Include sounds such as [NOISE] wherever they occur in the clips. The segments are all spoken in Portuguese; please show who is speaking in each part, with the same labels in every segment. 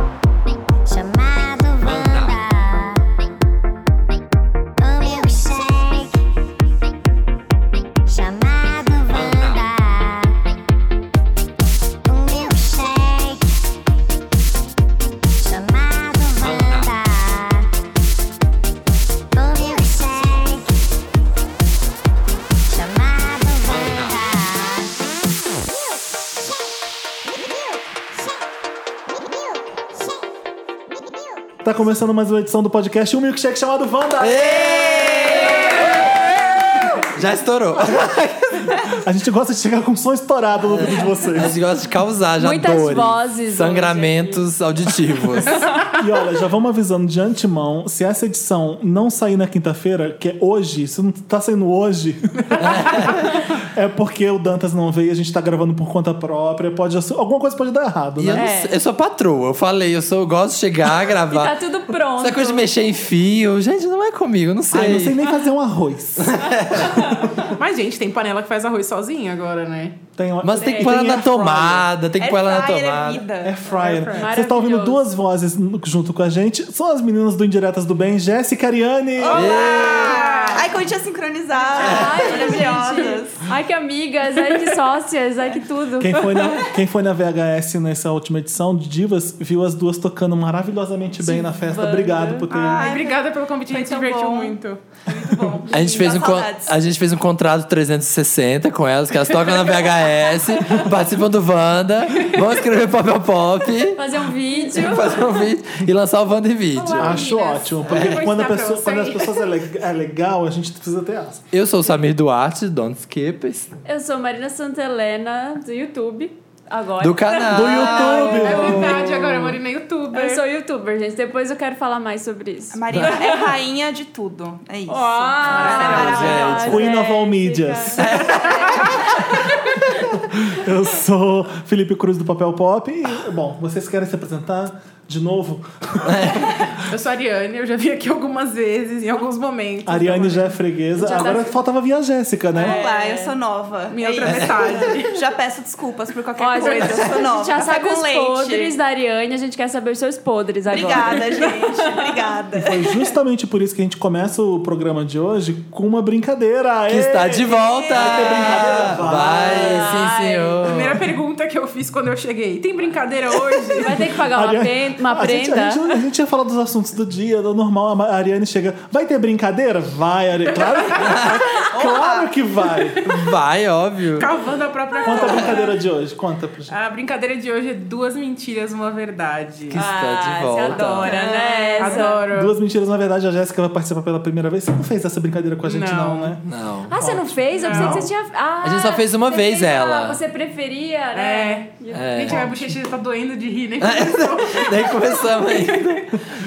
Speaker 1: Oh, Oh,
Speaker 2: Tá começando mais uma edição do podcast Um Milkshake chamado Wanda.
Speaker 3: Já estourou.
Speaker 2: A gente gosta de chegar com um som estourado no ouvido de
Speaker 3: A
Speaker 2: vocês.
Speaker 3: gente gosta de causar já
Speaker 4: Muitas
Speaker 3: dores,
Speaker 4: vozes
Speaker 3: sangramentos auditivos.
Speaker 2: E olha, já vamos avisando de antemão, se essa edição não sair na quinta-feira, que é hoje, se não tá saindo hoje, [LAUGHS] é porque o Dantas não veio, a gente tá gravando por conta própria, pode assu- alguma coisa pode dar errado,
Speaker 3: E eu,
Speaker 2: né?
Speaker 3: não
Speaker 4: É.
Speaker 3: sei- eu sou patroa, eu falei, eu sou, eu gosto de
Speaker 4: [LAUGHS]
Speaker 3: chegar,
Speaker 4: Tá
Speaker 3: gravar.
Speaker 4: tudo pronto.
Speaker 3: Essa é coisa de mexer em fio, gente, não é comigo, não sei.
Speaker 2: Ai, não sei nem fazer um arroz.
Speaker 5: Mas, gente, tem panela que faz arroz sozinha agora, né?
Speaker 2: É, Tem uma-
Speaker 3: Mas tem que
Speaker 2: e
Speaker 3: pôr ela na
Speaker 2: air fryer.
Speaker 3: tomada,
Speaker 4: É
Speaker 3: tem que pôr ela na tomada.
Speaker 2: Air fryer. Você está
Speaker 4: Maravilhoso.
Speaker 2: ouvindo duas vozes no- junto com a gente. São as meninas do Indiretas do Bem, Jéssica e Ariane.
Speaker 6: Ai, como a gente é sincronizado.
Speaker 4: Ai,
Speaker 6: maravilhosas.
Speaker 4: gente. Ai, que amigas, ai, que sócias, ai, que tudo.
Speaker 2: Quem foi, na, quem foi na VHS nessa última edição de Divas viu as duas tocando maravilhosamente bem na festa. Obrigado por ter.
Speaker 5: Ai, obrigada pelo convite, a gente se
Speaker 6: tão
Speaker 5: divertiu
Speaker 6: bom.
Speaker 5: muito.
Speaker 3: A gente, fez um, con- a gente fez um contrato 360 com elas, que elas tocam na
Speaker 4: [LAUGHS]
Speaker 3: VHS, participam do Wanda, vão escrever Pop a Pop,
Speaker 4: [LAUGHS] Fazer um vídeo.
Speaker 3: fazer um vídeo e lançar o Wanda em vídeo.
Speaker 2: Acho
Speaker 5: meninas.
Speaker 2: ótimo, porque
Speaker 5: Vou
Speaker 2: quando, a
Speaker 5: ensinar pra
Speaker 2: pessoa-
Speaker 5: vocês.
Speaker 2: quando as pessoas é, le- é legal, a gente precisa ter asa.
Speaker 3: Eu sou o Samir Duarte, Don't Skippers,
Speaker 4: Eu sou Marina Santelena, do YouTube, agora.
Speaker 3: do canal.
Speaker 2: Do YouTube!
Speaker 5: É verdade, agora eu moro na YouTube.
Speaker 4: Eu sou youtuber, gente. Depois eu quero falar mais sobre isso. Ah,
Speaker 6: Marina é rainha de tudo. É isso.
Speaker 3: Maravilhosa,
Speaker 4: gente.
Speaker 5: é,
Speaker 2: Queen of All Medias. Eu sou Felipe Cruz do Papel Pop. E, bom, vocês querem se apresentar de novo?
Speaker 5: Eu sou a Ariane, eu já vim aqui algumas vezes, em alguns momentos.
Speaker 2: A Ariane já é freguesa.
Speaker 4: Já tá-
Speaker 2: Agora faltava vir a Jéssica,
Speaker 5: É.
Speaker 2: né?
Speaker 6: Olá, eu sou nova.
Speaker 5: Minha
Speaker 6: É
Speaker 5: outra
Speaker 6: isso.
Speaker 5: metade.
Speaker 6: [LAUGHS] Já peço desculpas por qualquer
Speaker 4: Ó,
Speaker 6: coisa.
Speaker 4: gente,
Speaker 6: Eu sou
Speaker 4: a
Speaker 6: nova.
Speaker 4: gente já
Speaker 6: Café
Speaker 4: sabe
Speaker 6: com
Speaker 4: os
Speaker 6: leite.
Speaker 4: podres da Ariane, a gente quer saber os seus podres agora.
Speaker 6: Obrigada, gente. Obrigada.
Speaker 2: Foi justamente por isso que a gente começa o programa de hoje com uma brincadeira.
Speaker 3: Que
Speaker 2: Ei!
Speaker 3: está de volta!
Speaker 2: brincadeira?
Speaker 3: Vai, sim, senhor.
Speaker 5: Primeira pergunta que eu fiz quando eu cheguei. Tem brincadeira hoje?
Speaker 4: Vai ter que pagar uma, pen- uma
Speaker 2: a gente,
Speaker 4: prenda.
Speaker 2: a, gente, a gente ia falar dos assuntos do dia, do normal. A Ariane chega. Vai ter brincadeira? Vai, Ariane. Claro, claro que vai.
Speaker 3: Vai, óbvio.
Speaker 5: Cavando a própria
Speaker 2: Conta a
Speaker 5: cova.
Speaker 2: brincadeira de hoje. Conta pra gente.
Speaker 5: A brincadeira de hoje é duas mentiras, uma verdade.
Speaker 3: Que está
Speaker 4: Ah,
Speaker 3: de
Speaker 4: você
Speaker 3: volta.
Speaker 4: adora, né? Essa.
Speaker 5: Adoro.
Speaker 2: Duas mentiras, na verdade, a Jéssica vai participar pela primeira vez. Você não fez essa brincadeira com a gente, não,
Speaker 5: Não.
Speaker 2: né?
Speaker 3: Não.
Speaker 4: Ah, você não fez? Eu pensei que você tinha. Ah,
Speaker 3: A gente só fez uma
Speaker 4: você
Speaker 3: vez ela.
Speaker 4: Ah, você preferia, né?
Speaker 3: É.
Speaker 5: Gente, minha bochecha tá doendo
Speaker 2: [LAUGHS]
Speaker 5: de rir, né?
Speaker 3: [LAUGHS] Nem começamos ainda.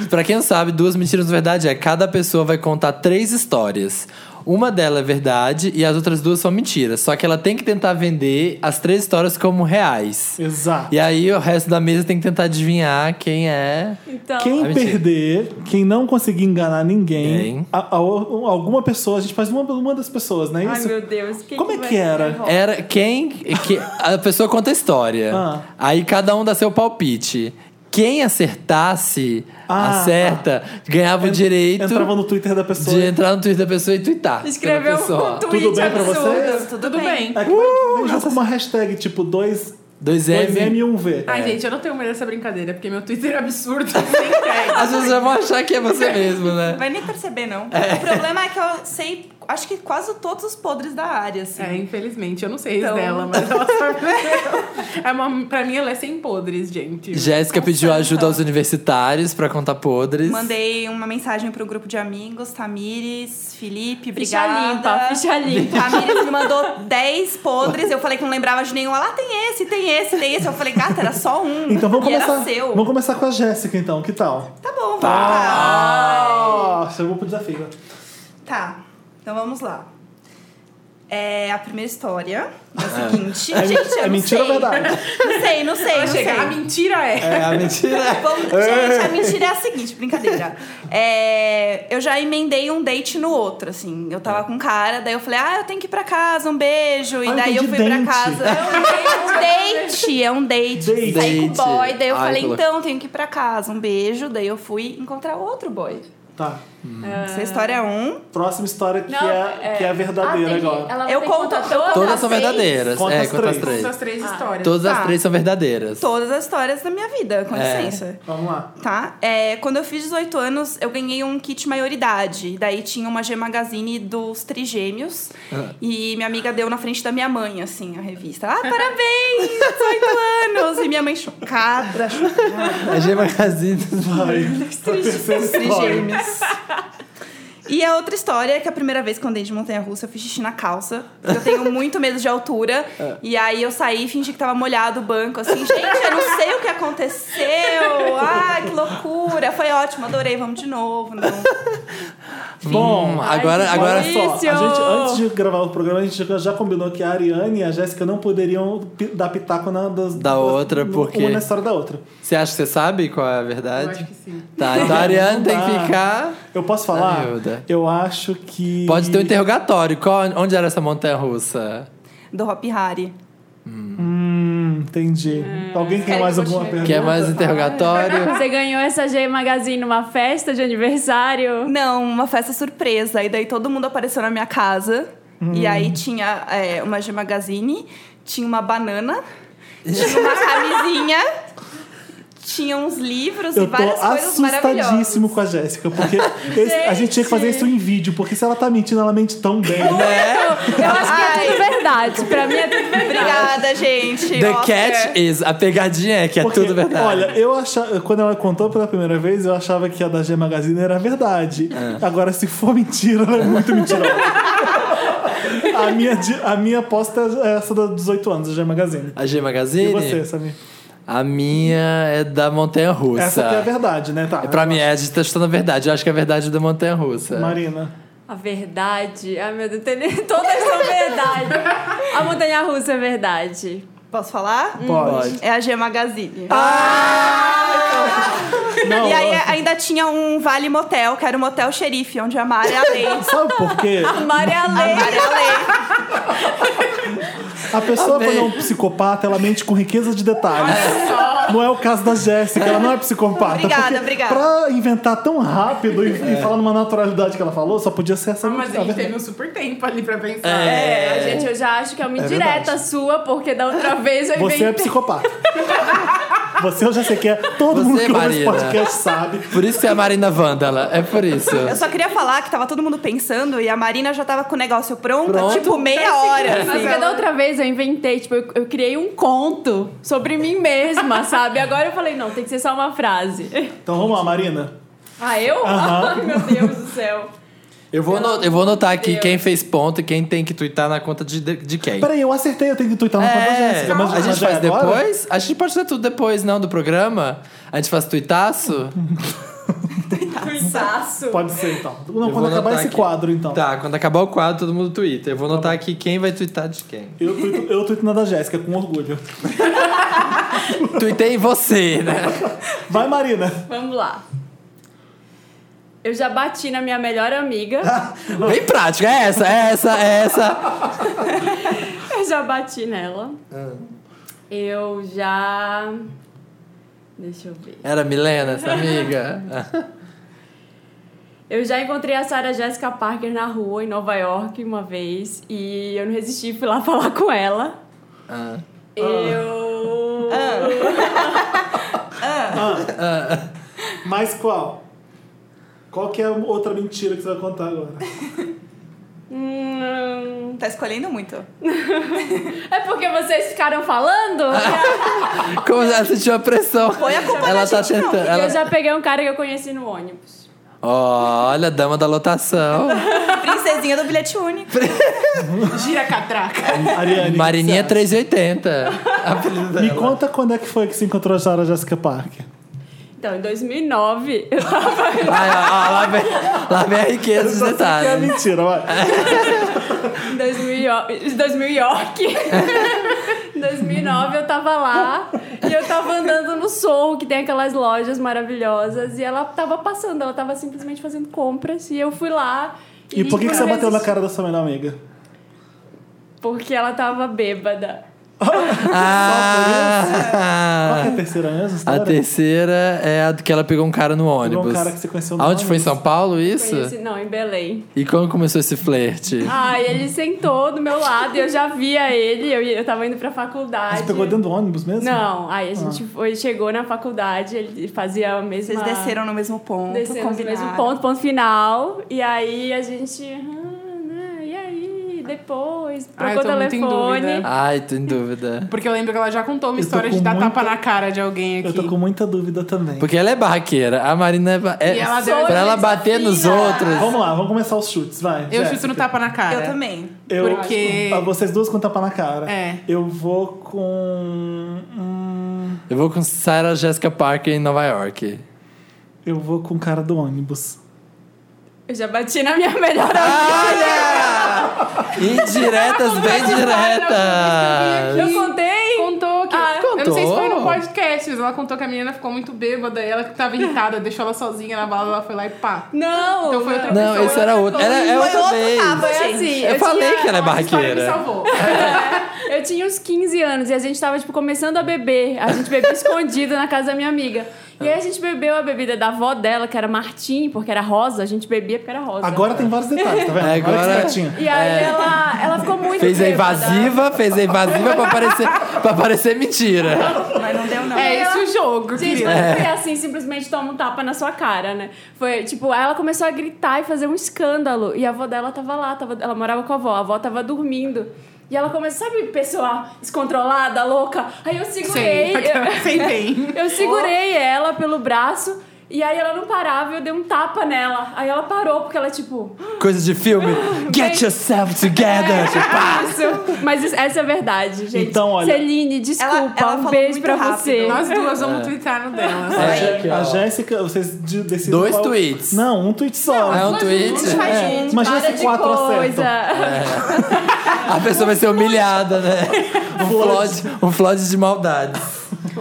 Speaker 3: Pra quem não sabe, duas mentiras na verdade é cada pessoa vai contar três histórias. Uma dela é verdade e as outras duas são mentiras. Só que ela tem que tentar vender as três histórias como reais.
Speaker 2: Exato.
Speaker 3: E aí o resto da mesa tem que tentar adivinhar quem é.
Speaker 4: Então,
Speaker 2: Quem
Speaker 3: Ah, mentira.
Speaker 2: perder, quem não conseguir enganar ninguém,
Speaker 3: Quem?
Speaker 2: a- a- alguma pessoa, a gente faz uma, uma das pessoas, não é
Speaker 4: ai
Speaker 2: isso?
Speaker 4: meu Deus, quem
Speaker 2: Como é
Speaker 4: vai
Speaker 2: que era?
Speaker 4: ser?
Speaker 3: Era quem. Que, a pessoa conta a história.
Speaker 2: Ah.
Speaker 3: Aí cada um dá seu palpite. Quem acertasse,
Speaker 2: Ah,
Speaker 3: acerta, ganhava o direito
Speaker 2: Entrava no Twitter da pessoa.
Speaker 3: Então,
Speaker 2: É
Speaker 3: de entrar no Twitter da pessoa e twittar. pela
Speaker 4: Escreveu
Speaker 3: pessoa.
Speaker 4: um tweet
Speaker 2: Tudo bem pra
Speaker 4: absurdo.
Speaker 2: vocês?
Speaker 5: Tudo, bem.
Speaker 2: É que vai- vem junto com uma hashtag tipo 2M
Speaker 3: Uh! Dois M. um É.
Speaker 2: e 1V.
Speaker 5: Ai, gente, eu não tenho medo dessa brincadeira, porque meu Twitter é absurdo. [LAUGHS] Sem crédito.
Speaker 3: Às vezes já vão achar que é você mesmo, né?
Speaker 6: Vai nem perceber, não. O problema é que eu sei, acho que quase todos os podres da área, assim.
Speaker 5: É, infelizmente, eu não sei
Speaker 6: Então-
Speaker 5: dela, mas ela sabe. [LAUGHS] é uma, pra mim, ela é sem podres, gente.
Speaker 3: Jéssica pediu ajuda aos universitários pra contar podres.
Speaker 6: Mandei uma mensagem pro grupo de amigos, Tamires, Felipe,
Speaker 4: Ficha
Speaker 6: obrigada.
Speaker 4: limpa, ficha limpa.
Speaker 6: A Miriam me mandou 10 podres, eu falei que não lembrava de nenhum. Ela, ah, tem esse, tem esse, tem esse. Eu falei, gata, era só um.
Speaker 2: Então vamos
Speaker 6: e
Speaker 2: começar.
Speaker 6: Era seu.
Speaker 2: Vamos começar com a Jéssica, então, que tal?
Speaker 6: Tá bom, vamos lá.
Speaker 2: Ah, chamou pro desafio.
Speaker 6: Tá, então vamos lá. É, a primeira história é a seguinte. Gente, eu
Speaker 2: [LAUGHS] é
Speaker 6: não
Speaker 2: mentira ou
Speaker 6: sei.
Speaker 2: verdade?
Speaker 6: Não sei, não sei,
Speaker 5: Ela
Speaker 6: não sei.
Speaker 5: chega, a mentira é.
Speaker 3: É, a
Speaker 6: [LAUGHS]
Speaker 3: mentira.
Speaker 2: [LAUGHS]
Speaker 6: Vamos- Gente, a mentira é a seguinte, brincadeira. É, eu já emendei um date no outro, assim. Eu
Speaker 2: É.
Speaker 6: tava com um cara, daí eu falei, ah, eu tenho que ir pra casa, um beijo. E
Speaker 2: Ah, eu
Speaker 6: daí eu
Speaker 2: entendi
Speaker 6: fui
Speaker 2: dente.
Speaker 6: pra casa.
Speaker 2: [LAUGHS]
Speaker 6: É um date, é um date.
Speaker 2: Date.
Speaker 6: Saí com o boy, daí eu
Speaker 3: Ai,
Speaker 6: falei,
Speaker 3: falou.
Speaker 6: então, tenho que ir pra casa, um beijo. Daí eu fui encontrar outro boy.
Speaker 2: Tá.
Speaker 5: Ah.
Speaker 6: Essa é a história 1.
Speaker 2: Próxima história que,
Speaker 4: Não,
Speaker 2: é, que é a verdadeira
Speaker 1: Ah, tem-
Speaker 2: agora.
Speaker 1: ela
Speaker 6: Eu
Speaker 1: tem
Speaker 6: conto
Speaker 1: contar
Speaker 6: todas
Speaker 1: todas
Speaker 3: Todas
Speaker 4: assim.
Speaker 3: são
Speaker 6: as três?
Speaker 3: verdadeiras.
Speaker 2: Conta
Speaker 3: é,
Speaker 2: as
Speaker 3: conta as
Speaker 2: três.
Speaker 3: três.
Speaker 5: Essas três histórias.
Speaker 3: Todas
Speaker 6: Tá.
Speaker 3: as três são verdadeiras.
Speaker 6: Todas as histórias da minha vida, com
Speaker 3: É.
Speaker 6: licença.
Speaker 2: Vamos lá.
Speaker 6: Tá? É, quando eu fiz 18 anos, eu ganhei um kit maioridade. Daí tinha uma G Magazine dos Trigêmeos. E minha amiga deu na frente da minha mãe, assim, a revista. Ah, parabéns! 18 [LAUGHS] anos! E minha mãe chocada,
Speaker 3: A É G Magazine.
Speaker 2: Vai. [LAUGHS] A terceira história.
Speaker 6: Trigêmeos. E a outra história é que a primeira vez que eu andei de montanha-russa, eu fiz xixi na calça. porque Eu tenho muito medo de altura. E aí eu saí e fingi que tava molhado o banco, assim. Gente, eu não sei o que aconteceu. Ah, que loucura. Foi ótimo, adorei. Vamos de novo. Não.
Speaker 3: Bom, agora,
Speaker 4: Ai, que
Speaker 3: agora
Speaker 2: Olha só, a
Speaker 4: Difícil.
Speaker 2: gente, antes de gravar o programa, a gente já combinou que a Ariane e a Jéssica não poderiam pi- dar pitaco na, das,
Speaker 3: Da
Speaker 2: das-
Speaker 3: outra,
Speaker 2: no-
Speaker 3: porque-
Speaker 2: Uma na história da outra.
Speaker 3: você acha que você sabe qual é a verdade?
Speaker 5: Eu acho que sim.
Speaker 3: Tá, então a Ariane tem
Speaker 2: Não
Speaker 3: que
Speaker 2: dá.
Speaker 3: ficar.
Speaker 2: Eu posso falar?
Speaker 3: Ajuda.
Speaker 2: Eu acho que.
Speaker 3: Pode ter um interrogatório. Qual- onde era essa montanha russa?
Speaker 6: Do Hop Harry.
Speaker 2: Hum, entendi. Alguém tem
Speaker 4: Querem
Speaker 2: mais
Speaker 4: que eu
Speaker 2: alguma pergunta?
Speaker 4: continue?
Speaker 3: Que é mais interrogatório.
Speaker 2: é.
Speaker 4: Você ganhou essa G Magazine numa festa de aniversário?
Speaker 6: Não, uma festa surpresa. E daí todo mundo apareceu na minha casa.
Speaker 2: Hum.
Speaker 6: E aí tinha é, uma G Magazine, tinha uma banana, tinha uma camisinha, tinha uns livros e
Speaker 2: Eu tô
Speaker 6: várias coisas maravilhosas.
Speaker 2: assustadíssimo com a Jéssica, porque esse- a gente tinha que fazer isso em vídeo, porque se ela tá mentindo, ela mente tão bem.
Speaker 3: Né?
Speaker 4: Eu acho que é tudo verdade. Pra mim é tudo verdade.
Speaker 6: Obrigada, gente.
Speaker 3: The
Speaker 6: Oscar.
Speaker 3: catch is. A pegadinha [LAUGHS] é que é
Speaker 2: Porque,
Speaker 3: tudo verdade.
Speaker 2: Olha, eu achava, quando ela contou pela primeira vez, eu achava que a da G Magazine era verdade.
Speaker 3: É.
Speaker 2: Agora, se for mentira, ela é muito mentirosa. a, minha, di- a minha aposta é essa dos 18 anos, a G Magazine.
Speaker 3: A G Magazine?
Speaker 2: E você, Samir?
Speaker 3: A minha é da montanha russa.
Speaker 2: Essa que é a verdade, né? Tá.
Speaker 3: Pra mim, é, a gente tá chutando a verdade. Eu acho que é a verdade da montanha russa.
Speaker 2: Marina.
Speaker 4: A verdade. Ai, meu Deus, tem nem- todas são verdade. A montanha russa é verdade.
Speaker 6: Posso falar?
Speaker 2: Pode. Ah!
Speaker 6: É a G Magazine.
Speaker 2: Não,
Speaker 6: e aí
Speaker 2: eu-
Speaker 6: ainda tinha um Vale Motel, que era o Motel Xerife, onde a Mara é a
Speaker 4: [LAUGHS]
Speaker 6: lei.
Speaker 2: Sabe por quê?
Speaker 4: Mari é a
Speaker 6: A
Speaker 4: lei.
Speaker 6: Mara é a lei.
Speaker 2: A pessoa,
Speaker 3: Amei.
Speaker 2: quando é um psicopata, ela mente com riqueza de detalhes. Não é o caso da Jéssica, ela não é psicopata.
Speaker 6: Obrigada,
Speaker 2: porque
Speaker 6: obrigada.
Speaker 2: Pra inventar tão rápido e,
Speaker 3: É.
Speaker 2: e falar numa naturalidade que ela falou, só podia ser essa
Speaker 5: Ah, mas a gente
Speaker 2: verdade.
Speaker 5: teve um super tempo ali pra pensar.
Speaker 4: É, gente, eu já acho que é uma indireta sua, porque da outra vez eu
Speaker 2: Você é
Speaker 4: inventei.
Speaker 2: psicopata. Você eu já sei que é.
Speaker 3: Você,
Speaker 2: Todo mundo que ouve esse
Speaker 3: Marina.
Speaker 2: podcast sabe.
Speaker 3: Por isso que é a Marina Vândala. É por isso.
Speaker 6: Eu só queria falar que tava todo mundo pensando e a Marina já tava com o negócio pronto,
Speaker 3: Pronto.
Speaker 6: tipo meia
Speaker 2: é
Speaker 6: hora.
Speaker 4: Então, Mas um-
Speaker 6: assim.
Speaker 4: porque da outra vez eu inventei, tipo, eu, eu criei um conto sobre mim mesma, sabe? Agora eu falei, não, tem que ser só uma frase.
Speaker 2: Então vamos lá, Marina.
Speaker 4: Ah, eu? Ai, meu Deus do céu.
Speaker 3: Eu vou, ano- eu vou anotar aqui
Speaker 4: Deus.
Speaker 3: quem fez ponto e quem tem que twittar na conta de, de quem.
Speaker 2: Peraí, eu acertei, eu tenho que twittar na conta da
Speaker 3: É,
Speaker 2: Jéssica. Mas,
Speaker 3: a
Speaker 2: mas
Speaker 3: gente
Speaker 2: já
Speaker 3: faz
Speaker 2: é agora?
Speaker 3: depois? A gente pode fazer tudo depois, não, do programa? A gente faz tuitaço?
Speaker 4: Um Cuidaço.
Speaker 2: Pode ser então. Não,
Speaker 3: Eu vou
Speaker 2: quando acabar
Speaker 3: anotar
Speaker 2: esse
Speaker 3: aqui.
Speaker 2: quadro, então.
Speaker 3: Tá, quando acabar o quadro, todo mundo twitta. Eu vou anotar aqui quem vai twittar de quem.
Speaker 2: Eu tuito, eu tuito na da Jéssica, com orgulho.
Speaker 3: Tuitei em você, né?
Speaker 2: Vai, Marina.
Speaker 4: Vamos lá. Eu já bati na minha melhor
Speaker 3: [LAUGHS]
Speaker 4: amiga.
Speaker 3: Bem prática, é essa, é essa, é essa.
Speaker 4: Eu já bati nela.
Speaker 3: Ah.
Speaker 4: Eu já. Deixa eu ver.
Speaker 3: Era a Milena, essa amiga?
Speaker 4: Eu já encontrei a Sarah Jessica Parker na rua em Nova York uma vez e eu não resisti, fui lá [LAUGHS] falar com ela.
Speaker 3: Ah.
Speaker 4: Eu.
Speaker 6: Ah,
Speaker 2: Mas qual? Qual que é a outra mentira que você vai contar agora?
Speaker 4: Hum,
Speaker 6: Tá escolhendo muito.
Speaker 4: É porque vocês ficaram
Speaker 3: [LAUGHS]
Speaker 4: falando?
Speaker 3: Como ela sentiu a pressão.
Speaker 6: Põe a culpa
Speaker 3: ela
Speaker 6: na
Speaker 3: tá
Speaker 6: gente, não,
Speaker 3: tentando. ela-
Speaker 4: Eu já peguei um cara que eu conheci no ônibus.
Speaker 3: Olha, a dama da lotação.
Speaker 6: Princesinha do bilhete único.
Speaker 5: É, Gira a catraca.
Speaker 2: Ariane.
Speaker 3: [LAUGHS] Marininha
Speaker 2: o que você
Speaker 3: 380. Apelido
Speaker 2: acha? Me
Speaker 3: dela.
Speaker 2: conta quando é que foi que se encontrou a Sarah Jessica Parker.
Speaker 4: Então, em 2009, [LAUGHS] eu
Speaker 3: Ai, ó, ó, lá, vem, lá vem a riqueza de
Speaker 2: Só sei que é
Speaker 3: detalhes. [LAUGHS]
Speaker 2: mentira, vai.
Speaker 4: Em 2000 York- 2000 York. [LAUGHS] Em 2009 eu tava lá e eu tava andando no Sorro, que tem aquelas lojas maravilhosas, e ela tava passando, ela tava simplesmente fazendo compras e eu fui lá.
Speaker 2: E por que, que
Speaker 4: eu
Speaker 2: você bateu na
Speaker 4: resisti,
Speaker 2: cara da sua melhor amiga?
Speaker 4: Porque ela tava bêbada.
Speaker 2: Qual que é a
Speaker 3: Ah,
Speaker 2: terceira mesmo?
Speaker 3: a
Speaker 2: história?
Speaker 3: terceira é a do que ela pegou um cara no
Speaker 2: Pegou
Speaker 3: ônibus.
Speaker 2: um cara que você conheceu no
Speaker 3: Aonde foi em São Paulo isso?
Speaker 4: Conheci- assim, não, em Belém.
Speaker 3: E quando começou esse flerte?
Speaker 4: Ai, ele sentou do meu lado e eu já via ele. Eu, ia- eu tava indo pra faculdade.
Speaker 2: Você pegou dentro do Ah. ônibus mesmo?
Speaker 4: Não, aí a gente foi, chegou na faculdade, ele fazia a mesma...
Speaker 6: Vocês desceram no mesmo ponto,
Speaker 4: desceram no
Speaker 6: combinaram.
Speaker 4: mesmo ponto, ponto final. E aí a gente... "Ah, né, e aí? Depois,
Speaker 5: Ai,
Speaker 4: trocou o
Speaker 5: Ah, eu tô muito em
Speaker 4: telefone.
Speaker 5: dúvida.
Speaker 3: Ai, tô em dúvida.
Speaker 5: Porque eu lembro que ela já contou uma
Speaker 2: É. Eu tô
Speaker 5: história de
Speaker 2: com
Speaker 5: dar
Speaker 2: muita-
Speaker 5: tapa na cara de alguém aqui.
Speaker 2: Eu tô com muita dúvida também.
Speaker 3: Porque ela é barraqueira. A Marina é. ba- é
Speaker 5: E ela deu-
Speaker 3: pra ela bater nos
Speaker 4: Desafina.
Speaker 3: outros.
Speaker 2: Vamos lá, vamos começar os chutes, vai.
Speaker 5: Eu
Speaker 2: Jéssica.
Speaker 5: chuto no tapa na cara.
Speaker 6: Eu também.
Speaker 2: Eu,
Speaker 5: Porque-
Speaker 2: Ah, Vocês duas com tapa na cara.
Speaker 5: É.
Speaker 2: Eu vou com. hum,
Speaker 3: Eu vou com Sarah Jessica Parker em Nova York.
Speaker 2: eu vou com o cara do ônibus.
Speaker 4: Eu já bati na minha [LAUGHS] melhor
Speaker 5: Ah,
Speaker 3: Indiretas, bem diretas.
Speaker 4: Eu contei?
Speaker 5: Contou que.
Speaker 4: Ah,
Speaker 5: Eu não sei se foi
Speaker 3: contou.
Speaker 5: no podcast, mas ela contou que a menina ficou muito bêbada e ela que tava irritada, deixou ela sozinha na balada, ela foi lá e pá.
Speaker 4: Não!
Speaker 5: Então foi outra
Speaker 3: Não, esse era outro. Era, é
Speaker 6: Foi
Speaker 3: outra
Speaker 6: outro
Speaker 3: vez.
Speaker 6: tapa,
Speaker 4: Foi
Speaker 6: gente.
Speaker 4: assim.
Speaker 3: Eu falei
Speaker 4: tinha-
Speaker 3: que ela é
Speaker 5: A história me
Speaker 3: barraqueira.
Speaker 5: salvou.
Speaker 4: Eu tinha uns 15 anos e a gente tava, tipo, começando a beber. A gente bebeu escondido na casa da minha amiga. E aí a gente bebeu a bebida da avó dela, que era Martim, porque era rosa. A gente bebia porque era rosa.
Speaker 2: Agora tem vários detalhes, tá vendo?
Speaker 3: É,
Speaker 2: Olha que
Speaker 3: agora-
Speaker 2: espertinha.
Speaker 4: E aí
Speaker 5: É.
Speaker 4: ela, ela ficou muito
Speaker 3: Fez a
Speaker 4: bêbada.
Speaker 3: invasiva, fez a invasiva pra parecer, pra parecer mentira.
Speaker 6: Mas não deu, não.
Speaker 5: É esse o jogo,
Speaker 4: Gente,
Speaker 5: querida.
Speaker 4: mas não
Speaker 2: É.
Speaker 4: foi assim, simplesmente toma um tapa na sua cara, né? Foi, tipo, aí ela começou a gritar e fazer um escândalo. E a avó dela tava lá, tava, ela morava com a avó, a avó tava dormindo. E ela começou, sabe, pessoa descontrolada, louca? Aí eu segurei. eu-
Speaker 5: Sem bem.
Speaker 2: [LAUGHS]
Speaker 4: Eu segurei ela pelo braço e aí ela não parava, eu dei um tapa nela. Aí ela parou, porque ela, tipo,
Speaker 3: Coisa de filme. Get yourself together.
Speaker 4: "Ah, isso. Mas isso- essa é a verdade, gente.
Speaker 2: Então, olha-
Speaker 4: Celine, desculpa,
Speaker 6: Ela- ela
Speaker 4: um
Speaker 6: falou
Speaker 4: beijo
Speaker 6: muito
Speaker 4: pra
Speaker 6: rápido.
Speaker 4: você.
Speaker 5: Nós duas vamos twittar no dela.
Speaker 2: A,
Speaker 3: É,
Speaker 2: Jé-
Speaker 3: aqui, ó.
Speaker 2: a Jéssica, vocês de- decidem.
Speaker 3: Dois
Speaker 2: qual-
Speaker 3: tweets.
Speaker 2: Não, um tweet só. É,
Speaker 3: É um
Speaker 6: A
Speaker 3: tweet.
Speaker 6: gente faz junto.
Speaker 2: Imagina
Speaker 4: Para
Speaker 2: se
Speaker 4: de
Speaker 2: quatro
Speaker 4: coisa.
Speaker 2: acertam.
Speaker 3: A pessoa vai ser humilhada, né? Um flood, um flood de maldade.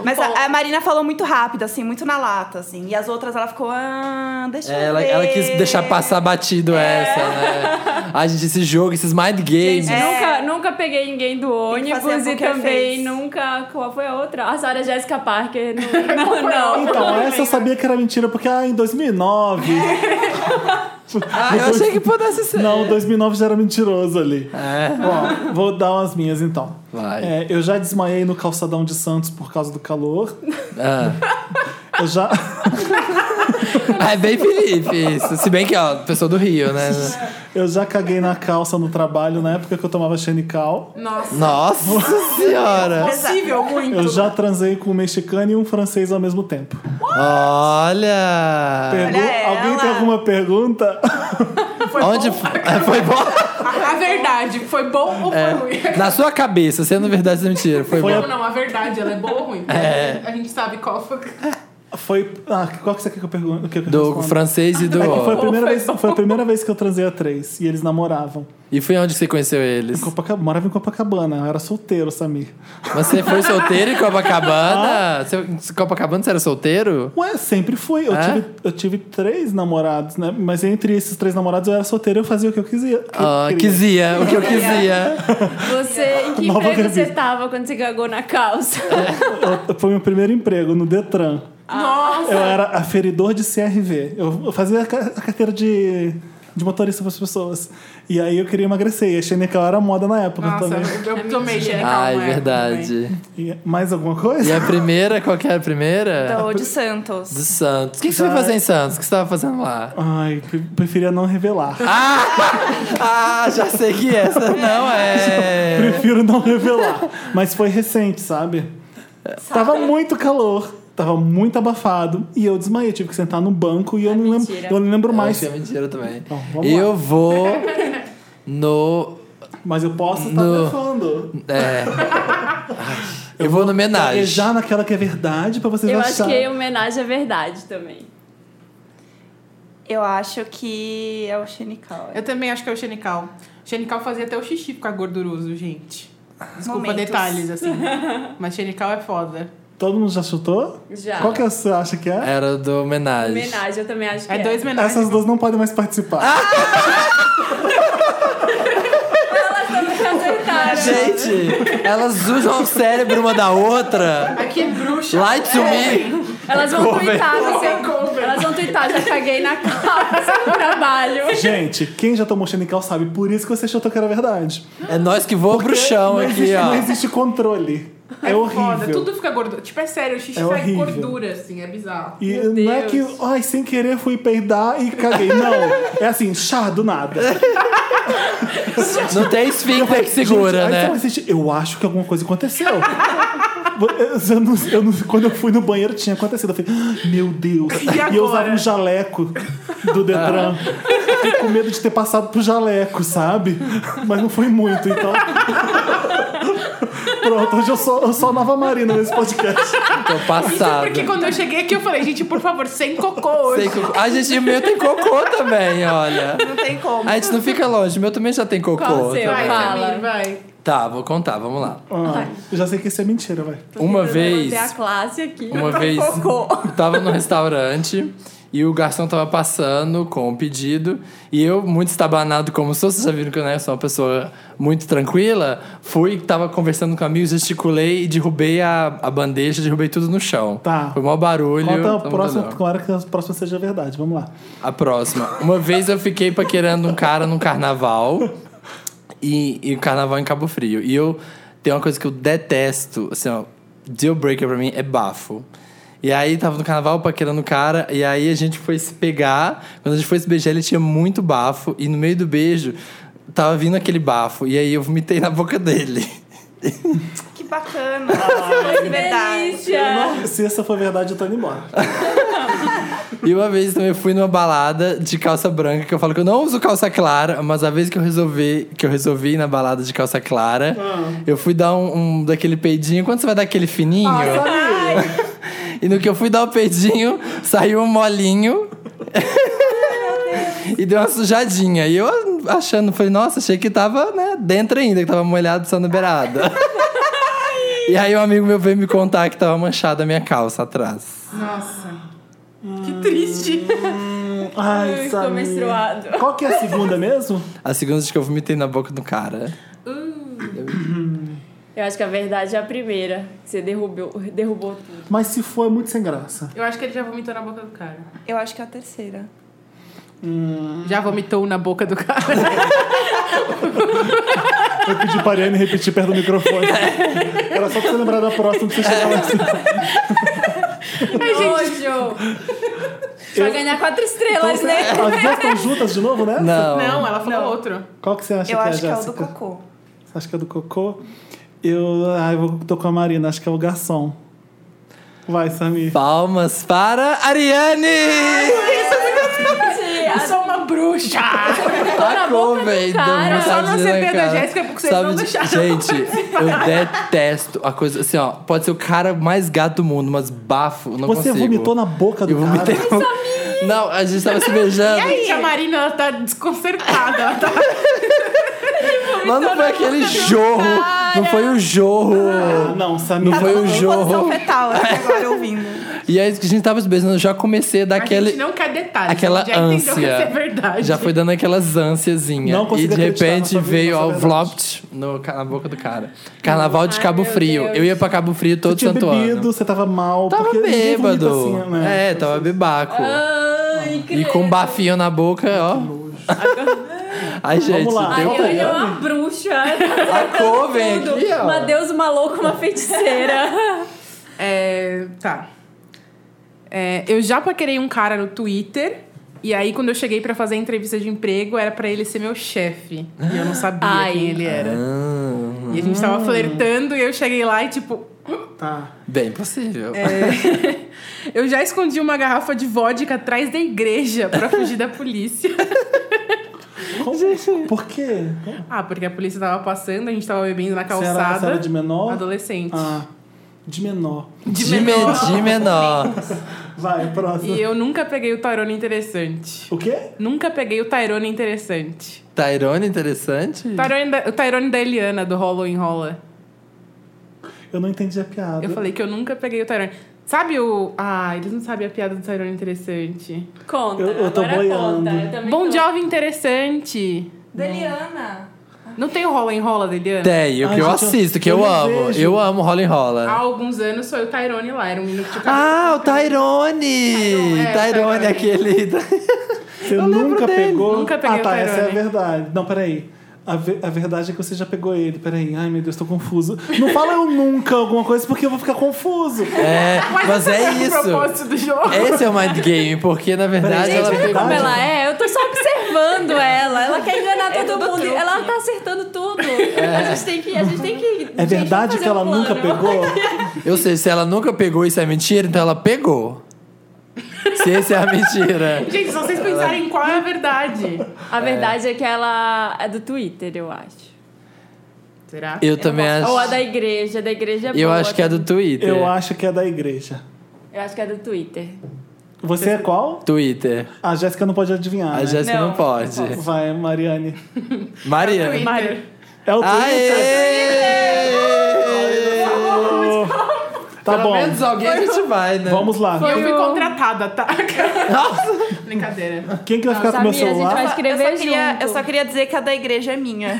Speaker 6: Mas a, a Marina falou muito rápido, assim, muito na lata, assim. E as outras, ela ficou, ah, deixa eu
Speaker 3: É, Ela,
Speaker 6: ver.
Speaker 3: ela quis deixar passar batido essa, [LAUGHS] né? A gente, esse jogo, esses mind games.
Speaker 4: Gente, é. nunca, nunca peguei ninguém do
Speaker 6: É. que fazer
Speaker 4: ônibus e
Speaker 6: poker
Speaker 4: também
Speaker 6: face.
Speaker 4: nunca. Qual foi a outra? A Sarah Jessica
Speaker 6: [LAUGHS]
Speaker 4: Parker. Não, não. não.
Speaker 2: Então, essa eu sabia que era mentira, porque ah, em 2009. [LAUGHS]
Speaker 3: Ah, eu achei que pudesse ser.
Speaker 2: Então, tipo, Não, 2009 já era mentiroso ali.
Speaker 3: É.
Speaker 2: Bom, vou dar umas minhas então.
Speaker 3: Vai.
Speaker 2: É, eu já desmaiei no calçadão de Santos por causa do calor.
Speaker 3: Ah.
Speaker 2: Eu já. [LAUGHS]
Speaker 3: Ah, é bem Felipe isso. Se bem que, ó, pessoa do Rio, né?
Speaker 2: Eu já caguei na calça no trabalho na época que eu tomava Xenical.
Speaker 5: Nossa.
Speaker 3: Nossa senhora!
Speaker 5: Possível, muito.
Speaker 2: Eu já transei com um mexicano e um francês ao mesmo tempo.
Speaker 3: Olha!
Speaker 2: Pergu-
Speaker 6: ela.
Speaker 2: Alguém tem alguma pergunta?
Speaker 5: Foi
Speaker 3: Onde
Speaker 5: bom.
Speaker 3: é, foi bom?
Speaker 5: A verdade, foi bom ou foi
Speaker 3: É.
Speaker 5: ruim?
Speaker 3: Na sua cabeça, sendo verdade ou mentira, foi,
Speaker 2: Foi
Speaker 3: bom.
Speaker 5: Não, não, a verdade, ela é boa ou ruim?
Speaker 3: É.
Speaker 5: A gente sabe qual foi.
Speaker 2: Foi. Ah, qual que você quer que eu pergunte? Que eu
Speaker 3: Do
Speaker 2: responda?
Speaker 3: francês e do.
Speaker 2: É que foi, a primeira
Speaker 5: Foi
Speaker 2: vez, foi a primeira vez que eu transei a três e eles namoravam.
Speaker 3: E foi onde você conheceu eles?
Speaker 2: Copacabana, morava em Copacabana, eu era solteiro, Samir.
Speaker 3: Você foi solteiro em Copacabana? Você, em Copacabana você era solteiro?
Speaker 2: Ué, sempre fui. Eu,
Speaker 3: É?
Speaker 2: tive, eu tive três namorados, né? Mas entre esses três namorados eu era solteiro e eu fazia o que eu quisia. que eu
Speaker 3: Ah,
Speaker 2: queria.
Speaker 3: quisia, o que eu quisia.
Speaker 4: Você, em que
Speaker 2: Nova
Speaker 4: emprego você
Speaker 2: revista.
Speaker 4: tava quando você cagou na calça?
Speaker 2: Eu- Foi meu primeiro emprego no Detran.
Speaker 3: Ah.
Speaker 5: Nossa!
Speaker 2: Eu era aferidor de CRV. Eu eu fazia a ca- a carteira de, de motorista para as pessoas. E aí eu queria emagrecer. E achei que ela era moda na época
Speaker 5: Nossa,
Speaker 2: também.
Speaker 5: eu, eu tomei né? Xenical.
Speaker 3: Ah, é
Speaker 5: uma época também.
Speaker 3: verdade.
Speaker 2: E- mais alguma coisa?
Speaker 3: E a primeira, qual que era a primeira?
Speaker 6: Então, de Santos.
Speaker 3: Do Santos. O que, que você foi fazer em Santos? O que você tava fazendo lá?
Speaker 2: Ai, pre- preferia não revelar.
Speaker 3: Ah, já sei que essa [LAUGHS] não é.
Speaker 2: Prefiro não revelar. Mas foi recente, sabe? Tava muito calor, tava muito abafado e eu desmaiei. Tive que sentar no banco e eu, não, lembro,
Speaker 4: Ah, mentira.
Speaker 2: eu não lembro
Speaker 3: Mas
Speaker 2: mais.
Speaker 3: é mentira também.
Speaker 2: Então, vamos lá.
Speaker 3: eu vou no.
Speaker 2: Mas eu posso estar
Speaker 3: No-
Speaker 2: blefando.
Speaker 3: É. Eu vou no homenagem.
Speaker 2: Planejar naquela que é verdade pra vocês
Speaker 4: Eu acho
Speaker 2: acharem.
Speaker 4: que homenagem à verdade também.
Speaker 6: Eu acho que é o Xenical.
Speaker 5: Eu também acho que é o Xenical. O Xenical fazia até o xixi ficar gorduroso, gente. Desculpa
Speaker 6: Momentos.
Speaker 5: detalhes, assim. [LAUGHS] Mas Xenical é foda.
Speaker 2: Todo mundo já chutou?
Speaker 4: Já.
Speaker 2: Qual que você acha que é?
Speaker 3: Era do homenagem.
Speaker 4: Homenagem, eu também acho que
Speaker 5: É dois menores.
Speaker 2: Essas duas não podem mais
Speaker 3: Ah,
Speaker 2: participar.
Speaker 4: Elas também acertaram.
Speaker 3: Gente, elas usam o cérebro uma da outra.
Speaker 5: Aqui é bruxa.
Speaker 3: Lie to me.
Speaker 4: Elas vão
Speaker 2: é
Speaker 4: twittar, assim, elas vão twittar, já caguei na calça do trabalho.
Speaker 2: Gente, quem já tomou Xenical sabe, por isso que você achou que era verdade.
Speaker 3: É nós que voa pro chão
Speaker 2: não
Speaker 3: Então aqui,
Speaker 2: existe,
Speaker 3: ó.
Speaker 2: Não existe controle. É, horrível.
Speaker 5: Foda, tudo fica gordura. Tipo, é sério, o xixi
Speaker 2: É
Speaker 5: sai
Speaker 2: horrível.
Speaker 5: gordura, assim, é bizarro.
Speaker 2: E
Speaker 4: Meu
Speaker 2: não é que,
Speaker 4: Deus.
Speaker 2: ai, sem querer fui peidar e caguei. Não, é assim, chá do nada.
Speaker 3: [LAUGHS] Não tem esfíncter que segura,
Speaker 2: Gente, aí só
Speaker 3: né?
Speaker 2: existe, eu acho que alguma coisa aconteceu. [LAUGHS] Eu não- eu não- quando eu fui no banheiro tinha acontecido. Eu falei, "Ah, meu Deus.
Speaker 5: E
Speaker 2: eu
Speaker 5: agora?
Speaker 2: usava um jaleco do Detran.
Speaker 3: Ah.
Speaker 2: Eu Fiquei com medo de ter passado pro jaleco, sabe? Mas não foi muito, então. [LAUGHS] Pronto, hoje eu sou, eu sou a nova Marina nesse podcast.
Speaker 3: Tô
Speaker 5: Isso
Speaker 3: passado.
Speaker 5: porque quando eu cheguei aqui, eu falei, gente, por favor, sem
Speaker 2: [LAUGHS]
Speaker 5: cocô hoje.
Speaker 3: Tem cocô. Ah, gente, o meu tem cocô também, olha.
Speaker 6: Não tem como.
Speaker 3: A gente não fica longe, o meu também já tem cocô.
Speaker 4: Qual o seu?
Speaker 3: também.
Speaker 5: Vai,
Speaker 4: Fala.
Speaker 5: Samir, vai.
Speaker 3: Tá, vou contar, vamos lá.
Speaker 2: Ah, eu já sei que isso é mentira, vai.
Speaker 3: Uma
Speaker 4: Eu
Speaker 3: vez.
Speaker 4: levantei a classe aqui. [LAUGHS]
Speaker 3: Uma vez tava no restaurante e o garçom tava passando com o pedido. E eu, muito estabanado como sou, vocês já viram que eu né, sou uma pessoa muito tranquila, fui, tava conversando com amigos, gesticulei e derrubei a, a bandeja, derrubei tudo no chão.
Speaker 2: Tá.
Speaker 3: Foi o maior barulho.
Speaker 2: Conta a
Speaker 3: Tá
Speaker 2: próxima,
Speaker 3: muito legal.
Speaker 2: claro que a próxima seja verdade. Vamos lá.
Speaker 3: A próxima. Uma vez eu fiquei paquerando um cara num carnaval. E, e o carnaval em Cabo Frio. E eu tem uma coisa que eu detesto, assim, ó, deal breaker pra mim é bafo. E aí tava no carnaval paquerando o cara, e aí a gente foi se pegar. Quando a gente foi se beijar, ele tinha muito bafo. E no meio do beijo, tava vindo aquele bafo. E aí eu vomitei na boca dele.
Speaker 6: Que bacana. Nossa, que é verdade.
Speaker 4: Delícia.
Speaker 6: Ah.
Speaker 2: Se essa for verdade, eu tô indo embora.
Speaker 3: E uma vez também fui numa balada de calça branca, que eu falo que eu não uso calça clara, mas a vez que eu resolvi, que eu resolvi ir na balada de calça clara, eu fui dar um, um daquele peidinho. Quando você vai dar aquele fininho? [LAUGHS] e no que eu fui dar o peidinho, saiu um molinho. [LAUGHS] e deu uma sujadinha. E eu achando, falei, nossa, achei que tava né, dentro ainda, que tava molhado só na beirada. e aí um amigo meu veio me contar que tava manchada a minha calça atrás.
Speaker 5: Nossa. Que triste.
Speaker 2: Ai,
Speaker 4: Ficou
Speaker 2: Samir.
Speaker 4: menstruado.
Speaker 2: Qual que é a segunda mesmo?
Speaker 3: A segunda de que eu vomitei na boca do cara.
Speaker 4: Eu acho que a verdade é a primeira. que Você derrubou, derrubou tudo.
Speaker 2: Mas se for, é muito sem graça.
Speaker 5: Eu acho que ele já vomitou na boca do cara.
Speaker 6: Eu acho que é a terceira.
Speaker 5: Já vomitou na boca do cara.
Speaker 2: Eu pedi para a Ariane repetir perto do
Speaker 6: [LAUGHS]
Speaker 2: microfone. Era só pra você lembrar da próxima que você chegar lá.
Speaker 4: Ai, gente. Vai ganhar quatro estrelas, né?
Speaker 2: Então, As duas estão juntas de novo, né?
Speaker 3: Não.
Speaker 5: Não, ela falou outro.
Speaker 2: Qual que você acha
Speaker 6: Eu
Speaker 2: que
Speaker 6: acho que
Speaker 2: é
Speaker 6: é
Speaker 2: a
Speaker 6: o do
Speaker 2: Jéssica?
Speaker 6: cocô.
Speaker 2: Você acha que é do cocô? Eu. Ai, vou tô com a Marina, acho que é o garçom. Vai, Samir.
Speaker 3: Palmas para Ariane!
Speaker 5: Eu sou uma bruxa.
Speaker 3: Tacou, velho. deu
Speaker 4: cara.
Speaker 3: vontade
Speaker 5: Só não
Speaker 3: de
Speaker 5: acertei
Speaker 3: dar
Speaker 5: da
Speaker 3: cara.
Speaker 5: Jéssica, porque vocês não
Speaker 3: de-
Speaker 5: deixaram.
Speaker 3: [LAUGHS] Gente, eu detesto a coisa. Assim, ó, pode ser o cara mais gato do mundo, mas bafo, eu não
Speaker 2: Você
Speaker 3: consigo.
Speaker 2: vomitou na boca do
Speaker 3: Eu vomitei.
Speaker 2: cara.
Speaker 3: no- Não, a gente tava se beijando.
Speaker 5: Gente, É a Marina, ela tá desconcertada. Ela [LAUGHS] tá...
Speaker 3: Mas não foi aquele jorro. Não foi o jorro.
Speaker 2: Ah, Não, Samir.
Speaker 3: Não foi o
Speaker 6: Tá Em
Speaker 3: jorro.
Speaker 6: Posição fetal aqui agora ouvindo.
Speaker 3: E aí, que a gente tava se beijando, eu já comecei a dar
Speaker 5: A
Speaker 3: aquele.
Speaker 5: gente não quer detalhes.
Speaker 3: aquela
Speaker 5: a gente já entendeu que
Speaker 3: ânsia.
Speaker 5: isso é verdade.
Speaker 3: Já foi dando aquelas ânsiazinhas.
Speaker 2: Não
Speaker 3: E
Speaker 2: consigo
Speaker 3: de
Speaker 2: acreditar
Speaker 3: repente
Speaker 2: nessa vida,
Speaker 3: veio
Speaker 2: nessa
Speaker 3: ó, o
Speaker 2: verdade.
Speaker 3: Vlopt no, ca- na boca do cara. Carnaval de
Speaker 4: Ai,
Speaker 3: Cabo
Speaker 4: meu
Speaker 3: Frio.
Speaker 4: Deus.
Speaker 3: Eu ia pra Cabo Frio
Speaker 2: Você
Speaker 3: todo
Speaker 2: tinha
Speaker 3: santo
Speaker 2: bebido,
Speaker 3: ano.
Speaker 2: você tava mal.
Speaker 3: Tava
Speaker 2: porque ninguém vomita
Speaker 3: bêbado.
Speaker 2: assim, né?
Speaker 3: É, tava bebaco.
Speaker 4: Ai,
Speaker 3: E
Speaker 4: Ah, credo.
Speaker 3: com um bafinho na boca, ó. [LAUGHS] Ai, gente,
Speaker 2: lá.
Speaker 4: Ai,
Speaker 3: deu
Speaker 4: olha, é uma bruxa.
Speaker 3: a cor, vem
Speaker 4: Tudo.
Speaker 3: aqui,
Speaker 4: Uma
Speaker 3: ó.
Speaker 4: deusa, uma louca, uma feiticeira.
Speaker 5: É, tá. É, eu já paquerei um cara no Twitter. E aí, quando eu cheguei pra fazer a entrevista de emprego, era pra ele ser meu chefe. E eu não sabia
Speaker 4: Ai.
Speaker 5: quem ele era.
Speaker 3: Ah,
Speaker 5: E a gente tava
Speaker 2: Hum.
Speaker 5: flertando e eu cheguei lá e, tipo,
Speaker 2: Tá.
Speaker 3: Bem possível.
Speaker 5: eu já escondi uma garrafa de vodka atrás da igreja pra fugir da polícia.
Speaker 2: [LAUGHS] Como- Por quê?
Speaker 5: Ah, porque a polícia tava passando, a gente tava bebendo na
Speaker 2: Você era-
Speaker 5: calçada.
Speaker 2: você era de menor?
Speaker 5: Adolescente.
Speaker 2: Ah, de menor.
Speaker 3: De, me- de menor.
Speaker 2: Vai, próximo.
Speaker 5: E eu nunca peguei o Tyrone interessante.
Speaker 2: O quê?
Speaker 5: Nunca peguei o Tyrone interessante.
Speaker 3: Tyrone, interessante.
Speaker 5: Tyrone da- o Tyrone da Eliana, do Hollow in Rola.
Speaker 2: Eu não entendi a piada.
Speaker 5: Eu falei que eu nunca peguei o Tyrone. Sabe o. Ah, eles não sabem a piada do Tyrone interessante.
Speaker 4: Conta,
Speaker 2: Eu- eu tô
Speaker 4: agora
Speaker 2: boiando.
Speaker 4: conta. Eu também
Speaker 5: Bom
Speaker 4: tô.
Speaker 5: jovem interessante.
Speaker 6: Deliana. Ai,
Speaker 5: Não tem o rola em rola da Eliana?
Speaker 3: Tem, o
Speaker 2: Ai,
Speaker 3: que eu
Speaker 2: gente, eu-
Speaker 3: assisto, que
Speaker 2: eu
Speaker 3: eu,
Speaker 2: não
Speaker 3: amo.
Speaker 2: vejo.
Speaker 3: Eu amo rola em
Speaker 5: Há
Speaker 3: rola.
Speaker 5: alguns anos foi o Tyrone lá, era um minuto de
Speaker 3: Ah,
Speaker 5: cada-
Speaker 3: o Tyrone!
Speaker 5: Tyrone, é,
Speaker 3: Tyrone,
Speaker 5: Tyrone.
Speaker 3: aquele. da-
Speaker 2: Você
Speaker 3: Eu lembro
Speaker 2: nunca
Speaker 3: dele.
Speaker 2: pegou.
Speaker 5: Nunca peguei
Speaker 2: Ah,
Speaker 5: o
Speaker 2: tá, essa é a
Speaker 5: Tyrone.
Speaker 2: verdade. Não, peraí. A, ve- a verdade é que você já pegou ele. Peraí. Ai, meu Deus, tô confuso. Não fala eu nunca alguma coisa, porque eu vou ficar confuso.
Speaker 3: É, mas é
Speaker 5: esse o
Speaker 3: isso.
Speaker 5: propósito do jogo.
Speaker 3: Esse é o mind game, porque na verdade
Speaker 2: Gente,
Speaker 3: ela
Speaker 2: mas
Speaker 3: pegou.
Speaker 4: Como
Speaker 2: Verdade.
Speaker 4: ela é, eu tô só [LAUGHS] observando ela. Ela quer enganar
Speaker 6: É
Speaker 4: todo
Speaker 6: tudo
Speaker 4: mundo.
Speaker 6: truque.
Speaker 4: Ela tá acertando tudo. A gente tem que. A gente tem que
Speaker 2: É
Speaker 4: gente,
Speaker 2: verdade
Speaker 4: fazer
Speaker 2: que ela
Speaker 4: um
Speaker 2: nunca
Speaker 4: plano.
Speaker 2: pegou?
Speaker 3: Eu sei, se ela nunca pegou isso é mentira, então ela pegou. Se esse é a mentira.
Speaker 5: Gente, se vocês pensarem qual é a verdade.
Speaker 4: A verdade é. que ela é do Twitter, eu acho.
Speaker 5: Será?
Speaker 3: Eu também acho.
Speaker 4: Ou a da igreja. A da igreja é
Speaker 3: Eu
Speaker 4: boa
Speaker 3: acho que é do
Speaker 4: também.
Speaker 3: Twitter.
Speaker 2: Eu acho que é da igreja.
Speaker 4: Eu acho que é do Twitter.
Speaker 2: Você é qual?
Speaker 3: Twitter.
Speaker 2: A Jéssica não pode adivinhar.
Speaker 3: A
Speaker 2: né?
Speaker 3: Jéssica não,
Speaker 6: Não,
Speaker 3: pode.
Speaker 2: Vai, Mariane.
Speaker 3: Mariana.
Speaker 5: Twitter.
Speaker 2: É o Twitter.
Speaker 3: Aê!
Speaker 2: Tá
Speaker 3: Pelo
Speaker 2: bom.
Speaker 3: menos alguém a gente vai, né?
Speaker 2: Vamos lá.
Speaker 5: Eu fui
Speaker 4: Eu-
Speaker 5: contratada, tá?
Speaker 3: Nossa!
Speaker 5: Brincadeira.
Speaker 2: Quem que vai ficar com meu
Speaker 4: Samira, a gente
Speaker 2: celular?
Speaker 4: vai escrever
Speaker 6: eu, só queria,
Speaker 4: junto.
Speaker 6: eu só queria dizer que a da igreja é minha.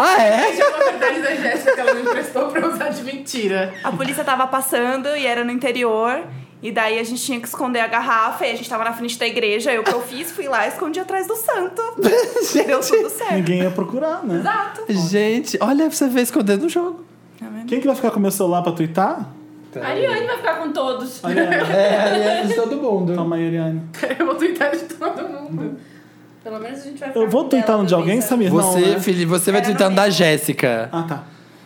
Speaker 3: Ah, é?
Speaker 5: Essa é uma verdade da Jéssica que ela me emprestou pra usar de mentira. [LAUGHS]
Speaker 6: A polícia tava passando e era no interior. E daí a gente tinha que esconder a garrafa e a gente tava na frente da igreja. Aí o que eu fiz, fui lá e escondi atrás do santo. Deu tudo certo.
Speaker 2: Ninguém ia procurar, né?
Speaker 6: Exato.
Speaker 3: Gente, olha pra você ver escondendo o jogo.
Speaker 2: Quem que vai ficar com meu celular pra twittar?
Speaker 4: A Ariane vai ficar com todos.
Speaker 2: Ariane.
Speaker 3: É, aí é de todo mundo.
Speaker 2: Toma aí, Ariane.
Speaker 5: Eu vou twittar de todo mundo.
Speaker 4: Pelo menos a gente vai ficar
Speaker 2: Eu vou
Speaker 4: com
Speaker 2: twittar
Speaker 4: dela
Speaker 2: no de
Speaker 4: também,
Speaker 2: alguém,
Speaker 4: sabe?
Speaker 2: Samir? Não,
Speaker 3: Você,
Speaker 2: né?
Speaker 3: Felipe, você vai
Speaker 6: Era no
Speaker 3: tentar no
Speaker 6: meu.
Speaker 3: da Jéssica.
Speaker 2: Ah, tá.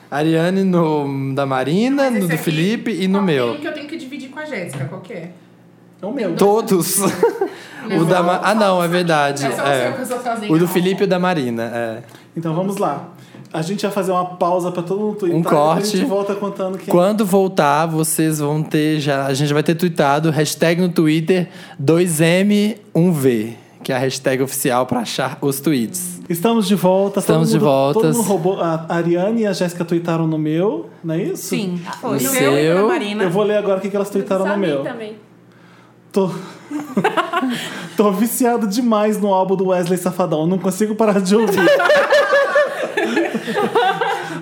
Speaker 3: Ariane no da Marina,
Speaker 5: Mas
Speaker 3: no
Speaker 5: esse é
Speaker 3: do
Speaker 5: aqui,
Speaker 3: Felipe e no
Speaker 5: qual
Speaker 3: meu.
Speaker 5: Tem um que eu tenho que dividir com a Jéssica, qual que é?
Speaker 2: É o meu.
Speaker 3: Todos. [LAUGHS] o da Ma- Ah, não, é verdade.
Speaker 5: É só o seu que eu
Speaker 3: É.
Speaker 5: sou sozinha.
Speaker 3: O do Felipe e o da Marina, é.
Speaker 2: Então vamos lá. A gente vai fazer uma pausa pra todo mundo twittar.
Speaker 3: Um
Speaker 2: e depois
Speaker 3: corte.
Speaker 2: A gente volta contando quem... é.
Speaker 3: Quando voltar, vocês vão ter já. A gente vai ter tweetado hashtag no Twitter 2M1V, que é a hashtag oficial pra achar os tweets.
Speaker 2: Estamos de volta.
Speaker 3: Estamos
Speaker 2: todo
Speaker 3: de
Speaker 2: mundo-
Speaker 3: voltas.
Speaker 2: Todo mundo roubou. A Ariane e a Jéssica twitaram no meu, não é isso?
Speaker 5: Sim.
Speaker 6: Foi.
Speaker 3: O
Speaker 5: No
Speaker 3: seu.
Speaker 5: meu e da Marina.
Speaker 2: Eu vou ler agora o que que elas twitaram tá no
Speaker 4: Samir
Speaker 2: meu.
Speaker 4: também.
Speaker 2: Tô... [LAUGHS] Tô viciado demais no álbum do Wesley Safadão. Não consigo parar de ouvir.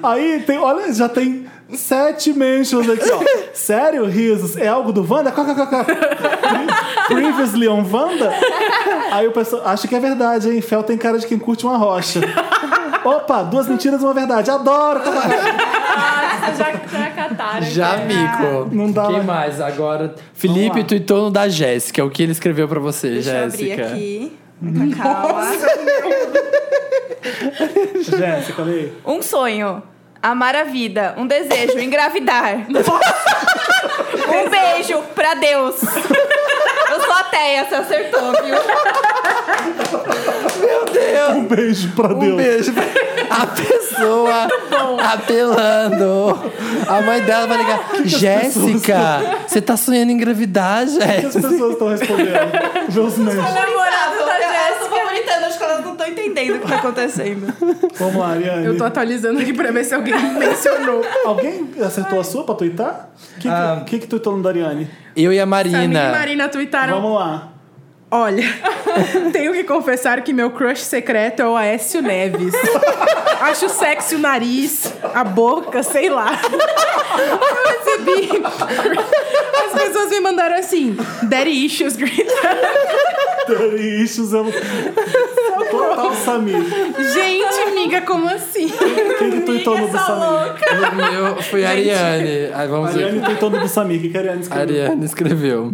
Speaker 2: Aí tem, olha, já tem sete mentions aqui, ó. Sério, risos? É algo do Wanda? KKKK. Pre- Previously on Wanda? Aí o pessoal, acho que é verdade, hein? Fel tem cara de quem curte uma rocha. Opa, duas mentiras e uma verdade. Adoro!
Speaker 4: Ah, já, já cataram.
Speaker 3: Já mico.
Speaker 2: Não dá
Speaker 3: Quem
Speaker 2: mais.
Speaker 3: mais? Agora. Felipe
Speaker 2: lá.
Speaker 3: tweetou no da Jéssica, é o que ele escreveu pra você,
Speaker 6: Deixa
Speaker 3: Jéssica.
Speaker 6: eu abrir aqui. Com Calma.
Speaker 2: Jéssica, olha aí.
Speaker 6: Um sonho. Amar a vida. Um
Speaker 2: [LAUGHS]
Speaker 6: desejo. Engravidar. um beijo pra Deus. Eu sou ateia, você acertou, viu?
Speaker 3: Meu Deus!
Speaker 2: Um beijo pra
Speaker 3: Um
Speaker 2: Deus.
Speaker 3: beijo. [LAUGHS] A pessoa apelando. A mãe dela vai ligar. Jéssica, você tá sonhando em engravidar,
Speaker 2: O que as
Speaker 3: Jéssica?
Speaker 2: pessoas estão respondendo? Vê os memes.
Speaker 6: Namorado
Speaker 4: da
Speaker 6: Eu sou favoritando, acho que elas não estão entendendo o que tá [LAUGHS] acontecendo.
Speaker 2: Vamos lá, Ariane.
Speaker 5: Eu tô atualizando aqui pra ver se
Speaker 3: [LAUGHS]
Speaker 5: alguém mencionou.
Speaker 2: Alguém acertou a sua pra tuitar? O que,
Speaker 3: Ah.
Speaker 2: que, que, que tuitou no da Ariane?
Speaker 3: Eu e a
Speaker 5: Samir e
Speaker 3: Marina.
Speaker 5: Marina twittaram.
Speaker 2: Vamos lá.
Speaker 5: Olha, [LAUGHS] tenho que confessar que meu crush secreto é o Aécio Neves. [LAUGHS] Acho sexy o nariz, a boca, sei lá. [LAUGHS] Eu recebi. As pessoas me mandaram assim: Daddy issues, green.
Speaker 2: Issues é um- Total Samir.
Speaker 5: Gente, amiga, como assim?
Speaker 2: Quem que tuitou no do Samir?
Speaker 3: O meu foi a Ariane. Ai,
Speaker 2: A
Speaker 3: vamos
Speaker 2: Ariane
Speaker 3: ver.
Speaker 2: tuitou no do Samir. O que, que a Ariane
Speaker 3: A
Speaker 2: escreveu?
Speaker 3: Ariane escreveu.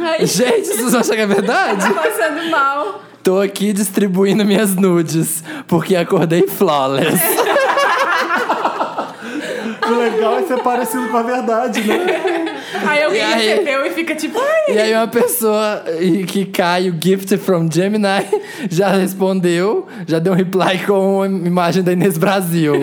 Speaker 4: Ai,
Speaker 3: Gente, vocês acham que é verdade?
Speaker 5: Tá
Speaker 4: passando mal.
Speaker 3: Tô aqui distribuindo minhas nudes, porque acordei flawless.
Speaker 2: O legal é ser parecido com a verdade, né?
Speaker 5: Aí alguém
Speaker 3: E aí?
Speaker 5: recebeu e fica tipo: Ai,
Speaker 3: E aí uma pessoa eh, que cai o gift from Gemini [LAUGHS] já respondeu, já deu um reply com a
Speaker 5: [LAUGHS]
Speaker 3: imagem da Inês Brasil.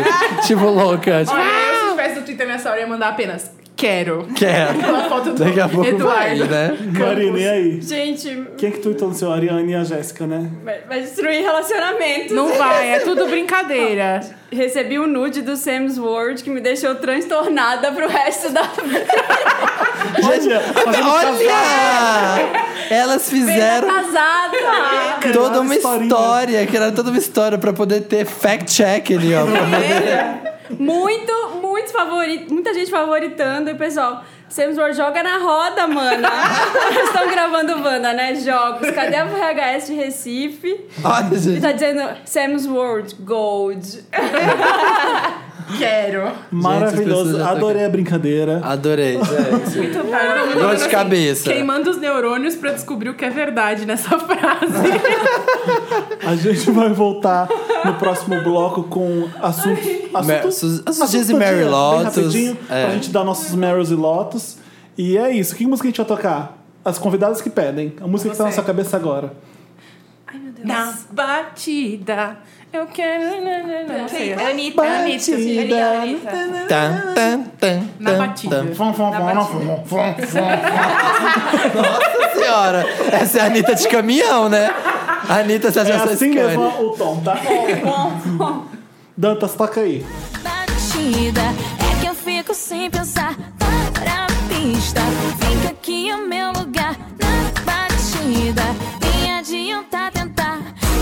Speaker 3: tipo louca. Tipo,
Speaker 5: Olha, eu se tivesse no Twitter nessa hora, eu ia mandar apenas Quero.
Speaker 3: Quero.
Speaker 5: Uma foto do
Speaker 3: Daqui a pouco
Speaker 5: Eduardo.
Speaker 3: vai, né?
Speaker 2: Marina, e aí?
Speaker 4: Gente,
Speaker 2: Quem é que tweetou no seu? A Ariane e a Jéssica, né?
Speaker 4: vai vai destruir relacionamentos.
Speaker 5: Não vai, é tudo brincadeira.
Speaker 4: Recebi um nude do Sam's World que me deixou transtornada pro resto da vida.
Speaker 2: Olha,
Speaker 5: tá
Speaker 2: fazendo
Speaker 3: Olha! Elas fizeram
Speaker 4: Tá [LAUGHS] Casada!
Speaker 2: casal,
Speaker 3: toda uma
Speaker 2: historinha.
Speaker 3: história, que era toda uma história pra poder ter fact-check ali, ó.
Speaker 5: [LAUGHS]
Speaker 3: pra poder-
Speaker 4: Muito, muitos favoritos, muita gente favoritando. E pessoal, Sam's World joga na roda, [LAUGHS] mana. Eles estão gravando Wanda, né? Jogos. Cadê a VHS de Recife?
Speaker 3: Olha,
Speaker 4: E
Speaker 3: gente.
Speaker 4: tá dizendo Sam's World Gold.
Speaker 5: Quero.
Speaker 3: Gente, as
Speaker 2: Maravilhoso.
Speaker 3: pessoas já tão-
Speaker 2: Adorei a brincadeira.
Speaker 3: Adorei, gente. Dor de cabeça.
Speaker 5: Queimando os neurônios pra descobrir o que é verdade nessa frase.
Speaker 2: A gente vai voltar no próximo bloco com assunto.
Speaker 3: Mer-
Speaker 2: assunto
Speaker 3: Sus-
Speaker 2: assunto
Speaker 3: Suzy
Speaker 2: do
Speaker 3: Mary
Speaker 2: dia, bem
Speaker 3: Lotus,
Speaker 2: rapidinho,
Speaker 3: é.
Speaker 2: Pra gente dar nossos Marys e Lotus. E é isso. Que música a gente vai tocar? As convidadas que pedem. A música que tá na
Speaker 5: Você.
Speaker 2: sua cabeça agora.
Speaker 5: Na batida. Eu quero. né, Não sei.
Speaker 6: É Anitta.
Speaker 2: Batida.
Speaker 6: Anitta. Anitta.
Speaker 3: Tan, tan, tan,
Speaker 5: Na
Speaker 3: tan,
Speaker 5: batida.
Speaker 3: tan.
Speaker 2: Fom, fom, fom, fom, fom, fom.
Speaker 3: Nossa senhora, essa é a Anitta de caminhão, né? A Anitta se
Speaker 2: É
Speaker 3: achou
Speaker 2: assim mesmo o tom, tá? Dantas, toca aí.
Speaker 1: batida. É que eu fico sem pensar. Vai pra pista, fica aqui o meu lugar. Na batida, nem adianta tentar.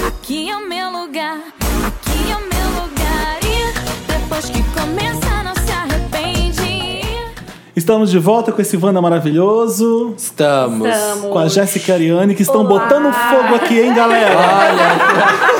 Speaker 1: Aqui é o meu lugar, aqui é o meu lugar. E depois que começa, não se arrepende.
Speaker 2: Estamos de volta com esse Wanda maravilhoso.
Speaker 3: Estamos.
Speaker 4: Estamos.
Speaker 2: Com a Jéssica e a Ariane, que estão
Speaker 4: Olá.
Speaker 2: botando fogo aqui, hein, galera?
Speaker 3: Olha,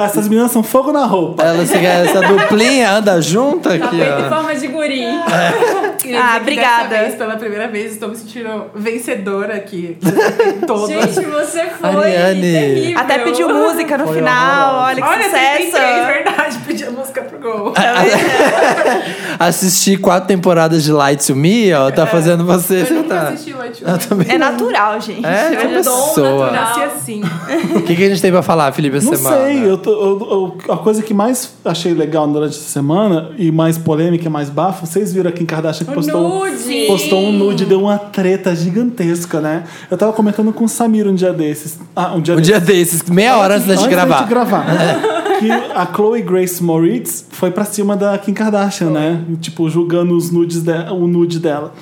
Speaker 2: Essas meninas são fogo na roupa.
Speaker 3: ela, se- essa duplinha anda junta
Speaker 5: Tá
Speaker 3: aqui,
Speaker 4: Tá Feito em
Speaker 3: ó.
Speaker 4: forma de guri.
Speaker 5: Queria dizer
Speaker 6: Ah,
Speaker 5: que
Speaker 6: obrigada.
Speaker 5: dessa vez, pela primeira vez, estou me sentindo vencedora aqui. Em Todas.
Speaker 4: Gente, você foi
Speaker 3: Ariane.
Speaker 4: terrível.
Speaker 6: Até pediu música no
Speaker 2: Foi
Speaker 6: final.
Speaker 2: horrorosa.
Speaker 6: Olha que
Speaker 5: Olha,
Speaker 6: sucesso.
Speaker 5: 33, verdade, pediu música pro gol.
Speaker 3: Ah, [LAUGHS] Assistir quatro temporadas de Light to Me, ó, tá fazendo você.
Speaker 5: É. Eu
Speaker 3: tá...
Speaker 5: nunca assisti o Light
Speaker 3: Eu também.
Speaker 6: É natural, gente.
Speaker 3: É, essa
Speaker 4: é dom
Speaker 3: pessoa.
Speaker 4: natural.
Speaker 5: Nasci tipo,
Speaker 3: [LAUGHS]
Speaker 5: assim.
Speaker 3: O que, que a gente tem pra falar, Felipe, essa
Speaker 2: Não
Speaker 3: semana?
Speaker 2: sei, eu tô- eu- eu- a coisa que mais achei legal durante essa semana e mais polêmica, mais bafo, vocês viram aqui em Kardashian que postou,
Speaker 4: nude.
Speaker 2: postou um nude, deu uma treta gigantesca, né? Eu tava comentando com o Samir um dia desses. Ah, um dia
Speaker 3: Um dia desses, meia hora antes da gente gravar. [LAUGHS] É.
Speaker 2: que a Chloe Grace Moritz foi pra cima da Kim Kardashian, né? Tipo, julgando os nudes de- o nude dela.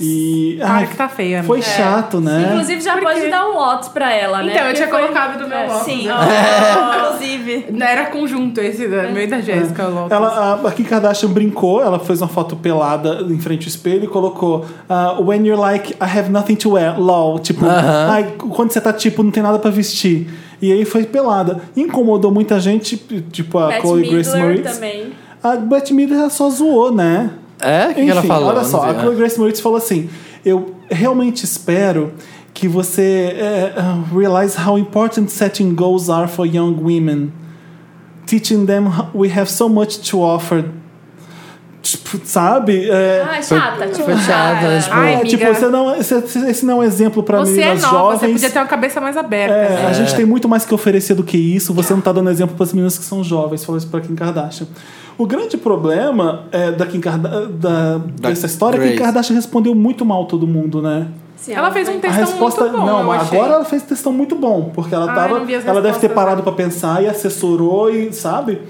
Speaker 2: E.
Speaker 5: Ai,
Speaker 2: ai,
Speaker 5: que tá feia,
Speaker 2: foi
Speaker 5: amiga.
Speaker 2: chato, né?
Speaker 4: Inclusive, já pode dar um Lotus pra ela, né?
Speaker 5: Então, eu
Speaker 4: Porque
Speaker 5: tinha
Speaker 4: foi-
Speaker 5: colocado no meu
Speaker 4: É,
Speaker 5: Lotus.
Speaker 6: Sim.
Speaker 5: né? É.
Speaker 6: Inclusive.
Speaker 5: Não era conjunto esse, da, meu e da Jéssica Lopes.
Speaker 2: É. Ela, a, a Kim Kardashian brincou, ela fez uma foto pelada em frente ao espelho e colocou ah, When you're like, I have nothing to wear, lol. Tipo,
Speaker 3: Aham.
Speaker 2: ai, quando você tá tipo, não tem nada pra vestir. E aí foi pelada. Incomodou muita gente, tipo a
Speaker 4: Bette
Speaker 2: Chloe Grace
Speaker 4: Midler
Speaker 2: Moritz.
Speaker 4: também.
Speaker 2: A Beth Midler só zoou, né?
Speaker 3: É? O que que ela falou?
Speaker 2: Olha
Speaker 3: Não
Speaker 2: só,
Speaker 3: vi,
Speaker 2: a
Speaker 3: né?
Speaker 2: Chloe Grace Moritz falou assim: Eu realmente espero que você eh, uh, realize how important setting goals are for young women. Teaching them how- we have so much to offer. Tipo, sabe? É,
Speaker 4: Ah, chata. tipo,
Speaker 3: foi chata,
Speaker 4: ah,
Speaker 3: tipo-
Speaker 5: Ai,
Speaker 2: é, tipo,
Speaker 5: amiga.
Speaker 2: você não, esse, esse não é um exemplo para
Speaker 5: Você é
Speaker 2: meninas
Speaker 5: nova, você
Speaker 2: jovens.
Speaker 5: podia ter uma cabeça mais aberta.
Speaker 2: É,
Speaker 5: né?
Speaker 2: A gente tem muito mais que oferecer do que isso. Você não tá dando exemplo para as meninas que são jovens, falou isso para Kim Kardashian. O grande problema é, da Kim Karda da, dessa história é que
Speaker 3: Grace.
Speaker 2: Kim Kardashian respondeu muito mal todo mundo, né?
Speaker 4: Sim,
Speaker 5: Ela fez um
Speaker 2: a
Speaker 5: textão
Speaker 2: resposta
Speaker 5: muito bom,
Speaker 2: não,
Speaker 5: eu
Speaker 2: mas
Speaker 5: achei.
Speaker 2: agora ela fez textão muito bom, porque ela
Speaker 5: Ah, eu
Speaker 2: tava,
Speaker 5: não vi as
Speaker 2: ela deve ter
Speaker 5: respostas.
Speaker 2: parado para pensar e assessorou e sabe?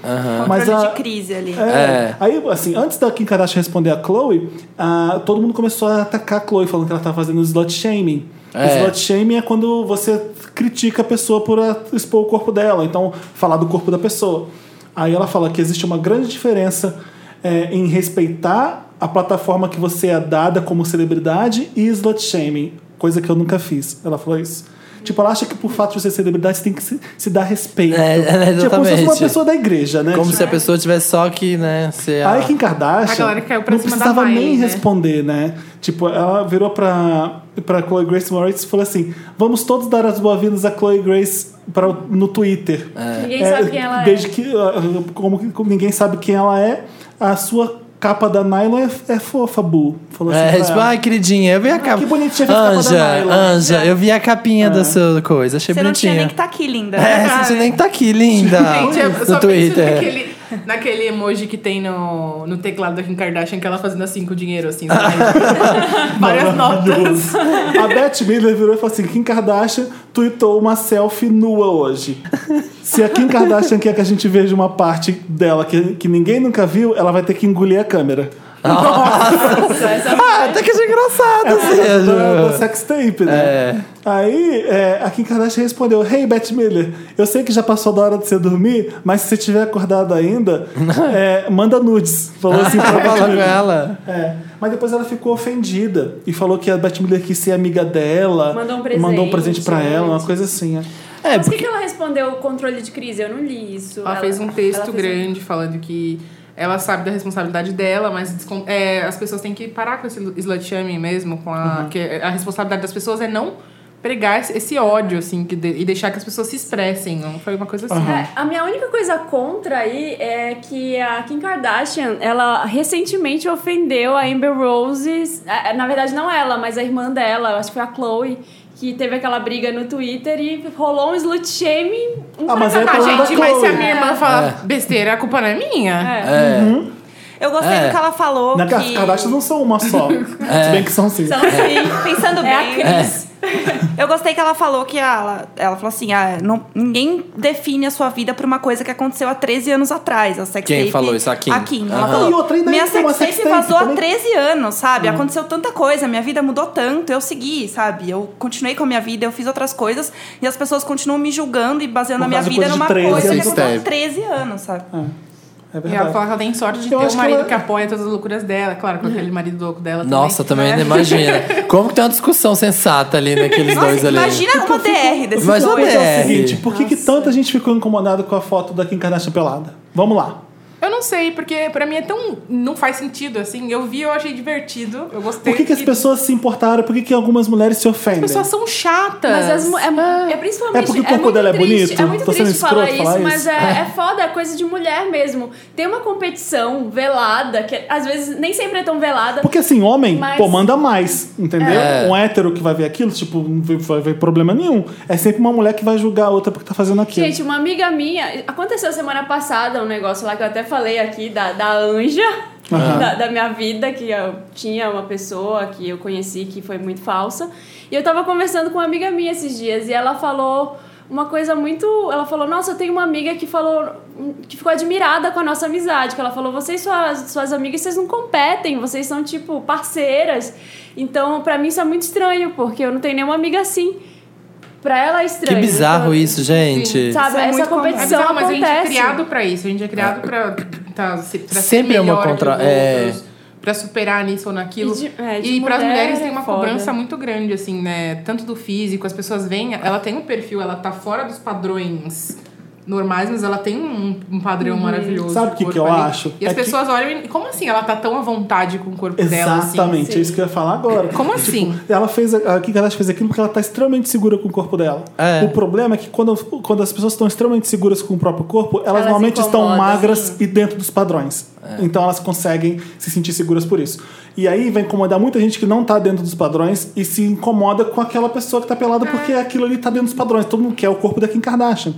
Speaker 2: Mas
Speaker 6: Controle
Speaker 2: a,
Speaker 6: de crise ali.
Speaker 2: é.
Speaker 3: É.
Speaker 2: Aí, assim, antes da Kim Kardashian responder a Chloe, todo mundo começou a atacar a Chloe, falando que ela tá fazendo slot shaming.
Speaker 3: É.
Speaker 2: Slot shaming é quando você critica a pessoa por ah, expor o corpo dela, então falar do corpo da pessoa. Aí ela fala que existe uma grande diferença é, em respeitar a plataforma que você é dada como celebridade e slot shaming, coisa que eu nunca fiz. Ela falou isso. Tipo, ela acha que por fato de ser celebridade você tem que se, se dar respeito.
Speaker 3: É, é,
Speaker 2: Tipo, como se fosse uma
Speaker 3: exatamente.
Speaker 2: pessoa da igreja, né?
Speaker 3: Como
Speaker 2: Tipo,
Speaker 3: se a pessoa tivesse só que, né, ser a-
Speaker 2: Aí Kim Kardashian
Speaker 5: A galera caiu pra
Speaker 2: não
Speaker 5: cima da
Speaker 2: precisava
Speaker 5: Miley,
Speaker 2: nem
Speaker 5: né?
Speaker 2: responder, né? Tipo, ela virou pra, pra Chloe Grace Moritz e falou assim: vamos todos dar as boas-vindas a Chloe Grace pra, no Twitter.
Speaker 4: Ninguém sabe quem ela é.
Speaker 2: Desde que. uh, Como, que- como ninguém sabe quem ela é, a sua capa da nylon é, é fofa, Bu. Falou assim.
Speaker 3: É,
Speaker 2: pra
Speaker 3: tipo,
Speaker 2: ela.
Speaker 3: ai, queridinha, eu vi a capa.
Speaker 2: Ah, que bonitinha fez a capa
Speaker 3: Anja,
Speaker 2: da né?" Ah. Nylon.
Speaker 3: Anja, eu vi a capinha da sua coisa, achei
Speaker 6: Você não tinha
Speaker 3: [LAUGHS] bonitinha.
Speaker 6: nem que tá aqui, linda.
Speaker 2: [LAUGHS]
Speaker 3: É, você nem tá aqui, linda.
Speaker 2: Ah,
Speaker 5: Gente, eu
Speaker 3: no
Speaker 5: só penso
Speaker 3: Twitter.
Speaker 5: naquele... naquele emoji que tem no, no teclado da Kim Kardashian, que ela fazendo assim com o dinheiro,
Speaker 2: [LAUGHS]
Speaker 5: assim. sabe? Várias notas.
Speaker 2: Maravilhoso. A Beth Miller virou e falou assim: Kim Kardashian tweetou uma selfie nua hoje. Se a Kim Kardashian quer que a gente veja uma parte dela que, que ninguém nunca viu, ela vai ter que engolir a câmera.
Speaker 3: Ah, até que achei
Speaker 2: [LAUGHS]
Speaker 3: engraçado,
Speaker 2: Da, da
Speaker 3: assim.
Speaker 2: é sex tape, né?
Speaker 3: É.
Speaker 2: Aí é, a Kim Kardashian respondeu: Hey, Beth Miller, eu sei que já passou da hora de você dormir, mas se você tiver acordado ainda,
Speaker 3: [LAUGHS]
Speaker 2: é, manda nudes. Falou assim pra
Speaker 3: Pra
Speaker 2: Beth
Speaker 3: falar com
Speaker 2: Miller.
Speaker 3: ela.
Speaker 2: É, mas depois ela ficou ofendida e falou que a Beth Miller quis ser amiga dela.
Speaker 4: Mandou um presente,
Speaker 2: Mandou um presente pra
Speaker 4: né?
Speaker 2: ela, uma coisa assim. é.
Speaker 3: É,
Speaker 4: Mas o que,
Speaker 3: porque
Speaker 4: que ela respondeu o controle de crise? Eu não li isso.
Speaker 5: Ela fez um
Speaker 4: ela
Speaker 5: texto
Speaker 4: fez um-
Speaker 5: grande falando que ela sabe da responsabilidade dela, mas descon- é, as pessoas têm que parar com esse slut shaming mesmo, com a, que a responsabilidade das pessoas é não pregar esse, esse ódio, assim, que de- e deixar que as pessoas se expressem. Não foi uma coisa assim.
Speaker 2: Aham.
Speaker 4: É, a minha única coisa contra aí é que a Kim Kardashian, ela recentemente ofendeu a Amber Rose, eh, na verdade não ela, mas a irmã dela, eu acho que foi a Chloe, que teve aquela briga no Twitter e rolou um slut shaming. Um
Speaker 2: Ah, mas aí é
Speaker 4: pra cada-
Speaker 5: Ah,
Speaker 2: problema da
Speaker 5: gente, mas se a
Speaker 2: Chloe.
Speaker 5: minha irmã falar besteira, a culpa não é minha.
Speaker 4: É.
Speaker 3: é,
Speaker 2: Uhum.
Speaker 6: Eu gostei
Speaker 3: É.
Speaker 6: do que ela falou.
Speaker 2: Na
Speaker 6: que... assim,
Speaker 2: As Kardashians não tá são uma só. Se bem que são sim.
Speaker 4: Então,
Speaker 6: Pensando
Speaker 4: É a
Speaker 6: bem.
Speaker 3: Cris.
Speaker 6: Eu gostei que ela falou que ela, ela falou assim: ah, não, ninguém define a sua vida por uma coisa que aconteceu há 13 anos atrás. A sex
Speaker 3: Quem
Speaker 6: tape-
Speaker 3: falou isso? A Kim.
Speaker 6: A Kim. Ela
Speaker 3: Aham.
Speaker 6: falou,
Speaker 2: E outra ainda é
Speaker 6: minha
Speaker 2: tem uma
Speaker 6: sex
Speaker 2: sex
Speaker 6: tape
Speaker 2: tape
Speaker 6: vazou há
Speaker 2: também." Uhum.
Speaker 6: 13 anos, sabe? Aconteceu tanta coisa, minha vida mudou tanto, eu segui, sabe? Eu continuei com a minha vida, eu fiz outras coisas e as pessoas continuam me julgando e baseando
Speaker 2: Por
Speaker 6: a minha
Speaker 2: causa de
Speaker 6: vida
Speaker 2: coisa de
Speaker 6: numa
Speaker 2: 13
Speaker 6: coisa que
Speaker 3: anos.
Speaker 6: aconteceu há
Speaker 3: Sex tape.
Speaker 6: 13 anos, sabe?
Speaker 2: É
Speaker 5: E ela
Speaker 2: verdade.
Speaker 5: fala que ela tem sorte de
Speaker 2: Eu
Speaker 5: ter
Speaker 2: acho
Speaker 5: um
Speaker 2: que
Speaker 5: marido que,
Speaker 2: ela-
Speaker 5: apoia todas as loucuras dela. Claro, com aquele marido louco dela
Speaker 3: Nossa,
Speaker 5: também. É.
Speaker 3: também, imagina. Como que tem uma discussão sensata ali naqueles
Speaker 6: Nossa,
Speaker 3: dois ali? Tipo,
Speaker 6: imagina É uma DR desse
Speaker 3: Mas
Speaker 6: dois.
Speaker 3: uma
Speaker 2: Mas é o
Speaker 3: DR.
Speaker 2: seguinte, por que, que tanta gente ficou incomodada com a foto da Kim Kardashian pelada? Vamos lá.
Speaker 5: Eu não sei, porque pra mim é tão. Não faz sentido, assim. Eu vi, eu achei divertido. Eu gostei.
Speaker 2: Por que, que as
Speaker 5: E
Speaker 2: pessoas se importaram? Por que, que algumas mulheres se ofendem?
Speaker 5: As pessoas são chatas.
Speaker 4: Mas as mu- é, mu- é principalmente.
Speaker 2: É porque o corpo
Speaker 4: muito
Speaker 2: dela é
Speaker 4: triste,
Speaker 2: bonito?
Speaker 4: É muito
Speaker 2: Tô sendo
Speaker 4: triste falar
Speaker 2: escroto
Speaker 4: isso,
Speaker 2: falar
Speaker 4: mas
Speaker 2: isso?
Speaker 4: é, é foda, é coisa de mulher mesmo. Tem uma competição velada, que às vezes nem sempre é tão velada.
Speaker 2: Porque assim, homem,
Speaker 4: Mas-
Speaker 2: pô, manda mais, entendeu?
Speaker 3: É.
Speaker 2: Um hétero que vai ver aquilo, tipo, não vai- vai ver problema nenhum. É sempre uma mulher que vai julgar a outra porque tá fazendo aquilo.
Speaker 4: Gente, uma amiga minha, aconteceu semana passada um negócio lá que eu até falei aqui da, da Anja,
Speaker 2: Aham.
Speaker 4: da, da minha vida, que eu tinha uma pessoa que eu conheci que foi muito falsa. E eu tava conversando com uma amiga minha esses dias e ela falou uma coisa muito. Ela falou: Nossa, eu tenho uma amiga que falou. que ficou admirada com a nossa amizade. Que ela falou: Vocês, suas, suas amigas, vocês não competem, vocês são tipo parceiras. Então, pra mim, isso é muito estranho, porque eu não tenho nenhuma amiga assim. Pra ela é
Speaker 3: Que
Speaker 4: estranho.
Speaker 3: bizarro
Speaker 4: Então,
Speaker 3: isso, gente.
Speaker 4: Sabe,
Speaker 6: Isso é
Speaker 4: essa
Speaker 6: muito comum.
Speaker 5: É
Speaker 4: competição
Speaker 5: bizarro, mas a gente é
Speaker 4: acontece.
Speaker 5: criado pra isso. A gente é criado pra, tá, se- pra
Speaker 3: Sempre
Speaker 5: ser
Speaker 3: é uma
Speaker 5: melhor
Speaker 3: contra-
Speaker 5: que os
Speaker 3: é.
Speaker 5: outros, Pra superar nisso ou naquilo.
Speaker 4: E de- é, de
Speaker 5: e pras
Speaker 4: mulher
Speaker 5: mulheres
Speaker 4: é
Speaker 5: tem uma
Speaker 4: foda.
Speaker 5: cobrança muito grande, assim, né? Tanto do físico, as pessoas veem, ela tem um perfil, ela tá fora dos padrões normais, mas ela tem um, um padrão
Speaker 4: Uhum.
Speaker 5: maravilhoso.
Speaker 2: Sabe o que
Speaker 5: de
Speaker 2: que
Speaker 5: corpo
Speaker 2: eu
Speaker 5: ali.
Speaker 2: acho?
Speaker 5: E as
Speaker 2: É que-
Speaker 5: pessoas olham e. Como assim ela tá tão à vontade com o corpo dela? assim?
Speaker 2: Exatamente, Tipo, é isso que eu ia falar agora.
Speaker 5: Como assim?
Speaker 2: Ela fez, a Kim Kardashian fez aquilo porque ela tá extremamente segura com o corpo dela.
Speaker 3: É.
Speaker 2: O problema é que quando, quando as pessoas estão extremamente seguras com o próprio corpo, elas,
Speaker 4: Elas
Speaker 2: normalmente estão
Speaker 4: incomodam,
Speaker 2: magras e dentro dos padrões. Então elas conseguem se sentir seguras por isso. E aí vai incomodar muita gente que não tá dentro dos padrões e se incomoda com aquela pessoa que tá pelada porque
Speaker 5: É.
Speaker 2: aquilo ali tá dentro dos padrões. Todo mundo quer o corpo da Kim Kardashian.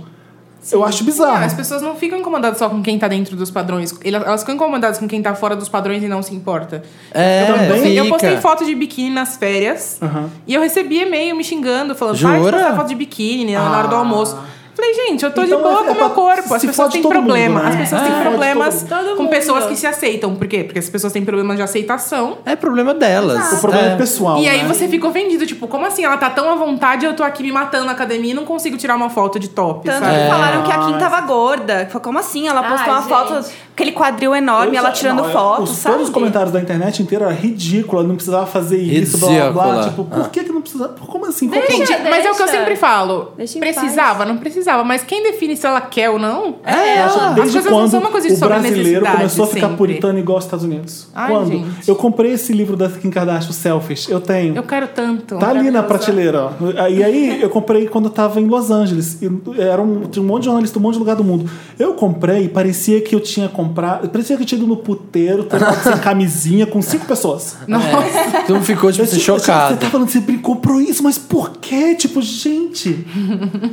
Speaker 2: Eu acho bizarro.
Speaker 5: Não, É, as pessoas não ficam incomodadas só com quem tá dentro dos padrões. Ele- Elas ficam incomodadas com quem tá fora dos padrões e não se importa.
Speaker 3: É,
Speaker 5: eu, postei, eu
Speaker 3: fica.
Speaker 5: postei foto de biquíni nas férias
Speaker 2: Aham.
Speaker 5: e eu recebi e-mail me xingando, falando,
Speaker 3: Jura?
Speaker 5: para de postar foto de biquíni na hora do
Speaker 2: Ah.
Speaker 5: almoço. Falei, gente, eu tô
Speaker 2: Então,
Speaker 5: de boa
Speaker 2: é-
Speaker 5: com
Speaker 2: é
Speaker 5: o meu
Speaker 2: pra-
Speaker 5: corpo. As
Speaker 2: se
Speaker 5: pessoas
Speaker 2: fode
Speaker 5: têm
Speaker 2: todo mundo,
Speaker 5: problemas.
Speaker 2: né?
Speaker 5: As pessoas
Speaker 2: É.
Speaker 5: têm
Speaker 2: Se fode
Speaker 5: problemas
Speaker 4: todo mundo.
Speaker 5: com
Speaker 4: Todo
Speaker 5: pessoas
Speaker 4: mundo.
Speaker 5: que se aceitam. Por quê? Porque as pessoas têm problemas de aceitação.
Speaker 3: É problema delas.
Speaker 2: O problema é,
Speaker 3: É.
Speaker 2: pessoal.
Speaker 5: E aí
Speaker 2: né?
Speaker 5: você fica ofendido, tipo, como assim? Ela tá tão à vontade, eu tô aqui me matando na academia e não consigo tirar uma foto de top,
Speaker 6: Tanto
Speaker 5: sabe?
Speaker 6: que falaram que a
Speaker 2: Ah,
Speaker 6: Kim tava gorda. Foi Como assim? Ela postou
Speaker 4: Ai,
Speaker 6: uma foto,
Speaker 4: gente.
Speaker 6: aquele quadril enorme,
Speaker 2: Eu
Speaker 6: ela
Speaker 2: só-
Speaker 6: tirando
Speaker 2: não, eu-
Speaker 6: foto,
Speaker 2: os-
Speaker 6: sabe?
Speaker 2: Todos os comentários da internet inteira era ridícula, não precisava fazer isso, blá blá blá.
Speaker 3: Ridícula.
Speaker 2: Tipo, por
Speaker 3: Ah.
Speaker 2: que que não precisava? Como assim? Qual que é o-
Speaker 5: Gente, mas é o que eu
Speaker 4: Ah, deixa.
Speaker 5: sempre falo.
Speaker 4: Deixa em
Speaker 5: precisava, não precisava. Mas quem define se ela quer ou não?
Speaker 3: É ela.
Speaker 5: As
Speaker 2: Desde
Speaker 5: coisas não
Speaker 2: quando
Speaker 5: são uma coisa de
Speaker 2: o brasileiro
Speaker 5: sobre-necessidade
Speaker 2: começou a ficar
Speaker 5: sempre.
Speaker 2: puritano igual aos Estados Unidos?
Speaker 5: Ai,
Speaker 2: quando?
Speaker 5: gente.
Speaker 2: Eu comprei esse livro da Kim Kardashian, o Selfish. Eu tenho.
Speaker 5: Eu quero tanto.
Speaker 2: Tá ali na
Speaker 5: Maravilhosa.
Speaker 2: prateleira, ó. E aí eu comprei quando eu tava em Los Angeles. E era um, tinha um monte de jornalista, um monte de lugar do mundo. Eu comprei e parecia que eu tinha comprar. Parecia que tinha ido no puteiro, tava sem [LAUGHS] camisinha, com cinco pessoas.
Speaker 3: É. Tu não ficou, tipo,
Speaker 2: Eu
Speaker 3: assim,
Speaker 2: tipo,
Speaker 3: chocado.
Speaker 2: Você tá falando, você brincou por isso, mas por quê? Tipo,
Speaker 4: [LAUGHS]
Speaker 2: gente.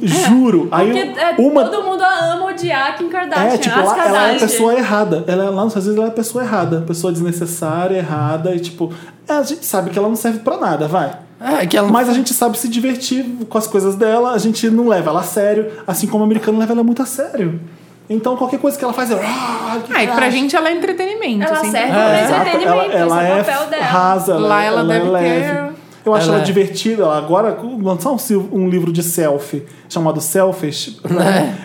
Speaker 2: Juro. Aí
Speaker 4: Porque é,
Speaker 2: eu- uma.
Speaker 4: todo mundo ama odiar a Kim Kardashian.
Speaker 2: É, tipo,
Speaker 4: as
Speaker 2: ela, ela é a
Speaker 4: Kardashian.
Speaker 2: pessoa errada. Ela, lá nos Estados Unidos ela é a pessoa errada. Pessoa desnecessária, errada. E tipo, é, a gente sabe que ela não serve pra nada, vai.
Speaker 3: É, que ela...
Speaker 2: Mas a gente sabe se divertir com as coisas dela, a gente não leva ela a sério, assim como o americano leva ela muito a sério. Então qualquer coisa que ela faz é. Ah, que
Speaker 5: Ah, e pra
Speaker 2: trash.
Speaker 5: gente ela é entretenimento.
Speaker 4: Ela
Speaker 5: assim.
Speaker 4: serve
Speaker 3: É,
Speaker 4: pra
Speaker 2: Exato. ela,
Speaker 4: entretenimento,
Speaker 2: ela
Speaker 4: esse é
Speaker 2: é
Speaker 4: o papel dela.
Speaker 2: rasa, ela,
Speaker 5: Lá ela
Speaker 2: ela,
Speaker 5: deve
Speaker 2: é leve.
Speaker 5: ter-
Speaker 2: Eu acho
Speaker 3: Ela
Speaker 2: ela,
Speaker 3: é-
Speaker 2: divertida. Ela agora lançar um, sil- um livro de selfie chamado Selfish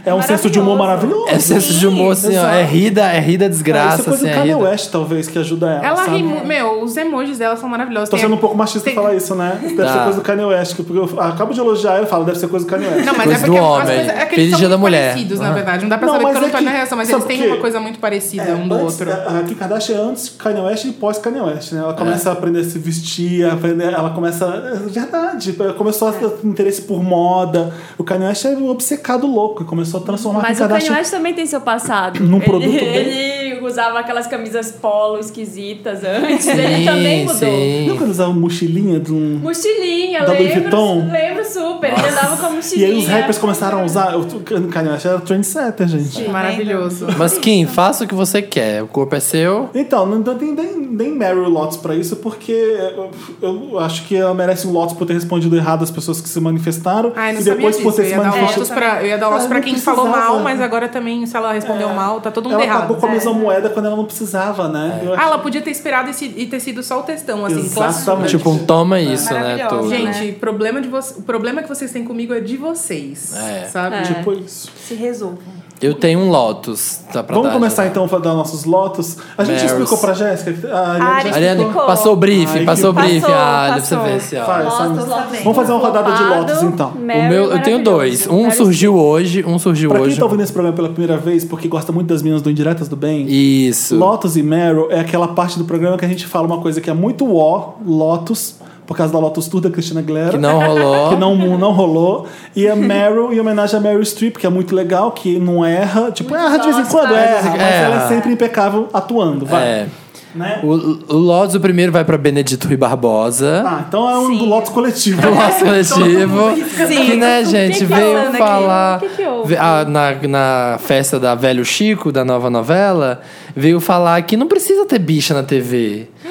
Speaker 2: é, um senso de humor maravilhoso.
Speaker 3: É senso de humor, assim, ó.
Speaker 2: exato.
Speaker 3: É rida, é rida
Speaker 2: Ah,
Speaker 3: desgraça,
Speaker 2: Isso é coisa
Speaker 3: assim,
Speaker 2: do
Speaker 3: é
Speaker 2: Kanye
Speaker 3: rida.
Speaker 2: West, talvez, que ajuda ela.
Speaker 5: Ela
Speaker 2: sabe?
Speaker 5: ri muito. Meu, os emojis dela são maravilhosos.
Speaker 2: Tô
Speaker 5: Tem-
Speaker 2: sendo um pouco machista
Speaker 5: tem-
Speaker 2: falar isso, né? Deve
Speaker 3: Tá.
Speaker 2: ser coisa do Kanye West. que- Porque eu acabo de elogiar ela e falo, deve ser coisa do Kanye West.
Speaker 5: Não, mas
Speaker 3: Coisa
Speaker 5: é porque
Speaker 3: do
Speaker 5: as
Speaker 3: homem.
Speaker 5: coisas- é que eles
Speaker 3: Feliz
Speaker 5: são
Speaker 3: Dia
Speaker 5: muito
Speaker 3: da Mulher.
Speaker 5: parecidos, na verdade. Não dá pra
Speaker 2: Não,
Speaker 5: saber
Speaker 2: mas
Speaker 5: porque eu não
Speaker 2: é
Speaker 5: tô
Speaker 2: que-
Speaker 5: na reação, mas
Speaker 2: sabe
Speaker 5: eles têm
Speaker 2: o quê?
Speaker 5: uma coisa muito parecida um do
Speaker 2: É, antes-
Speaker 5: outro.
Speaker 2: A a Kim Kardashian é antes Kanye West e pós Kanye West, né? Ela começa a aprender a se vestir, a aprender, ela começa. É verdade, começou a ter interesse por moda. O Kanye West é um obcecado louco e começou a transformar a
Speaker 4: Mas
Speaker 2: Kim
Speaker 4: o Kanye
Speaker 2: Kardashian.
Speaker 4: West também tem seu passado.
Speaker 2: Num
Speaker 4: [LAUGHS] ele,
Speaker 2: produto dele.
Speaker 4: ele usava aquelas camisas polo esquisitas antes.
Speaker 3: Sim,
Speaker 4: ele também mudou.
Speaker 2: Lembra
Speaker 3: sim.
Speaker 2: quando usava mochilinha de um.
Speaker 4: Mochilinha,
Speaker 2: Da Louis
Speaker 4: lembro,
Speaker 2: Vuitton?
Speaker 4: lembro super. Ele andava com a
Speaker 2: E
Speaker 4: mochilinha.
Speaker 2: aí os rappers começaram
Speaker 5: né?
Speaker 2: a usar. O Kanye West era trendsetter, gente.
Speaker 5: Maravilhoso.
Speaker 3: Mas Kim, faça o que você quer. O corpo é seu.
Speaker 2: Então, não tem nem, nem Meryl Lotus pra isso, porque eu, eu acho que ela merece um Lotus por ter respondido errado as pessoas que se manifestaram.
Speaker 5: Ai, não
Speaker 2: e depois
Speaker 5: sabia
Speaker 2: por ter
Speaker 5: disso. Eu
Speaker 2: se
Speaker 5: ia dar
Speaker 2: manifestado.
Speaker 5: votos pra, eu ia dar votos
Speaker 2: Ah,
Speaker 5: pra
Speaker 2: não
Speaker 5: quem falou
Speaker 2: precisava. É.
Speaker 5: mal, mas agora também, se ela respondeu mal, tá todo mundo
Speaker 2: Ela
Speaker 5: errado.
Speaker 2: pagou com a
Speaker 3: É.
Speaker 2: mesma moeda quando ela não precisava, né? Eu
Speaker 5: Ah,
Speaker 2: acho-
Speaker 5: ela podia ter esperado e, se- e ter sido só o textão, assim, clássico.
Speaker 2: Exatamente.
Speaker 3: Tipo, um toma isso, né?
Speaker 6: Maravilhosa,
Speaker 3: Todo.
Speaker 5: Gente, problema de vo- o problema que vocês têm comigo é de vocês.
Speaker 3: É.
Speaker 5: Sabe?
Speaker 4: É.
Speaker 5: Tipo,
Speaker 2: Tipo isso.
Speaker 6: Se resolvam.
Speaker 3: Eu tenho um Lotus. Tá pra
Speaker 2: Vamos
Speaker 3: dar,
Speaker 2: começar
Speaker 3: já.
Speaker 2: então a dar nossos lotos. A gente
Speaker 3: Meryls.
Speaker 2: explicou pra Jéssica. Ah, A Ariane
Speaker 6: Ari-
Speaker 2: já
Speaker 3: Ariane,
Speaker 2: explicou.
Speaker 3: passou o briefing,
Speaker 2: Ai,
Speaker 3: passou o
Speaker 2: que-
Speaker 3: briefing.
Speaker 6: Passou,
Speaker 3: ah, pra você
Speaker 6: passou.
Speaker 3: ver se, ó.
Speaker 2: Faz,
Speaker 6: Lotus,
Speaker 2: sabe?
Speaker 6: lá vem.
Speaker 2: Vamos fazer uma rodada de
Speaker 4: Flopado,
Speaker 2: lotos então.
Speaker 3: O
Speaker 4: Meryl,
Speaker 3: meu, eu tenho
Speaker 4: maravilhoso.
Speaker 3: dois. Um
Speaker 4: Meryl
Speaker 3: surgiu hoje, um surgiu
Speaker 2: Pra quem
Speaker 3: hoje.
Speaker 2: tá ouvindo esse programa pela primeira vez, porque gosta muito das meninas do Indiretas do Bem,
Speaker 3: Isso.
Speaker 2: Lotus e Meryl é aquela parte do programa que a gente fala uma coisa que é muito ó, Lotus, por causa da Lotus Tour da Cristina Aguilera.
Speaker 3: Que não rolou.
Speaker 2: [LAUGHS] que não, não rolou. E a Meryl, em homenagem a Meryl Streep, que é muito legal, que não erra. Tipo, erra de vez em
Speaker 4: sóstra.
Speaker 2: quando, erra. Mas
Speaker 3: É.
Speaker 2: ela é sempre impecável atuando, vai.
Speaker 3: É.
Speaker 2: Né?
Speaker 3: O, o Lotus, o primeiro, vai pra Benedito Rui Barbosa.
Speaker 2: Ah, então é um
Speaker 6: Sim.
Speaker 2: do Lotus
Speaker 4: [LAUGHS]
Speaker 2: coletivo.
Speaker 3: do nosso coletivo.
Speaker 6: Sim.
Speaker 3: Que, né, gente,
Speaker 4: que
Speaker 3: veio
Speaker 4: houve?
Speaker 3: falar.
Speaker 4: tá O que que houve?
Speaker 3: ve- ah, na, na festa da Velho Chico, da nova novela, veio falar que não precisa ter bicha na TV.
Speaker 4: [GASPS]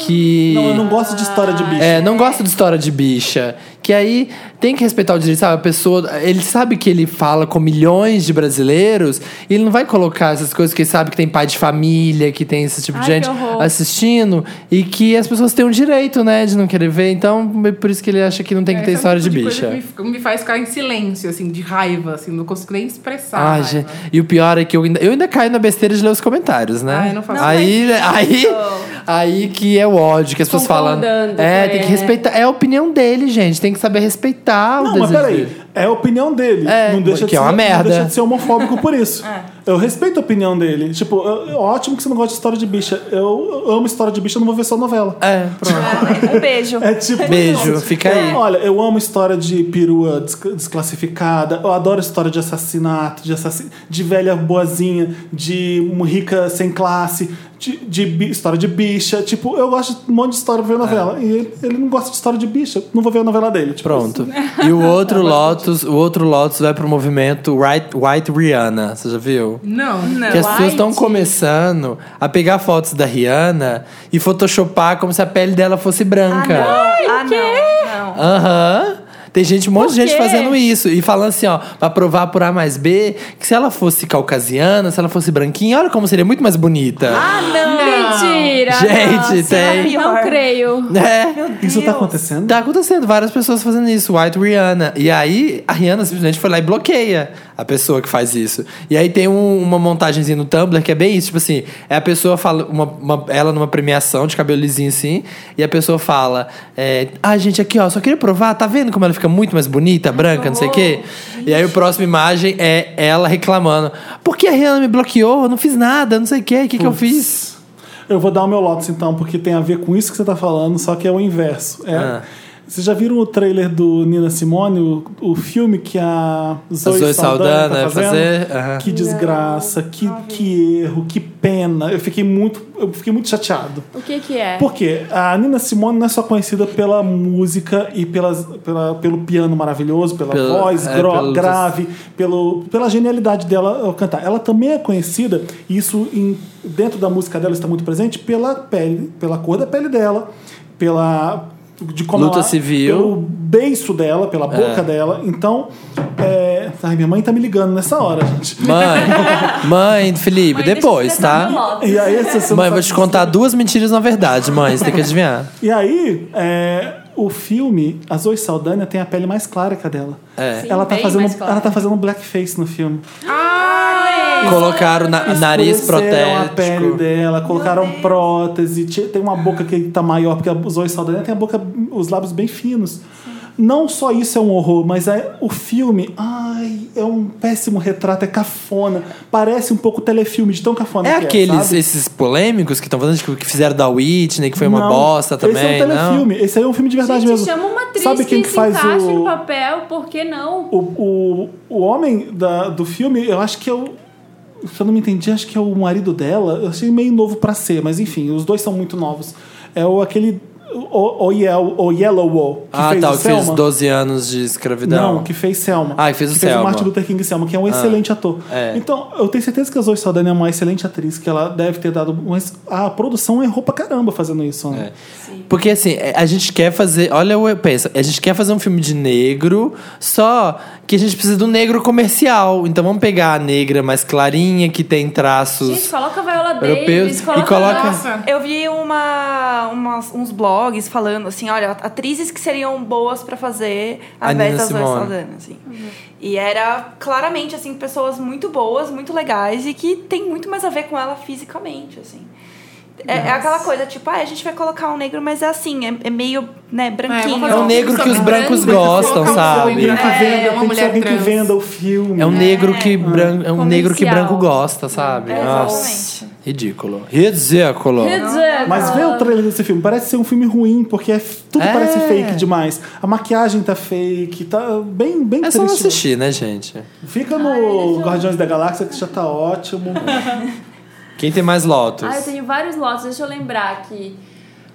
Speaker 3: Que.
Speaker 2: Não, eu não gosto de história de bicho.
Speaker 3: É, não gosta de história de bicha. Que aí tem que respeitar o direito, sabe? A pessoa. Ele sabe que ele fala com milhões de brasileiros e ele não vai colocar essas coisas que ele sabe que tem pai de família, que tem esse tipo de
Speaker 4: Ai, que
Speaker 3: gente
Speaker 4: horror.
Speaker 3: assistindo e que as pessoas têm um direito, né, de não querer ver. Então, é por isso que ele acha que não tem que ter
Speaker 5: esse é o
Speaker 3: história de
Speaker 5: tipo coisa
Speaker 3: bicha.
Speaker 5: que me, me faz ficar em silêncio, assim, de raiva, assim, não consigo nem expressar. a
Speaker 3: Ai,
Speaker 5: raiva.
Speaker 3: gente. E o pior é que eu ainda, eu ainda caio na besteira de ler os comentários, né?
Speaker 5: Ai, não faço
Speaker 3: aí, aí, aí que é o ódio, que as pessoas falam.
Speaker 4: Concordando
Speaker 3: É,
Speaker 4: com
Speaker 3: tem
Speaker 4: ele,
Speaker 3: que respeitar. É a opinião dele, gente. Tem que saber respeitar o
Speaker 2: Não, mas
Speaker 3: desejo
Speaker 2: peraí,
Speaker 3: dele.
Speaker 2: é a opinião dele.
Speaker 3: É,
Speaker 2: não deixa
Speaker 3: que
Speaker 2: de
Speaker 3: é uma
Speaker 2: ser,
Speaker 3: merda.
Speaker 2: Não deixa de ser homofóbico por isso. Eu respeito a opinião dele. Tipo, eu- eu- ótimo que você não gosta de história de bicha. Eu eu amo história de bicha, eu não vou ver só novela.
Speaker 3: É,
Speaker 2: tipo,
Speaker 3: pronto.
Speaker 6: Um beijo.
Speaker 2: É tipo.
Speaker 3: Beijo, fica aí.
Speaker 2: Olha, eu amo história de perua des- desclassificada, eu adoro história de assassinato, de, assassi de velha boazinha, de mu- rica sem classe, de, de bi- história de bicha. Tipo, eu gosto de um monte de história pra ver novela. E ele, ele não gosta de história de bicha, não vou ver a novela dele. Tipo,
Speaker 3: É.
Speaker 5: [LAUGHS]
Speaker 3: Pronto. E o outro Lotus, o outro Lotus vai pro movimento White, White Rihanna. Você já viu?
Speaker 5: Não. Não.
Speaker 3: Que as pessoas estão começando a pegar fotos da Rihanna e photoshopar como se a pele dela fosse branca.
Speaker 6: Ah, não. não.
Speaker 3: Aham. Tem gente, um monte de gente fazendo isso. E falando assim, ó, pra provar por A mais B, que se ela fosse caucasiana, se ela fosse branquinha, olha como seria muito mais bonita.
Speaker 6: Ah, não.
Speaker 4: Mentira!
Speaker 3: Gente,
Speaker 4: nossa,
Speaker 3: tem.
Speaker 4: Não creio.
Speaker 3: É.
Speaker 2: Isso tá acontecendo?
Speaker 3: Tá acontecendo, várias pessoas fazendo isso, White Rihanna. E aí, a Rihanna simplesmente foi lá e bloqueia a pessoa que faz isso. E aí tem um- uma montagenzinha no Tumblr que é bem isso, tipo assim, é a pessoa fala, uma, uma- ela numa premiação de cabelo lisinho assim, e a pessoa fala, é, ah, gente, aqui ó, só queria provar, tá vendo como ela fica muito mais bonita, branca, não sei o quê? E aí a próxima imagem é ela reclamando, por que a Rihanna me bloqueou? Eu não fiz nada, não sei o quê, o que, que eu fiz? Ah.
Speaker 2: Eu vou dar o meu Lotus então, porque tem a ver com isso que você tá falando, só que é o inverso. É, Vocês já viram o trailer do Nina Simone, o, o filme que a Zoe,
Speaker 3: Zoe
Speaker 2: Saldana,
Speaker 3: Saldana
Speaker 2: tá
Speaker 3: vai
Speaker 2: fazendo?
Speaker 3: fazer? Aham.
Speaker 2: Que desgraça, que, que erro, que pena. Eu fiquei muito, eu fiquei muito chateado.
Speaker 4: O que que é?
Speaker 2: Porque a Nina Simone não é só conhecida pela música e pelas, pela, pelo piano maravilhoso, pela
Speaker 3: Pela-
Speaker 2: voz
Speaker 3: é,
Speaker 2: gro-
Speaker 3: pelos-
Speaker 2: grave, pelo, pela genialidade dela ao cantar. Ela também é conhecida, e isso em- dentro da música dela está muito presente, pela pele, pela cor da pele dela, pela. De como
Speaker 3: Luta
Speaker 2: ela-
Speaker 3: civil. É.
Speaker 2: Pelo beiço dela, pela boca dela. Então. é, Ai, minha mãe tá me ligando nessa hora, gente.
Speaker 3: Mãe, [LAUGHS] mãe, Felipe,
Speaker 4: Mãe, deixa eu
Speaker 3: depois,
Speaker 4: expressar meu
Speaker 3: tá?
Speaker 4: voto.
Speaker 2: E aí, essa tá você não
Speaker 3: Mãe,
Speaker 2: sabe-
Speaker 3: vou te contar duas mentiras na verdade, mãe. Você tem que
Speaker 2: [LAUGHS]
Speaker 3: adivinhar.
Speaker 2: E aí, é, o filme, a Zoe Saldana tem a pele mais clara que a dela.
Speaker 3: É.
Speaker 2: ela, tá
Speaker 4: bem
Speaker 2: fazendo,
Speaker 4: mais clara.
Speaker 2: ela tá fazendo blackface no filme.
Speaker 3: Colocaram na, nariz
Speaker 2: Escureceram a é pele
Speaker 3: protético. É
Speaker 2: dela, colocaram prótese, ti- tem uma boca que tá maior, porque a Zoe Saldana tem a boca, os lábios bem finos. Não só isso é um horror, mas é, o filme, ai, é um péssimo retrato, é cafona. Parece um pouco telefilme de tão cafona
Speaker 3: É
Speaker 2: que
Speaker 3: aqueles,
Speaker 2: sabe?
Speaker 3: esses polêmicos que estão fazendo, tipo, que fizeram da Whitney, que foi uma
Speaker 2: Não,
Speaker 3: bosta também,
Speaker 2: Esse é um
Speaker 3: não?
Speaker 2: telefilme, esse aí é um filme de verdade
Speaker 4: Gente,
Speaker 2: mesmo.
Speaker 4: chama uma atriz
Speaker 2: Sabe quem
Speaker 4: que se
Speaker 2: faz
Speaker 4: encaixa
Speaker 2: o...
Speaker 4: no papel, por que não?
Speaker 2: O, o, o homem da, do filme, eu acho que é o. Se eu não me entendi, acho que é o marido dela. Eu achei meio novo pra ser, mas enfim, os dois são muito novos. É o aquele. O, o, Yel- o Yellow Wall. Que
Speaker 3: Ah,
Speaker 2: fez
Speaker 3: tá,
Speaker 2: o
Speaker 3: que fez
Speaker 2: Selma.
Speaker 3: 12 anos de escravidão.
Speaker 2: Não, que fez Selma.
Speaker 3: Ah, que fez o
Speaker 2: Fez
Speaker 3: Selma. Ah,
Speaker 2: o Martin Luther King Selma, que é um excelente ator.
Speaker 3: É.
Speaker 2: Então, eu tenho certeza que a Zoe Saldana é uma excelente atriz, que ela deve ter dado. Mas a produção errou pra caramba fazendo isso, né?
Speaker 3: É. Porque assim, é, a gente quer fazer. Olha, eu penso, a gente quer fazer um filme de negro, só que a gente precisa do negro comercial. Então vamos pegar a negra mais clarinha, que tem traços.
Speaker 4: Gente, coloca a Viola
Speaker 3: Europeus
Speaker 4: Davis,
Speaker 3: e
Speaker 4: coloca...
Speaker 3: coloca-
Speaker 4: Nossa.
Speaker 6: Eu vi uma, umas- uns blogs falando assim, olha, atrizes que seriam boas pra fazer
Speaker 3: A
Speaker 6: a vez
Speaker 3: Nina
Speaker 6: das Zoe
Speaker 3: Simone.
Speaker 6: Saldana, assim. E era claramente assim pessoas muito boas, muito legais e que tem muito mais a ver com ela fisicamente, assim. É, é aquela coisa, tipo, ah, a gente vai colocar um negro, mas é assim, é, é meio, né, branquinho.
Speaker 3: É um negro que os brancos gostam, sabe?
Speaker 2: Tem um que
Speaker 7: É,
Speaker 2: venda,
Speaker 7: uma
Speaker 2: tem que ser
Speaker 7: mulher
Speaker 2: alguém que
Speaker 7: trans.
Speaker 2: venda o filme.
Speaker 3: É um negro que branco, é um negro que
Speaker 4: Comercial.
Speaker 3: branco gosta, sabe?
Speaker 6: É,
Speaker 3: Nossa,
Speaker 6: exatamente.
Speaker 3: ridículo. Ridículo.
Speaker 4: Quer dizer,
Speaker 2: Mas vê o trailer desse filme, parece ser um filme ruim, porque é f- tudo
Speaker 3: É.
Speaker 2: parece fake demais. A maquiagem tá fake, tá bem, bem
Speaker 3: É
Speaker 2: triste.
Speaker 3: só não assistir, né, gente?
Speaker 2: Fica no Guardiões da Galáxia, que já tá ótimo. [LAUGHS]
Speaker 3: Quem tem mais lotos?
Speaker 4: Ah, eu tenho vários lotes, deixa eu lembrar aqui.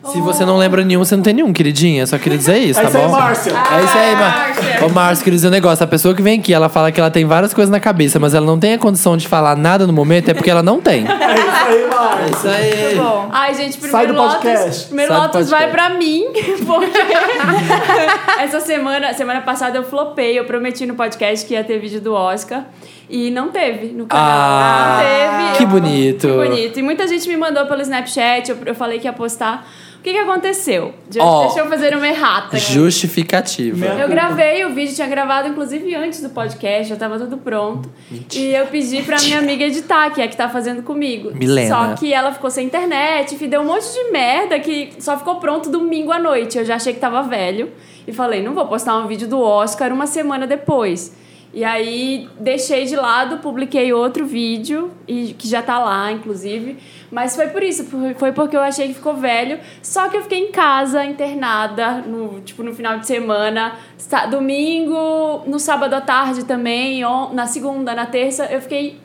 Speaker 3: Se você não lembra nenhum, você não tem nenhum, queridinha. Só queria dizer isso,
Speaker 2: [LAUGHS] É
Speaker 3: tá
Speaker 2: isso aí,
Speaker 3: bom?
Speaker 2: Márcia.
Speaker 3: É isso aí, Márcio. Ô, Márcio, queria dizer um negócio. A pessoa que vem aqui, ela fala que ela tem várias coisas na cabeça, mas ela não tem a condição de falar nada no momento, é porque ela não tem.
Speaker 2: É isso aí, Márcio.
Speaker 3: isso aí.
Speaker 6: Bom,
Speaker 4: Ai,
Speaker 2: Sai
Speaker 4: gente,
Speaker 2: do
Speaker 4: primeiro Lotus,
Speaker 2: podcast.
Speaker 4: primeiro
Speaker 3: Sai do
Speaker 4: Lotus vai
Speaker 3: podcast.
Speaker 4: pra mim, [LAUGHS] porque [LAUGHS] essa semana, semana passada eu flopei, eu prometi no podcast que ia ter vídeo do Oscar e não teve no canal.
Speaker 3: Ah,
Speaker 4: não teve.
Speaker 3: que
Speaker 4: Eu-
Speaker 3: bonito.
Speaker 4: Que bonito. E muita gente me mandou pelo Snapchat, eu, eu falei que ia postar. O que que aconteceu? De-
Speaker 3: Ó.
Speaker 4: Deixa eu fazer uma errata. aqui.
Speaker 3: Justificativa.
Speaker 2: Meu-
Speaker 4: Eu gravei o vídeo, tinha gravado inclusive antes do podcast, já tava tudo pronto. E eu pedi pra minha amiga editar, que é a que tá fazendo comigo.
Speaker 3: Milena.
Speaker 4: Só que ela ficou sem internet, enfim, deu um monte de merda que só ficou pronto domingo à noite. Eu já achei que tava velho e falei, não vou postar um vídeo do Oscar uma semana depois. E aí deixei de lado, publiquei outro vídeo, e, que já tá lá, inclusive. Mas foi por isso, por- foi porque eu achei que ficou velho. Só que eu fiquei em casa, internada, no, tipo, no final de semana, sa- domingo, no sábado à tarde também, on- na segunda, na terça, eu fiquei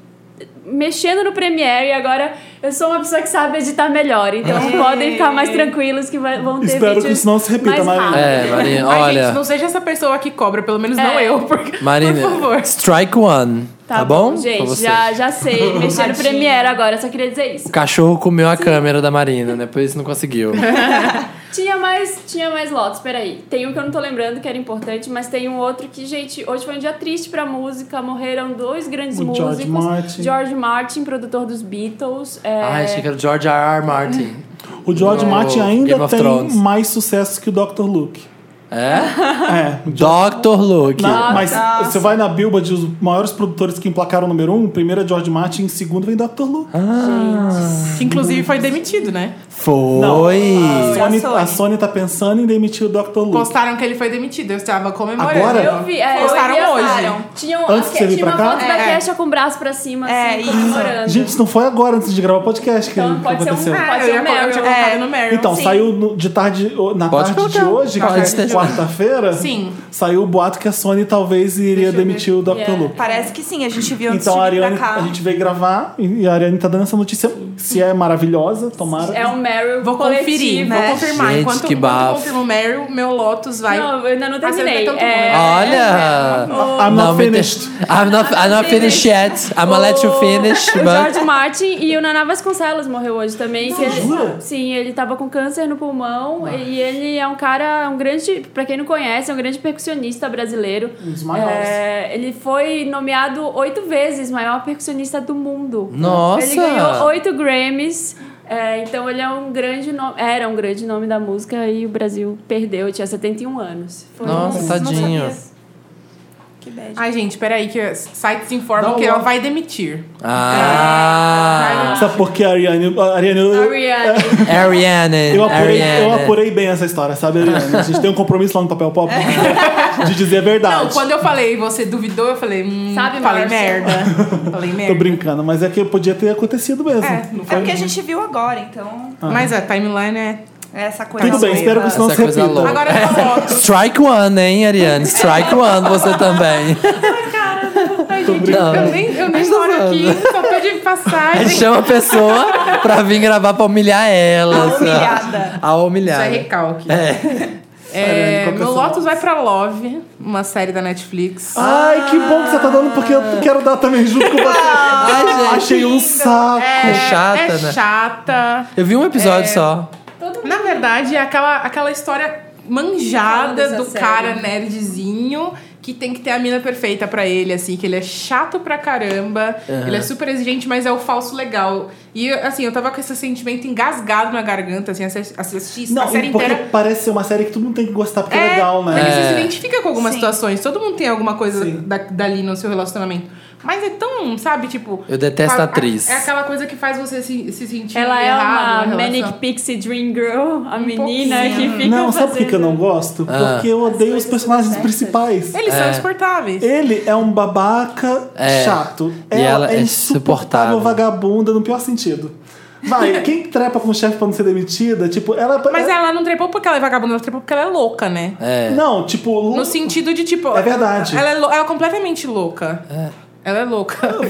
Speaker 4: mexendo no Premiere e agora eu sou uma pessoa que sabe editar melhor. Então podem ficar mais tranquilos que vai- vão ter
Speaker 2: Espero que
Speaker 4: vídeos
Speaker 2: isso não se repita,
Speaker 4: mais
Speaker 2: Marina.
Speaker 4: rápido.
Speaker 3: É, Marina,
Speaker 5: Ai,
Speaker 3: olha.
Speaker 5: gente, não seja essa pessoa que cobra, pelo menos não
Speaker 4: É.
Speaker 5: eu. Porque,
Speaker 3: Marina,
Speaker 5: por favor.
Speaker 3: strike one. Tá, bom? Pra
Speaker 4: Gente,
Speaker 3: você.
Speaker 4: já, já
Speaker 3: [LAUGHS]
Speaker 4: sei. Mexer no Premiere agora, só queria dizer isso.
Speaker 3: O cachorro comeu a câmera da Marina, depois não conseguiu.
Speaker 4: Tinha mais, tinha mais lotes, peraí. Tem um que eu não tô lembrando que era importante, mas tem um outro que, gente, hoje foi um dia triste pra música. Morreram dois grandes
Speaker 2: O
Speaker 4: músicos.
Speaker 2: George Martin.
Speaker 4: George Martin, produtor dos Beatles. é,
Speaker 3: Ai, achei que era o George R. R. Martin.
Speaker 2: O George
Speaker 3: No
Speaker 2: Martin
Speaker 3: Game
Speaker 2: ainda
Speaker 3: of
Speaker 2: tem
Speaker 3: Thrones.
Speaker 2: mais sucesso que o Dr.
Speaker 4: [LAUGHS]
Speaker 2: Luke.
Speaker 3: É?
Speaker 2: É, o George-
Speaker 3: Dr. Luke.
Speaker 2: Na- mas você vai na Billboard, os maiores produtores que emplacaram o
Speaker 3: Ah.
Speaker 2: número um, primeiro é George Martin, em segundo vem Dr. Luke.
Speaker 5: Que inclusive foi demitido, né?
Speaker 3: Foi.
Speaker 2: A Sony,
Speaker 6: a Sony.
Speaker 2: a Sony tá pensando em demitir o Dr. Luke.
Speaker 5: Postaram que ele foi demitido. Eu estava comemorando.
Speaker 2: Agora?
Speaker 4: Eu vi, é,
Speaker 5: Postaram
Speaker 4: eu vi,
Speaker 5: hoje.
Speaker 4: postaram. Tinha, um-
Speaker 2: Antes de você vir
Speaker 4: tinha
Speaker 2: pra
Speaker 4: uma
Speaker 2: cá?
Speaker 4: foto da
Speaker 5: É.
Speaker 4: Kesha com o braço pra cima,
Speaker 6: É,
Speaker 4: assim,
Speaker 6: isso.
Speaker 4: comemorando.
Speaker 2: Gente, isso não foi agora antes de gravar o podcast que,
Speaker 4: Então
Speaker 2: que
Speaker 4: pode ser um
Speaker 2: aconteceu.
Speaker 4: fato.
Speaker 5: Ah,
Speaker 4: Pode
Speaker 5: [LAUGHS] eu, ia,
Speaker 4: ser o
Speaker 5: eu tinha
Speaker 4: Meryl.
Speaker 5: colocado
Speaker 6: É.
Speaker 5: no Meryl.
Speaker 2: Então,
Speaker 6: Sim.
Speaker 2: saiu no- de tarde, na
Speaker 3: Pode
Speaker 2: tarde de
Speaker 3: colocar.
Speaker 2: hoje,
Speaker 3: Pode
Speaker 2: que é
Speaker 3: ser.
Speaker 2: quarta-feira,
Speaker 5: Sim.
Speaker 2: saiu o boato que a Sony talvez iria
Speaker 5: Deixa eu É, tá,
Speaker 2: demitir o Dr.
Speaker 4: Yeah.
Speaker 2: Luke.
Speaker 6: Parece que sim, a gente viu antes
Speaker 2: Então a
Speaker 6: de vir
Speaker 2: Ariane,
Speaker 6: pra cá.
Speaker 2: a gente veio gravar e a Ariane tá dando essa notícia. Se é maravilhosa, tomara.
Speaker 4: É um Meryl
Speaker 5: Vou
Speaker 4: coletivo.
Speaker 5: conferir,
Speaker 6: né?
Speaker 5: vou confirmar.
Speaker 3: Gente,
Speaker 5: enquanto
Speaker 3: que
Speaker 5: enquanto eu
Speaker 3: bafo.
Speaker 5: confirmo o Meryl, meu Lotus vai.
Speaker 4: Não, eu ainda não terminei.
Speaker 5: Acertei todo
Speaker 4: É,
Speaker 5: mundo.
Speaker 3: Olha!
Speaker 2: I'm not
Speaker 3: me
Speaker 2: finished.
Speaker 3: deixa- I'm not, I'm not finished yet. I'm gonna let you finish,
Speaker 4: Oh. [LAUGHS] O
Speaker 3: but...
Speaker 4: George Martin e o Naná Vasconcelos morreu hoje também. que ele-
Speaker 2: jura?
Speaker 4: sim, ele tava com câncer no pulmão e ele é um cara, um grande, pra quem não conhece, é um grande percussionista brasileiro.
Speaker 2: Um dos maiores.
Speaker 4: É, ele foi nomeado oito vezes maior percussionista do mundo.
Speaker 3: Nossa!
Speaker 4: Ele ganhou oito Grammys. é, então ele é um grande nome, era um grande nome da música e o Brasil perdeu, tinha 71 anos. Foi
Speaker 3: Nossa,
Speaker 4: um-
Speaker 3: tadinho.
Speaker 6: Que bad.
Speaker 5: Ai, gente, peraí, que sites informam
Speaker 2: Dá um
Speaker 5: que ela
Speaker 2: logo.
Speaker 5: vai demitir.
Speaker 3: Ah!
Speaker 2: Sabe por que a Ariane. A Ariane, eu-
Speaker 4: Ariane.
Speaker 3: Ariane,
Speaker 2: Eu apurei, eu
Speaker 3: Ariane.
Speaker 2: apurei bem essa história, sabe, Ariane? A gente tem um compromisso lá no papel pop [LAUGHS] de dizer a
Speaker 3: Tá.
Speaker 2: verdade.
Speaker 5: É. Não, quando eu falei, você duvidou, eu falei, hum,
Speaker 4: Sabe,
Speaker 5: falei
Speaker 4: Márcia?
Speaker 3: [LAUGHS]
Speaker 5: merda. falei merda.
Speaker 2: Tô brincando, mas é que podia ter acontecido mesmo.
Speaker 5: É, não
Speaker 6: É
Speaker 5: foi.
Speaker 6: porque a gente viu agora, então.
Speaker 5: Mas a timeline é.
Speaker 6: é Essa coisa.
Speaker 2: Tudo bem,
Speaker 6: doida.
Speaker 2: espero que isso não
Speaker 3: Essa
Speaker 2: se
Speaker 3: coisa
Speaker 2: repita.
Speaker 3: louca.
Speaker 5: Agora
Speaker 3: [LAUGHS]
Speaker 5: eu coloco.
Speaker 3: Strike one, hein, Ariane? Strike one, você também.
Speaker 5: Ai, gente,
Speaker 3: brincando. tá
Speaker 5: eu nem, eu nem moro aqui, só
Speaker 3: [LAUGHS]
Speaker 5: pedi
Speaker 3: A gente
Speaker 5: passagem.
Speaker 3: chama a pessoa pra vir gravar pra humilhar ela.
Speaker 6: A
Speaker 3: sabe?
Speaker 6: humilhada.
Speaker 3: A
Speaker 5: Isso é
Speaker 3: humilhada.
Speaker 5: recalque.
Speaker 3: É.
Speaker 5: É,
Speaker 2: Ariane, qual que é
Speaker 5: meu
Speaker 2: o seu
Speaker 5: Lotus vai pra Love, uma série da Netflix.
Speaker 3: Ah,
Speaker 2: Ai, que bom que você tá dando, porque
Speaker 5: Ah.
Speaker 2: eu quero dar também junto com
Speaker 5: [LAUGHS]
Speaker 2: você.
Speaker 3: Ai, gente.
Speaker 2: Achei um saco.
Speaker 3: É chata,
Speaker 5: é
Speaker 3: né?
Speaker 5: chata.
Speaker 3: Eu vi um episódio só.
Speaker 5: Na verdade, é aquela, aquela história
Speaker 4: Fala
Speaker 5: manjada
Speaker 4: dessa
Speaker 5: do
Speaker 4: série.
Speaker 5: cara nerdzinho que tem que ter a mina perfeita pra ele, assim, que ele é chato pra caramba, ele é super exigente, mas é o falso legal. E, assim, eu tava com esse sentimento engasgado na garganta, assim, assi- assisti a
Speaker 2: Não,
Speaker 5: série
Speaker 2: e porque
Speaker 5: inteira.
Speaker 2: parece ser uma série que todo mundo tem que gostar, porque é, legal, né?
Speaker 5: Porque você se identifica com algumas
Speaker 6: Sim.
Speaker 5: situações, todo mundo tem alguma coisa
Speaker 2: Sim.
Speaker 5: da, dali no seu relacionamento. Mas é tão, sabe, tipo.
Speaker 3: Eu detesto
Speaker 5: fa-
Speaker 3: a atriz.
Speaker 5: É aquela coisa que faz você se, se sentir.
Speaker 4: Ela é
Speaker 5: errado
Speaker 4: uma
Speaker 5: na relação. Um
Speaker 4: Manic Pixie Dream Girl, a menina que fica.
Speaker 2: Não, sabe por que que eu não
Speaker 4: fazendo-
Speaker 2: gosto?
Speaker 3: Ah.
Speaker 2: Porque eu odeio os personagens principais.
Speaker 5: Eles são insuportáveis.
Speaker 2: Ele é um babaca
Speaker 3: É.
Speaker 2: chato.
Speaker 3: E ela é insuportável.
Speaker 2: vagabunda no pior sentido.
Speaker 5: [LAUGHS]
Speaker 2: Vai, quem trepa com o chefe pra não ser demitida, tipo, ela.
Speaker 5: Mas ela não trepou porque ela é vagabunda, ela trepou porque ela é louca, né?
Speaker 3: É.
Speaker 2: Não, tipo.
Speaker 5: No sentido de, tipo.
Speaker 2: É verdade.
Speaker 5: Ela é, lou- ela é completamente louca. Ela é louca.
Speaker 2: Eu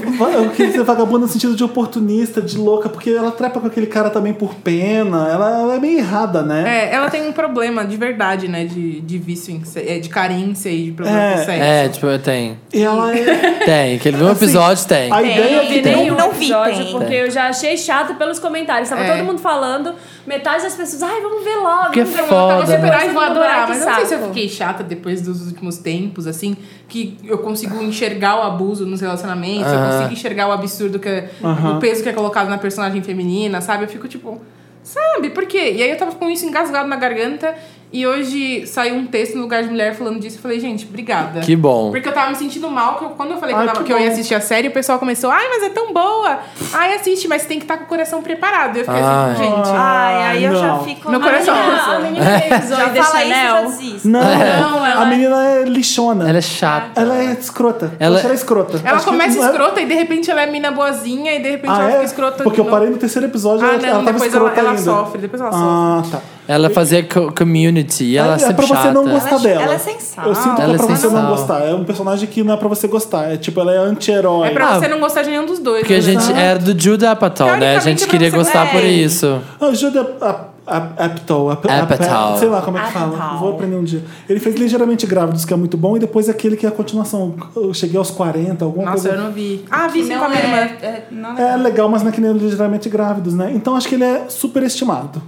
Speaker 2: né? queria dizer vagabunda no sentido de oportunista, de louca, porque ela trepa com aquele cara também por pena. Ela, ela é meio errada, né?
Speaker 5: [LAUGHS] É, ela tem um problema de verdade, né? De, de vício, em se- é, de carência e de problema
Speaker 2: É.
Speaker 5: com sexo.
Speaker 3: É, tipo, eu tenho.
Speaker 2: E ela é.
Speaker 3: Tem, aquele mesmo um
Speaker 2: Assim,
Speaker 3: episódio tem.
Speaker 2: A
Speaker 4: Eu
Speaker 2: ideia
Speaker 4: não
Speaker 2: é que
Speaker 4: vi
Speaker 6: tem
Speaker 2: tem
Speaker 4: nenhum
Speaker 6: Não vi,
Speaker 4: um episódio,
Speaker 6: tem.
Speaker 4: porque eu já achei chato pelos comentários. Tava
Speaker 5: É.
Speaker 4: todo mundo falando, metade das pessoas, ai, vamos ver logo.
Speaker 3: Que
Speaker 4: vamos ver logo."
Speaker 3: foda,
Speaker 4: Tava
Speaker 3: né?
Speaker 4: super
Speaker 5: Superar e vou
Speaker 4: todo mundo, "Ai,
Speaker 5: adorar,
Speaker 4: que
Speaker 5: mas eu não sei se eu
Speaker 4: saco."
Speaker 5: fiquei chata depois dos últimos tempos, assim, que eu consigo enxergar o abuso nos relacionamentos, eu
Speaker 3: Aham.
Speaker 5: consigo enxergar o absurdo que é,
Speaker 2: Aham.
Speaker 5: o peso que é colocado na personagem feminina, sabe? Eu fico tipo, sabe, por quê? E aí eu tava com isso engasgado na garganta e hoje saiu um texto no lugar de mulher falando disso e falei, gente, obrigada.
Speaker 3: Que bom.
Speaker 5: Porque eu tava me sentindo mal, que eu- quando eu falei que,
Speaker 2: Ai,
Speaker 5: eu tava-
Speaker 2: Ah, que
Speaker 5: que eu ia
Speaker 2: bom.
Speaker 5: assistir a série, o pessoal começou, ai, mas é tão boa! Ai, assiste, mas tem que estar com o coração preparado. Eu fiquei
Speaker 3: Ai.
Speaker 5: assim, gente.
Speaker 6: Ai, aí eu já
Speaker 2: Não.
Speaker 6: fico.
Speaker 5: No
Speaker 4: A menina-
Speaker 5: coração.
Speaker 4: A menina tem 18
Speaker 6: Já
Speaker 4: de
Speaker 6: fala isso, já
Speaker 4: Chanel.
Speaker 6: desiste.
Speaker 2: Não,
Speaker 4: Não, ela-
Speaker 2: a menina é lixona.
Speaker 3: Ela é chata.
Speaker 2: Ela é escrota. Eu
Speaker 3: Ela-
Speaker 2: acho que Ela é escrota.
Speaker 5: Ela
Speaker 2: Acho que
Speaker 5: começa
Speaker 2: não é-
Speaker 5: escrota e de repente ela é mina boazinha e de repente
Speaker 2: Ah,
Speaker 5: ela
Speaker 2: é?
Speaker 5: fica escrota.
Speaker 2: Porque eu
Speaker 5: de novo.
Speaker 2: parei no terceiro episódio
Speaker 5: Ah,
Speaker 2: ela,
Speaker 5: não,
Speaker 2: ela tava
Speaker 5: depois ela,
Speaker 2: escrota
Speaker 5: ela
Speaker 2: ainda.
Speaker 5: sofre, depois ela sofre.
Speaker 2: Ah, tá.
Speaker 3: Ela fazia co- community e ela
Speaker 2: é,
Speaker 3: sempre
Speaker 2: pra você
Speaker 3: chata.
Speaker 2: não gostar
Speaker 6: Ela é-
Speaker 2: dela.
Speaker 6: ela é sensal.
Speaker 2: Eu sinto que
Speaker 3: Ela
Speaker 2: é
Speaker 3: é
Speaker 2: pra você não
Speaker 3: sensal.
Speaker 2: gostar. É um personagem que não é pra você gostar. É tipo, ela é anti-herói.
Speaker 5: É pra
Speaker 3: Ah,
Speaker 5: você não gostar de nenhum dos dois.
Speaker 3: Porque a
Speaker 5: né?
Speaker 3: gente era do Jude Apatow, né? A
Speaker 5: Teoricamente,
Speaker 3: gente
Speaker 5: é pra
Speaker 3: queria
Speaker 5: você
Speaker 3: gostar por
Speaker 6: gostar.
Speaker 3: isso.
Speaker 2: Ajuda a. a- Apatow, Ap- Ap-
Speaker 3: Apatow.
Speaker 2: sei lá como é que fala,
Speaker 6: Apatow.
Speaker 2: vou aprender um dia. Ele fez ligeiramente grávidos, que é muito bom, e depois aquele que é a continuação. Eu cheguei aos 40, alguma
Speaker 5: Nossa,
Speaker 2: coisa.
Speaker 5: eu não vi. Ah, vi sim
Speaker 6: Não
Speaker 5: com a minha irmã.
Speaker 6: é- é- não é-
Speaker 2: É legal, mas não é que nem o ligeiramente grávidos, né? Então acho que ele é superestimado.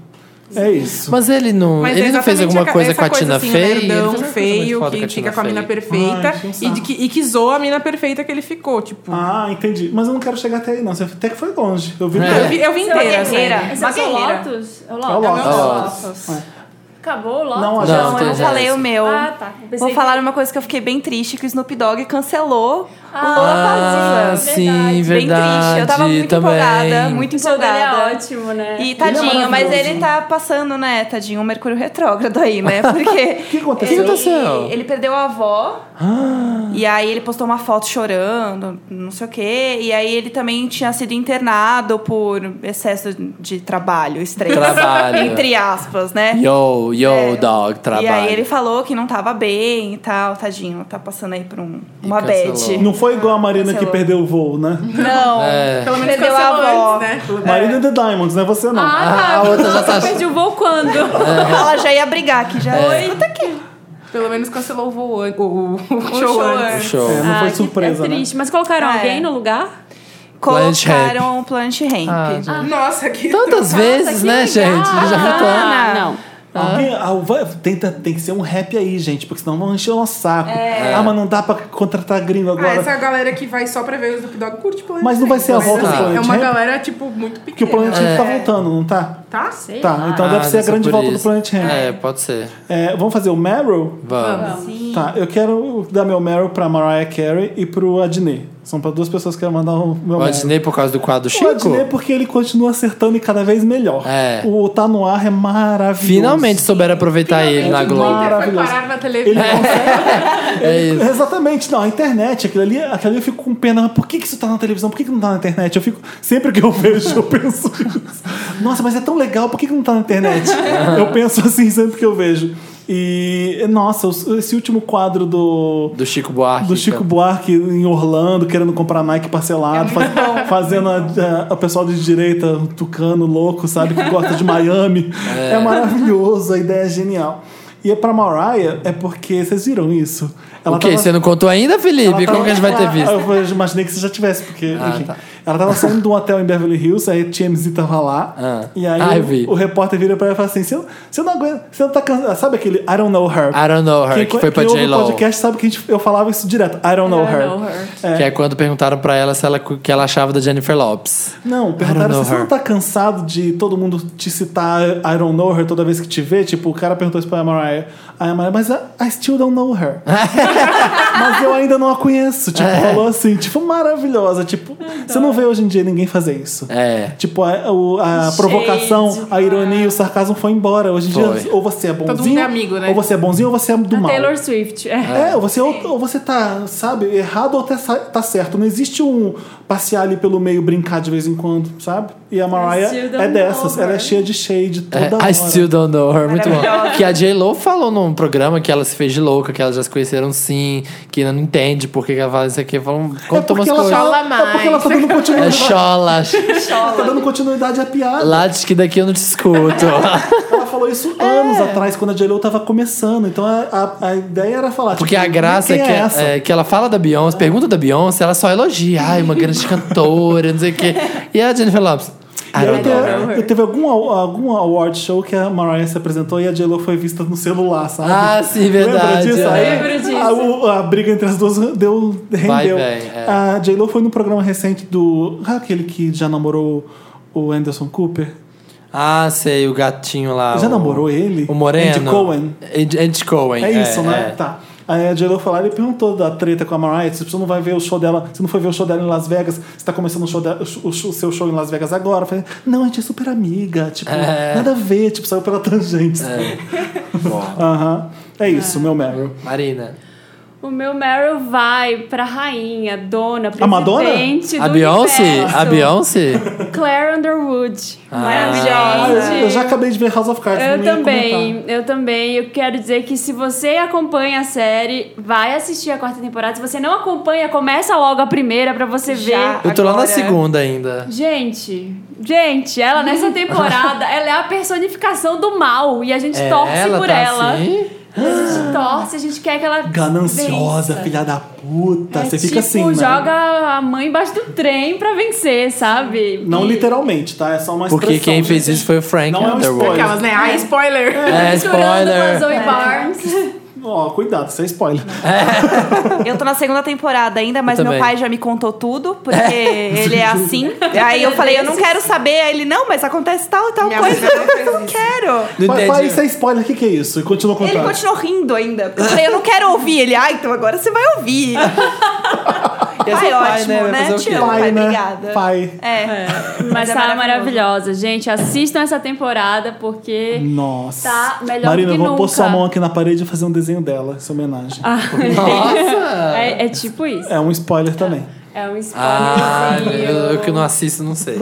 Speaker 2: É isso.
Speaker 3: Mas ele não.
Speaker 5: Mas é
Speaker 3: ele não fez
Speaker 5: exatamente
Speaker 3: alguma
Speaker 5: aca-
Speaker 3: coisa
Speaker 5: essa
Speaker 3: com a Tina
Speaker 5: assim,
Speaker 3: Fey? Ele fez
Speaker 5: nerdão,
Speaker 3: alguma coisa muito
Speaker 5: feio,
Speaker 3: foda
Speaker 5: que fica com a mina
Speaker 3: Tina Fey?
Speaker 5: perfeita
Speaker 2: Ai, que um
Speaker 5: e, de que, e que zoa a mina perfeita que ele ficou, tipo.
Speaker 2: Ah, entendi. Mas eu não quero chegar até aí, não. Você até que foi longe. Eu vi
Speaker 5: Eu vi, eu vi
Speaker 4: Seu
Speaker 5: inteira.
Speaker 4: Lotus-
Speaker 6: guerreira.
Speaker 5: sério.
Speaker 4: Esse é
Speaker 6: Uma
Speaker 4: o seu
Speaker 6: guerreira.
Speaker 4: Lotus? É
Speaker 2: É
Speaker 4: o
Speaker 2: o Lotus.
Speaker 4: Lotus.
Speaker 3: É o
Speaker 4: Acabou o Lotus?
Speaker 2: Não,
Speaker 4: é
Speaker 3: Não,
Speaker 6: Não, eu
Speaker 3: tem
Speaker 6: não
Speaker 3: já
Speaker 6: falei
Speaker 3: isso.
Speaker 6: o meu.
Speaker 4: Ah, tá. Eu pensei
Speaker 6: Vou
Speaker 4: que-
Speaker 6: falar uma coisa que eu fiquei bem triste, que o Snoop Dogg cancelou
Speaker 3: Ah, sim, verdade.
Speaker 6: Bem triste. Eu tava muito
Speaker 3: também.
Speaker 6: empolgada, muito
Speaker 4: O show dele é
Speaker 6: empolgada.
Speaker 4: ótimo, né?
Speaker 6: né? E
Speaker 3: Ele é
Speaker 6: tadinho, mas
Speaker 3: maravilhoso.
Speaker 6: ele tá passando, né, tadinho, o Mercúrio retrógrado
Speaker 3: [LAUGHS]
Speaker 6: aí, né? Porque. O
Speaker 2: que aconteceu?
Speaker 6: Ele,
Speaker 3: O que aconteceu? Ah.
Speaker 6: ele perdeu a avó. E aí ele postou uma foto chorando, não sei o quê. E aí ele também tinha sido internado por excesso de trabalho, estresse.
Speaker 3: Trabalho.
Speaker 6: Entre aspas, né?
Speaker 3: Yo, yo,
Speaker 6: É.
Speaker 3: dog, trabalho.
Speaker 6: E aí ele falou que não tava bem e tal, tadinho, tá passando aí por um, uma bad.
Speaker 3: cancelou.
Speaker 2: É. Não foi igual a Marina que
Speaker 6: Cancelou.
Speaker 2: perdeu o voo, né?
Speaker 6: Não.
Speaker 3: É.
Speaker 5: Pelo menos
Speaker 6: Perdeu a
Speaker 5: cancelou
Speaker 6: avó.
Speaker 5: antes, né?
Speaker 2: Marina and the Diamonds, não é você não.
Speaker 4: Ah, tá.
Speaker 3: a outra já
Speaker 4: Nossa,
Speaker 3: tá-
Speaker 4: eu perdi o voo quando?
Speaker 6: Ela já ia brigar aqui, já.
Speaker 3: É.
Speaker 6: Escuta aqui.
Speaker 5: Pelo menos cancelou o voo an- o, o, o show,
Speaker 6: show
Speaker 5: antes.
Speaker 6: antes.
Speaker 3: Show.
Speaker 2: É, não
Speaker 4: Ah,
Speaker 2: foi
Speaker 4: que-
Speaker 2: surpresa,
Speaker 4: é
Speaker 2: né?
Speaker 4: triste. Mas colocaram
Speaker 6: Ah, é.
Speaker 4: alguém no lugar?
Speaker 3: Planet Hemp.
Speaker 6: Colocaram o Planet Hemp.
Speaker 3: Ah, já.
Speaker 5: Nossa, que
Speaker 3: Tantas vezes,
Speaker 4: que
Speaker 3: né,
Speaker 4: legal.
Speaker 3: gente? Já
Speaker 6: Ah,
Speaker 3: voltou.
Speaker 6: Ana.
Speaker 4: não.
Speaker 2: Alguém, ah, vai- tenta, tem que ser um rap aí, gente, porque senão vão encher o nosso saco.
Speaker 3: É.
Speaker 2: Ah, mas não dá pra contratar gringo
Speaker 5: É. Ah,
Speaker 2: agora.
Speaker 5: essa galera que vai só pra ver os Snoop Dogg curte Planet
Speaker 2: Mas não vai ser a
Speaker 5: Hemp,
Speaker 2: volta
Speaker 5: mas,
Speaker 2: do
Speaker 5: assim, É
Speaker 2: Planet
Speaker 5: uma
Speaker 2: Hemp?
Speaker 5: galera, tipo, muito pequena.
Speaker 2: Porque o Planet Hemp
Speaker 5: é.
Speaker 2: tá voltando, não tá?
Speaker 5: Tá?
Speaker 4: Sei
Speaker 2: Tá,
Speaker 4: lá.
Speaker 2: então deve ser a
Speaker 3: Ah, só
Speaker 2: grande
Speaker 3: por
Speaker 2: volta
Speaker 3: isso.
Speaker 2: do Planet Hemp.
Speaker 3: É, pode ser.
Speaker 2: É, vamos fazer o Meryl?
Speaker 3: Vamos.
Speaker 2: Tá, eu quero dar meu Meryl pra Mariah Carey e pro Adnet. São pra duas pessoas que eu quero mandar o meu
Speaker 3: O
Speaker 2: Meryl.
Speaker 3: Adnei por causa do quadro
Speaker 2: O
Speaker 3: Chico?
Speaker 2: Adnet porque ele continua acertando e cada vez melhor.
Speaker 3: É.
Speaker 2: O Tá No Ar é maravilhoso.
Speaker 3: Finalmente souberam aproveitar ele na Globo.
Speaker 5: Foi
Speaker 2: Maravilhoso.
Speaker 5: parar na
Speaker 2: Ele
Speaker 5: televisão.
Speaker 2: consegue...
Speaker 3: É isso.
Speaker 2: Exatamente, não, a internet, aquilo ali, aquilo ali eu fico com pena, mas por que, que isso tá na televisão? Por que, que não tá na internet? Eu fico, sempre que eu [LAUGHS] vejo, eu penso isso. Nossa, mas é tão legal, por que, que não tá na internet? Eu penso assim sempre que eu vejo. E, nossa, os- esse último quadro do.
Speaker 3: Do Chico Buarque. então.
Speaker 2: Do Chico Buarque em Orlando, querendo comprar Nike parcelado, faz- fazendo a, a- o pessoal de direita, um tucano louco, sabe, que gosta de Miami. É. maravilhoso, a ideia é genial. E é pra Mariah, é porque vocês viram isso.
Speaker 3: O quê?
Speaker 2: tava-
Speaker 3: Você não contou ainda, Felipe?
Speaker 2: ela
Speaker 3: Como que a gente vai ter
Speaker 2: tava-
Speaker 3: visto?
Speaker 2: Eu imaginei que você já tivesse, porque.
Speaker 3: Ah,
Speaker 2: enfim.
Speaker 3: tá.
Speaker 2: Ela tava saindo de um hotel em Beverly Hills, aí a TMZ tava lá.
Speaker 3: Ah.
Speaker 2: E aí
Speaker 3: Ah, eu
Speaker 2: o-
Speaker 3: vi.
Speaker 2: o, repórter vira pra ela e fala assim: você não, você não aguenta, você não tá cansado. Sabe aquele I don't know her?
Speaker 3: I don't know her, que foi pra
Speaker 2: quem ouve o
Speaker 3: J-Lo.
Speaker 2: podcast sabe que a gente, eu falava isso direto. I don't know,
Speaker 4: I don't
Speaker 2: her.
Speaker 4: know her.
Speaker 3: Que é quando perguntaram pra ela se ela, o que ela achava da Jennifer Lopes.
Speaker 2: Não,
Speaker 3: I don't
Speaker 2: perguntaram
Speaker 3: know
Speaker 2: se você
Speaker 3: her.
Speaker 2: não tá cansado de todo mundo te citar I don't know her toda vez que te vê. Tipo, o cara perguntou isso pra Mariah. Aí a Mariah, mas I, I still don't
Speaker 3: [LAUGHS]
Speaker 2: know her. mas eu ainda não a conheço. Tipo,
Speaker 3: É.
Speaker 2: falou assim, tipo, maravilhosa. Tipo,
Speaker 5: Então.
Speaker 2: você não vê hoje em dia ninguém fazer isso.
Speaker 3: É.
Speaker 2: Tipo, a, o- a provocação, a ironia, o sarcasmo foi embora. Hoje em
Speaker 3: Foi.
Speaker 2: dia, ou você é bonzinho.
Speaker 5: mundo é amigo, né?
Speaker 2: Ou você é bonzinho ou você é do
Speaker 4: A
Speaker 2: mal.
Speaker 4: Taylor Swift. É.
Speaker 2: É, ou você, ou, ou você tá, sabe, errado ou até sa- tá certo. Não existe um passear ali pelo meio, brincar de vez em quando, sabe? E a Mariah
Speaker 4: still don't
Speaker 2: é dessas.
Speaker 4: know her.
Speaker 2: Ela é cheia de shade toda
Speaker 3: É,
Speaker 2: hora.
Speaker 3: I still don't know her, muito bom.
Speaker 6: Maravilhosa.
Speaker 3: Que a J-Lo falou num programa que ela se fez de louca, que elas já se conheceram sim, que ela não entende por que que ela fala isso aqui. Falam,
Speaker 2: é
Speaker 3: conta
Speaker 2: porque,
Speaker 3: umas
Speaker 2: ela,
Speaker 3: coisas.
Speaker 5: fala-
Speaker 2: tá- é porque ela tá dando
Speaker 3: É
Speaker 2: continuidade.
Speaker 3: chola.
Speaker 2: ela tá dando continuidade à piada.
Speaker 3: Lá diz que daqui eu não te
Speaker 2: [LAUGHS]
Speaker 3: escuto.
Speaker 2: Ela falou isso anos atrás, quando a J.Lo tava começando. Então a, a, a ideia era falar.
Speaker 3: Porque
Speaker 2: tipo,
Speaker 3: a graça é
Speaker 2: quem
Speaker 3: que,
Speaker 2: é essa?
Speaker 3: é que ela fala da Beyoncé, pergunta da Beyoncé, ela só elogia. Ai, uma grande cantora, não sei o quê. E a Jennifer Lopes. I
Speaker 2: E aí
Speaker 3: don't know.
Speaker 2: teve, eu teve algum, algum award show que a Mariah se apresentou e a J.Lo foi vista no celular, sabe?
Speaker 3: Ah, sim, verdade,
Speaker 2: Lembra disso?
Speaker 3: é.
Speaker 2: Aí,
Speaker 4: Lembro disso.
Speaker 2: A, o- a briga entre as duas deu, rendeu.
Speaker 3: Vai bem, é.
Speaker 2: A J.Lo foi no programa recente do... ah, Aquele que já namorou o Anderson Cooper.
Speaker 3: Ah, sei, o gatinho lá.
Speaker 2: já
Speaker 3: o-
Speaker 2: namorou ele?
Speaker 3: O Moreno.
Speaker 2: Andy Cohen.
Speaker 3: Andy, Andy Cohen.
Speaker 2: É isso, né?
Speaker 3: é.
Speaker 2: Tá. Aí a J.Lo foi lá e perguntou da treta com a Mariah. Se você não vai ver o show dela, você não foi ver o show dela em Las Vegas, você tá começando o, show dela- o sh- o sh- o seu show em Las Vegas agora. Eu falei, não, a gente é super amiga. Tipo,
Speaker 3: É.
Speaker 2: nada a ver. Tipo, saiu pela tangente.
Speaker 3: Bom,
Speaker 2: [LAUGHS] Aham. É isso,
Speaker 4: Ah.
Speaker 2: meu Meryl.
Speaker 3: Marina.
Speaker 4: O meu Meryl vai pra rainha, dona,
Speaker 2: A Madonna?
Speaker 4: presidente do
Speaker 3: A Beyoncé?
Speaker 4: universo.
Speaker 3: A Beyoncé?
Speaker 4: Claire Underwood.
Speaker 6: Maravilhosa.
Speaker 2: Ah, eu,
Speaker 4: Gente.
Speaker 2: eu já acabei de ver House of Cards.
Speaker 4: Eu
Speaker 2: não ia
Speaker 4: também,
Speaker 2: comentar.
Speaker 4: eu também. Eu quero dizer que se você acompanha a série, vai assistir a quarta temporada. Se você não acompanha, começa logo a primeira pra você
Speaker 6: Já.
Speaker 4: ver.
Speaker 3: Eu tô lá na
Speaker 6: Agora-
Speaker 3: segunda ainda.
Speaker 4: Gente, gente, ela nessa
Speaker 3: [LAUGHS]
Speaker 4: temporada, ela é a personificação do mal e a gente
Speaker 3: É,
Speaker 4: torce
Speaker 3: ela
Speaker 4: por
Speaker 3: tá
Speaker 4: ela.
Speaker 3: assim?
Speaker 4: A gente torce, a gente quer que ela
Speaker 2: Gananciosa,
Speaker 4: vença.
Speaker 2: filha da puta.
Speaker 4: É
Speaker 2: você
Speaker 4: tipo,
Speaker 2: fica assim, né?
Speaker 4: joga a mãe embaixo do trem pra vencer, sabe?
Speaker 2: Não
Speaker 4: E-
Speaker 2: literalmente, tá? É só uma
Speaker 3: Porque
Speaker 2: expressão,
Speaker 3: quem fez
Speaker 2: gente.
Speaker 3: isso foi o Frank
Speaker 2: Não é um
Speaker 3: Underwood.
Speaker 2: spoiler.
Speaker 5: Aquelas, né? Ah, spoiler!
Speaker 4: Tá
Speaker 3: É,
Speaker 4: Misturando com a
Speaker 3: spoiler.
Speaker 4: Zoe
Speaker 5: É.
Speaker 4: Barnes.
Speaker 2: Ó, cuidado, isso é spoiler.
Speaker 6: Eu tô na segunda temporada ainda, mas
Speaker 3: Eu
Speaker 6: meu
Speaker 3: também.
Speaker 6: pai já me contou tudo, porque
Speaker 3: [LAUGHS]
Speaker 6: ele é assim. Aí eu falei, eu não quero saber. Aí ele, não, mas acontece tal e tal
Speaker 5: Minha
Speaker 6: coisa.
Speaker 5: mãe não fez
Speaker 6: Eu não
Speaker 5: isso.
Speaker 6: quero.
Speaker 3: Não
Speaker 2: Pai,
Speaker 3: entendi.
Speaker 2: pai, isso é spoiler, o que, que é isso? E continua contando.
Speaker 6: Ele continuou rindo ainda. Eu falei, eu não quero ouvir. Ele, ah, então agora você vai ouvir.
Speaker 3: [LAUGHS] E é seu
Speaker 6: Ai,
Speaker 3: pai,
Speaker 6: ótimo,
Speaker 3: né? Vai
Speaker 6: né?
Speaker 3: fazer o quê?
Speaker 6: Te amo. Pai, obrigada.
Speaker 2: Pai.
Speaker 6: É.
Speaker 4: Mas
Speaker 6: é
Speaker 4: tá
Speaker 6: maravilhoso.
Speaker 4: maravilhosa. Gente, assistam essa temporada porque
Speaker 2: Nossa.
Speaker 4: Tá melhor
Speaker 2: Marina,
Speaker 4: do
Speaker 2: eu
Speaker 4: que
Speaker 2: vou pôr
Speaker 4: nunca.
Speaker 2: sua mão aqui na parede e fazer um desenho dela, essa homenagem.
Speaker 3: Nossa!
Speaker 4: [LAUGHS] é, é tipo isso.
Speaker 2: É um spoiler também.
Speaker 4: É um
Speaker 3: Ah, eu,
Speaker 4: spoilerzinho.
Speaker 3: eu que não assisto, não
Speaker 2: Tá
Speaker 3: sei.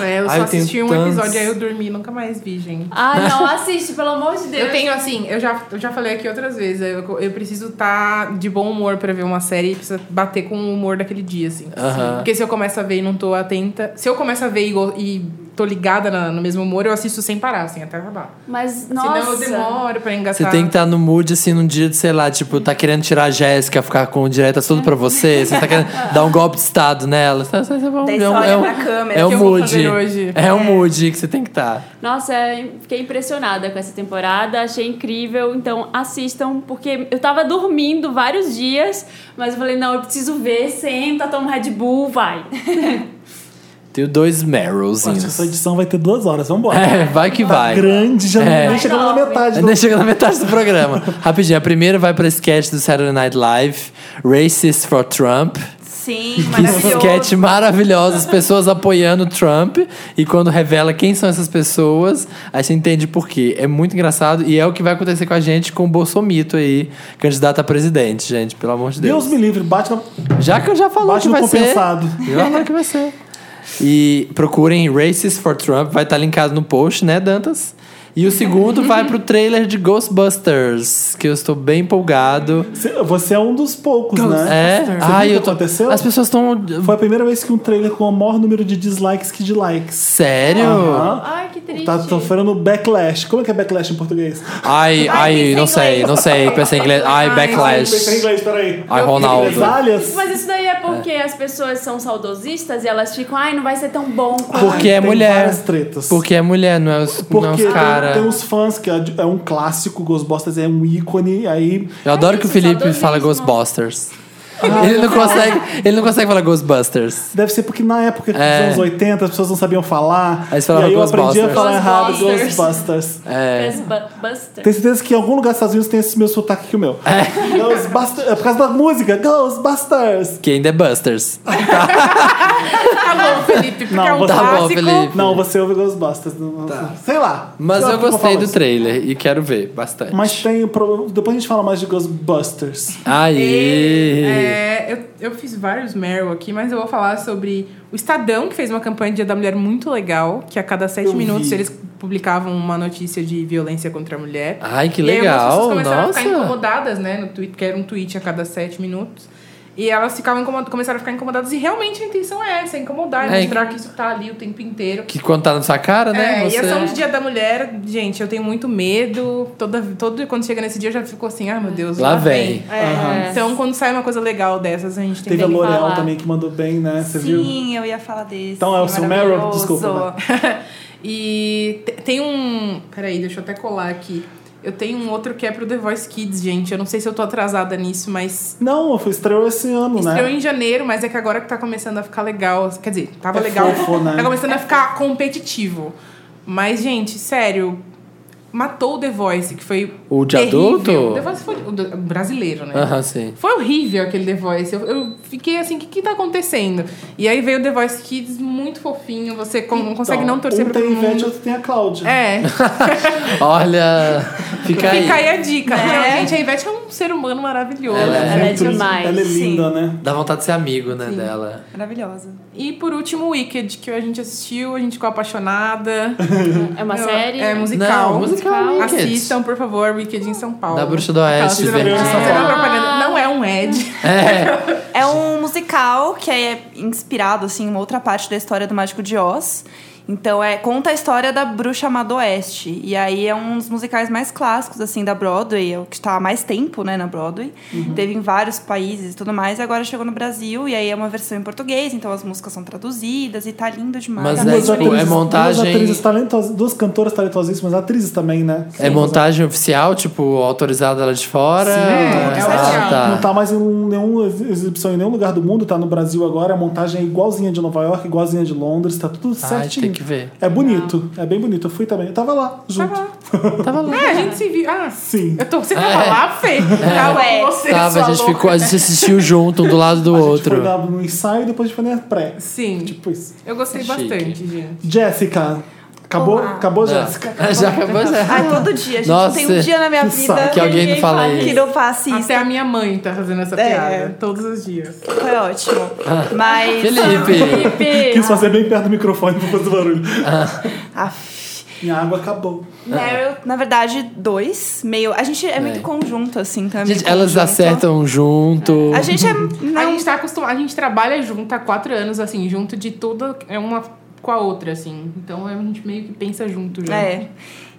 Speaker 5: É, eu
Speaker 3: Ai,
Speaker 5: só
Speaker 3: eu tenho
Speaker 5: assisti um
Speaker 3: tantos.
Speaker 5: episódio aí eu dormi, nunca mais vi, gente.
Speaker 4: Ah, não, assiste, pelo amor de Deus.
Speaker 5: Eu tenho assim, eu já, eu já falei aqui outras vezes, eu, eu preciso estar de bom humor pra ver uma série e precisa bater com o humor daquele dia, assim.
Speaker 3: Aham.
Speaker 5: Porque se eu começo a ver e não tô atenta. Se eu começo a ver e, go- e tô ligada na- no mesmo humor, eu assisto sem parar, assim, até acabar.
Speaker 4: Mas, nossa.
Speaker 5: Senão eu demoro pra engatar.
Speaker 3: Você tem que estar no mood, assim, num dia de, sei lá, tipo, tá querendo tirar a Jéssica, ficar com diretas tudo pra você. Você tá querendo dar um golpe de estado nela. Você tá- você tá- é um-
Speaker 6: Daí você
Speaker 3: é um-
Speaker 6: olha
Speaker 3: é um-
Speaker 6: pra câmera,
Speaker 3: É
Speaker 6: o que
Speaker 3: um
Speaker 6: eu vou
Speaker 3: mood.
Speaker 5: fazer hoje?
Speaker 3: É um mood que você tem que estar.
Speaker 4: Nossa, é- fiquei impressionada com essa temporada, achei incrível, então assistam, porque eu tava dormindo vários dias, mas eu falei, não, eu preciso ver, senta, toma um Red Bull, vai.
Speaker 3: Tenho dois
Speaker 2: Acho que essa
Speaker 3: Merylzinhos.
Speaker 2: edição vai ter duas horas,
Speaker 3: [LAUGHS]
Speaker 2: vambora.
Speaker 3: É, vai que vai.
Speaker 2: Tá Grande, já
Speaker 3: É.
Speaker 2: nem chegamos na
Speaker 3: [LAUGHS]
Speaker 4: Vai,
Speaker 2: metade.
Speaker 3: Ainda chega na metade do programa. Rapidinho, a primeira vai pra sketch do Saturday Night Live, Racist for Trump.
Speaker 6: Sim,
Speaker 3: Que sketch
Speaker 6: maravilhoso.
Speaker 3: maravilhosa, as pessoas apoiando o Trump. E quando revela quem são essas pessoas, aí você entende por quê. É muito engraçado e é o que vai acontecer com a gente com o Bolsomito aí, candidato a presidente, gente, pelo amor de Deus.
Speaker 2: Deus me livre, bate, na,
Speaker 3: Já que eu já falou
Speaker 2: bate
Speaker 3: que
Speaker 2: no
Speaker 3: vai ser.
Speaker 2: compensado.
Speaker 3: Já falou que vai ser. E procurem Races for Trump, vai estar linkado no post, né, Dantas? E o segundo vai pro trailer de Ghostbusters, que eu estou bem empolgado.
Speaker 2: Você- Você é um dos poucos, né?
Speaker 3: É,
Speaker 2: Você viu
Speaker 3: ai,
Speaker 2: o que
Speaker 3: eu tô...
Speaker 2: aconteceu?
Speaker 3: As pessoas estão.
Speaker 2: Foi a primeira vez que um trailer com o maior número de dislikes que de likes.
Speaker 3: Sério?
Speaker 2: Aham.
Speaker 4: Ai, que triste.
Speaker 2: Tá sofrendo backlash. Como é que é backlash em português?
Speaker 3: Ai, ai,
Speaker 4: pensei
Speaker 3: não
Speaker 4: em
Speaker 3: sei,
Speaker 4: inglês.
Speaker 3: não sei. Pensei em inglês. Ai,
Speaker 5: Ai,
Speaker 2: Pensei em
Speaker 3: backlash.
Speaker 2: inglês, peraí.
Speaker 3: Ai, Ronaldo.
Speaker 2: Represálias?
Speaker 4: É Mas isso daí é porque as pessoas são saudosistas e elas ficam, ai, não vai ser tão bom quanto.
Speaker 3: Porque é
Speaker 2: Tem
Speaker 3: mulher.
Speaker 2: várias tretas.
Speaker 3: Porque é mulher, não é os, não é
Speaker 2: Porque
Speaker 3: os
Speaker 2: tem,
Speaker 3: cara.
Speaker 2: tem uns fãs que é é um clássico, Ghostbusters é um ícone, aí
Speaker 3: Eu adoro que o
Speaker 4: isso,
Speaker 3: Felipe
Speaker 4: saudosismo.
Speaker 3: fala Ghostbusters.
Speaker 2: Ah,
Speaker 3: ele não consegue, ele não consegue falar Ghostbusters.
Speaker 2: deve ser porque na época dos
Speaker 3: É.
Speaker 2: anos 80 as pessoas não sabiam falar.
Speaker 3: Aí você
Speaker 2: e
Speaker 3: falava
Speaker 2: aí eu aprendi a
Speaker 3: Ghostbusters.
Speaker 2: falar errado
Speaker 4: Ghostbusters.
Speaker 2: Ghostbusters.
Speaker 3: É.
Speaker 4: Bu- Buster.
Speaker 2: Tenho certeza que em algum lugar dos Estados Unidos tem esse meu sotaque que o meu. Ghostbusters, é por causa da música, Ghostbusters.
Speaker 3: Que ainda é Busters.
Speaker 5: Tá bom, Felipe, porque
Speaker 2: Não,
Speaker 5: é um
Speaker 2: você-
Speaker 3: Tá bom,
Speaker 5: clássico.
Speaker 3: Felipe.
Speaker 2: Não, você ouve Ghostbusters. não- Sei lá.
Speaker 3: Tá. Mas
Speaker 2: Sei lá
Speaker 3: eu
Speaker 2: por que que
Speaker 3: gostei
Speaker 2: falo
Speaker 3: do
Speaker 2: isso.
Speaker 3: trailer e quero ver bastante.
Speaker 2: Mas tem. pro- Depois a gente fala mais de Ghostbusters.
Speaker 3: Aí.
Speaker 5: É, eu, eu fiz vários Meryl aqui, mas eu vou falar sobre o Estadão, que fez uma campanha de Dia da Mulher muito legal, que a cada sete
Speaker 2: Eu
Speaker 5: minutos
Speaker 2: vi.
Speaker 5: eles publicavam uma notícia de violência contra a mulher.
Speaker 3: Ai, Ah, que
Speaker 5: E aí algumas pessoas
Speaker 3: legal.
Speaker 5: começaram a ficar
Speaker 3: Nossa.
Speaker 5: incomodadas, né, no tweet, que era um tweet a cada sete minutos. E elas ficavam incomod- começaram a ficar incomodadas, e realmente a intenção é essa, é incomodar,
Speaker 3: É,
Speaker 5: é, mostrar que isso tá ali o tempo inteiro.
Speaker 3: Que quando tá na sua cara, né?
Speaker 5: É, e
Speaker 3: você...
Speaker 5: ação de Dia da Mulher, gente, eu tenho muito medo. Toda, todo, quando chega nesse dia, eu já fico assim, ai meu Deus,
Speaker 3: Lá vem.
Speaker 5: É,
Speaker 4: Aham.
Speaker 5: Então, quando sai uma coisa legal dessas, a gente tem
Speaker 2: Teve a
Speaker 5: que...
Speaker 4: que
Speaker 2: L'Oreal
Speaker 4: falar.
Speaker 2: também que mandou bem, né? Você viu?
Speaker 6: Sim, eu ia falar desse.
Speaker 2: Então é o seu Meryl?
Speaker 6: maravilhoso.
Speaker 2: Desculpa,
Speaker 5: [LAUGHS] e te- tem um... Peraí, deixa eu até colar aqui. Eu tenho um outro que é pro The Voice Kids, gente. Eu não sei se eu tô atrasada nisso, mas...
Speaker 2: Não, foi estreou esse ano, né?
Speaker 5: Estreou em janeiro, mas é que agora que tá começando a ficar legal. Quer dizer, tava
Speaker 2: É
Speaker 5: legal.
Speaker 2: fofo, né?
Speaker 5: Tá começando a ficar competitivo. Mas, gente, sério. Matou o The Voice, que foi.
Speaker 3: O de
Speaker 5: terrível.
Speaker 3: adulto?
Speaker 5: The Voice foi. O do- o brasileiro, né?
Speaker 3: Aham, sim.
Speaker 5: Foi horrível aquele The Voice. Eu, eu fiquei assim, o que, que tá acontecendo? E aí veio o The Voice Kids muito fofinho. Você con- consegue não torcer
Speaker 2: um
Speaker 5: pra todo
Speaker 2: tem Ivete,
Speaker 5: mundo.
Speaker 2: outro tem a Cláudia.
Speaker 5: É, [LAUGHS]
Speaker 3: Olha. [LAUGHS] Fica aí.
Speaker 5: fica aí a dica.
Speaker 4: Né?
Speaker 6: É.
Speaker 5: Não, gente, a Ivete é um ser humano maravilhoso.
Speaker 3: Ela é.
Speaker 4: Ela é
Speaker 2: Muito-
Speaker 4: demais.
Speaker 2: Ela é
Speaker 6: sim.
Speaker 2: linda, né?
Speaker 3: Dá vontade de ser amigo, né, dela.
Speaker 6: Maravilhosa.
Speaker 5: E por último, Wicked, que a gente assistiu, a gente ficou apaixonada.
Speaker 2: [LAUGHS]
Speaker 4: É uma
Speaker 5: Eu-
Speaker 4: série.
Speaker 5: É musical.
Speaker 3: Não, musical, é Wicked.
Speaker 5: Assistam, por favor, Wicked em São Paulo.
Speaker 3: Da Bruxa do Oeste,
Speaker 5: Aquela
Speaker 2: verdade.
Speaker 5: fizeram uma propaganda. Não é um Ed. [LAUGHS]
Speaker 3: É.
Speaker 6: É um musical que é inspirado, assim, em uma outra parte da história do Mágico de Oz. Então, é, conta a história da bruxa amada oeste. E aí é um dos musicais mais clássicos, assim, da Broadway. É o que tá há mais tempo, né, na Broadway. Teve em vários países e tudo mais. E agora chegou no Brasil. E aí é uma versão em português. Então, as músicas são traduzidas e tá lindo demais.
Speaker 3: Mas
Speaker 6: Tá
Speaker 3: é,
Speaker 6: muito
Speaker 3: tipo,
Speaker 6: lindo.
Speaker 3: é montagem-
Speaker 2: Duas atrizes talentosas, duas cantoras talentosíssimas, atrizes também, né?
Speaker 3: É montagem oficial, tipo, autorizada lá de fora? Ah,
Speaker 2: Sim,
Speaker 5: é oficial.
Speaker 2: Não
Speaker 3: tá.
Speaker 2: tá mais em um- nenhuma ex- exibição em nenhum lugar do mundo, tá no Brasil agora. A montagem é igualzinha de Nova York, igualzinha de Londres, tá tudo
Speaker 3: Ai,
Speaker 2: certinho.
Speaker 3: tem que ver.
Speaker 2: É bonito, é bem bonito. Eu fui também. Eu tava lá, junto.
Speaker 3: Tava lá.
Speaker 5: [LAUGHS] É, a gente se viu. Ah,
Speaker 2: Sim.
Speaker 5: eu tô. Você tava lá, Fê? Tava
Speaker 4: é.
Speaker 6: Ué,
Speaker 5: com você,
Speaker 3: É. Tava,
Speaker 5: sua
Speaker 3: a gente
Speaker 5: louca.
Speaker 3: ficou, a gente assistiu junto, um do lado do
Speaker 2: A gente foi
Speaker 3: outro.
Speaker 2: na- no ensaio e depois a gente foi na pré.
Speaker 5: Sim.
Speaker 2: Tipo isso.
Speaker 5: Eu gostei
Speaker 3: Chique.
Speaker 5: bastante, gente.
Speaker 2: Jéssica. Acabou? Acabou, Jéssica?
Speaker 3: Ah, [LAUGHS] Já acabou já.
Speaker 6: Ai, todo dia, gente.
Speaker 3: Nossa,
Speaker 6: não tem um dia na minha
Speaker 2: que
Speaker 6: vida
Speaker 2: saco.
Speaker 3: Que alguém não fala
Speaker 6: que
Speaker 3: isso.
Speaker 6: não passe isso.
Speaker 5: Até a minha mãe tá fazendo essa
Speaker 6: É.
Speaker 5: piada todos os dias.
Speaker 6: Foi ótimo. Mas.
Speaker 3: Ah, Felipe.
Speaker 2: Quis fazer bem perto do microfone pra fazer barulho.
Speaker 6: Aff.
Speaker 2: Minha água acabou.
Speaker 6: É. Meryl, na verdade, dois. Meio. A gente é, muito
Speaker 3: É.
Speaker 6: conjunto, assim, também.
Speaker 3: Gente, elas
Speaker 6: conjunto.
Speaker 3: acertam junto.
Speaker 6: A gente
Speaker 3: [LAUGHS]
Speaker 6: é.
Speaker 5: A
Speaker 6: Não,
Speaker 5: gente tá acostumado, a gente trabalha junto há quatro anos, assim, junto de tudo, é uma com a outra, assim. Então a gente meio que pensa junto já.
Speaker 6: É.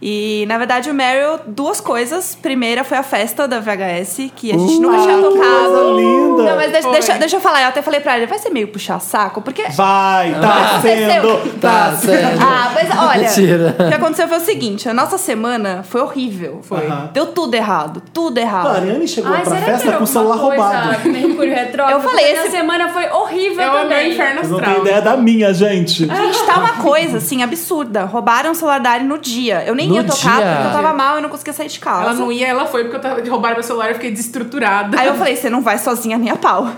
Speaker 6: E, na verdade, o Meryl, duas coisas. Primeira foi a festa da VHS, que a gente
Speaker 3: Uh,
Speaker 6: nunca tinha
Speaker 2: Coisa
Speaker 6: tocado.
Speaker 2: linda.
Speaker 6: Não, mas deixa,
Speaker 5: Foi.
Speaker 6: deixa, deixa eu falar. Eu até falei pra ele, vai ser meio puxar saco, porque...
Speaker 2: Vai, tá sendo.
Speaker 6: Aconteceu.
Speaker 2: Tá
Speaker 3: Ah. Tá,
Speaker 2: sendo.
Speaker 3: sério.
Speaker 6: Ah, mas
Speaker 3: [LAUGHS]
Speaker 6: olha...
Speaker 3: Mentira.
Speaker 6: O que aconteceu foi o seguinte. A nossa semana foi horrível. Foi.
Speaker 2: Aham.
Speaker 6: Deu tudo errado. Tudo
Speaker 2: A
Speaker 6: errado.
Speaker 2: Ariane chegou
Speaker 4: Ai,
Speaker 2: pra
Speaker 4: será que
Speaker 2: festa
Speaker 4: era
Speaker 2: com o celular
Speaker 4: alguma coisa
Speaker 2: roubado.
Speaker 4: Mercúrio retrógrado.
Speaker 6: Eu falei,
Speaker 4: Essa
Speaker 6: esse-
Speaker 4: semana foi horrível
Speaker 5: É o meu
Speaker 4: também.
Speaker 5: inferno
Speaker 2: Vocês não têm
Speaker 5: astral.
Speaker 2: ideia da minha, gente.
Speaker 6: Gente, tá uma coisa, assim, absurda. Roubaram o celular da Ari no dia. Eu nem
Speaker 3: No
Speaker 6: ia tocar,
Speaker 3: dia?
Speaker 6: porque eu tava mal e não conseguia sair de casa.
Speaker 5: Ela não ia, ela foi porque eu tava de roubar meu celular, eu fiquei desestruturada.
Speaker 6: Aí eu falei, você não vai sozinha nem a pau.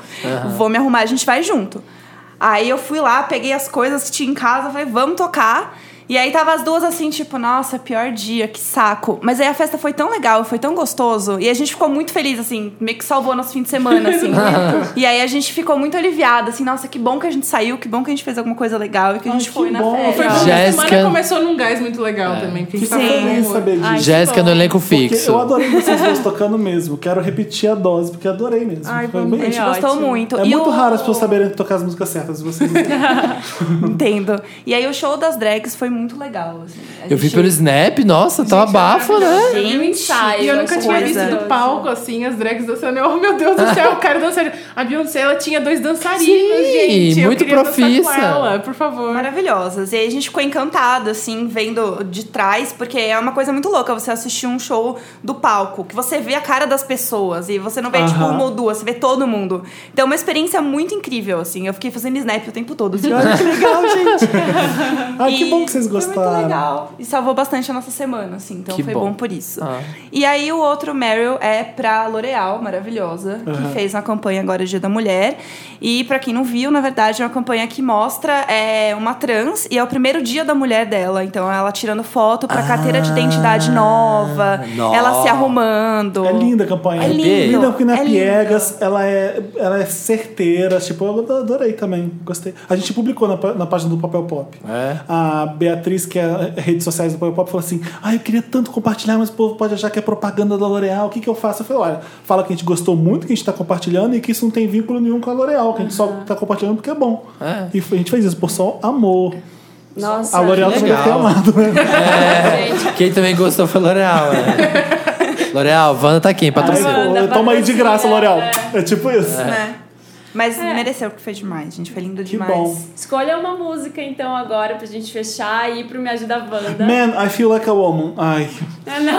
Speaker 6: Vou me arrumar, a gente vai junto. Aí eu fui lá, peguei as coisas que tinha em casa, falei, vamos tocar. E aí tava as duas assim, tipo, nossa, pior dia, que saco. Mas aí a festa foi tão legal, foi tão gostoso. E a gente ficou muito feliz, assim, meio que salvou nosso fim de semana,
Speaker 3: [LAUGHS]
Speaker 6: assim. e aí a gente ficou muito aliviada, assim, nossa, que bom que a gente saiu, que bom que a gente fez alguma coisa legal e que a gente
Speaker 2: Ai, que
Speaker 6: foi na
Speaker 2: bom.
Speaker 5: Foi bom,
Speaker 6: festa.
Speaker 5: a
Speaker 3: Jéssica-
Speaker 5: semana começou num gás muito legal também. Que a gente tá
Speaker 2: Fico
Speaker 5: tava
Speaker 2: tá feliz
Speaker 5: muito-
Speaker 2: saber disso.
Speaker 3: Jéssica no elenco
Speaker 2: Porque
Speaker 3: fixo.
Speaker 2: eu adorei vocês dois tocando mesmo. Quero repetir a dose, porque adorei mesmo.
Speaker 6: Ai,
Speaker 2: Foi
Speaker 6: vamos, a
Speaker 2: bem-
Speaker 6: gente gostou
Speaker 4: ótimo.
Speaker 6: muito.
Speaker 2: É
Speaker 6: E
Speaker 2: muito
Speaker 6: o-
Speaker 2: raro as pessoas saberem tocar as músicas certas. e Vocês
Speaker 6: Entendo. E aí o show das drags foi muito legal, assim. A
Speaker 3: Eu vi
Speaker 6: gente-
Speaker 3: pelo Snap, nossa, tava bafo, né?
Speaker 4: Eu vi um ensaio,
Speaker 5: E eu nunca
Speaker 4: as
Speaker 5: tinha
Speaker 4: coisas.
Speaker 5: visto do palco, assim, as drags dançando. Eu, Oh, meu Deus do céu, eu quero dançar. A Beyoncé, ela tinha dois dançarinos,
Speaker 3: Sim,
Speaker 5: gente. Eu
Speaker 3: muito
Speaker 5: queria dançar
Speaker 3: profissa.
Speaker 5: com ela, por favor.
Speaker 6: maravilhosas. E aí a gente ficou encantada, assim, vendo de trás, porque é uma coisa muito louca você assistir um show do palco, que você vê a cara das pessoas e você não vê, tipo,
Speaker 2: Aham.
Speaker 6: uma ou duas, você vê todo mundo. Então é uma experiência muito incrível, assim. Eu fiquei fazendo snap o tempo todo, assim, olha que legal, [LAUGHS] gente.
Speaker 2: Ai, Ah, que
Speaker 6: E
Speaker 2: bom que vocês
Speaker 6: Foi muito
Speaker 2: gostaram.
Speaker 6: legal. E salvou bastante a nossa semana, assim, então
Speaker 3: Que
Speaker 6: foi
Speaker 3: bom.
Speaker 6: bom. por isso.
Speaker 3: Ah.
Speaker 6: E aí o outro Meryl é pra L'Oreal, maravilhosa,
Speaker 2: Aham.
Speaker 6: que fez uma campanha agora Dia da Mulher. E pra quem não viu, na verdade, é uma campanha que mostra é, uma trans e é o primeiro dia da mulher dela. Então ela tirando foto pra carteira de
Speaker 3: Ah,
Speaker 6: identidade nova,
Speaker 3: nossa.
Speaker 6: ela se arrumando.
Speaker 2: É linda a campanha.
Speaker 6: É lindo,
Speaker 2: Linda porque na
Speaker 6: é lindo.
Speaker 2: Piegas ela é, ela é certeira. Tipo, eu adorei também. Gostei. A gente publicou na, pá- na página do Papel Pop.
Speaker 3: É.
Speaker 2: A Beatriz, que é a redes sociais do Papel Pop, falou assim: Ah, eu queria tanto compartilhar, mas o povo pode achar que é propaganda da L'Oreal. O que, que eu faço? Eu falei: Olha, fala que a gente gostou muito, que a gente tá compartilhando e que isso não tem vínculo nenhum com a L'Oreal, que a gente só tá compartilhando porque é bom.
Speaker 3: É.
Speaker 2: E foi- a gente fez isso por só amor.
Speaker 4: Nossa,
Speaker 2: A L'Oreal
Speaker 3: que
Speaker 2: também deve ter
Speaker 3: legal.
Speaker 2: amado, né?
Speaker 4: É.
Speaker 3: Quem também gostou foi L'Oreal, né? L'Oreal, Wanda tá aqui, patrocínio.
Speaker 2: Aí,
Speaker 4: Wanda,
Speaker 2: pô, Toma aí de
Speaker 4: patrocina,
Speaker 3: né?
Speaker 2: graça, L'Oreal.
Speaker 4: é.
Speaker 2: É tipo isso.
Speaker 6: né? Mas mereceu, porque foi demais, gente. Foi lindo
Speaker 2: Que
Speaker 6: demais.
Speaker 2: bom.
Speaker 4: Escolha uma música então agora pra gente fechar e ir pro Me Ajuda Wanda.
Speaker 2: Man, I feel like a woman. Ai.
Speaker 4: Ah, Não,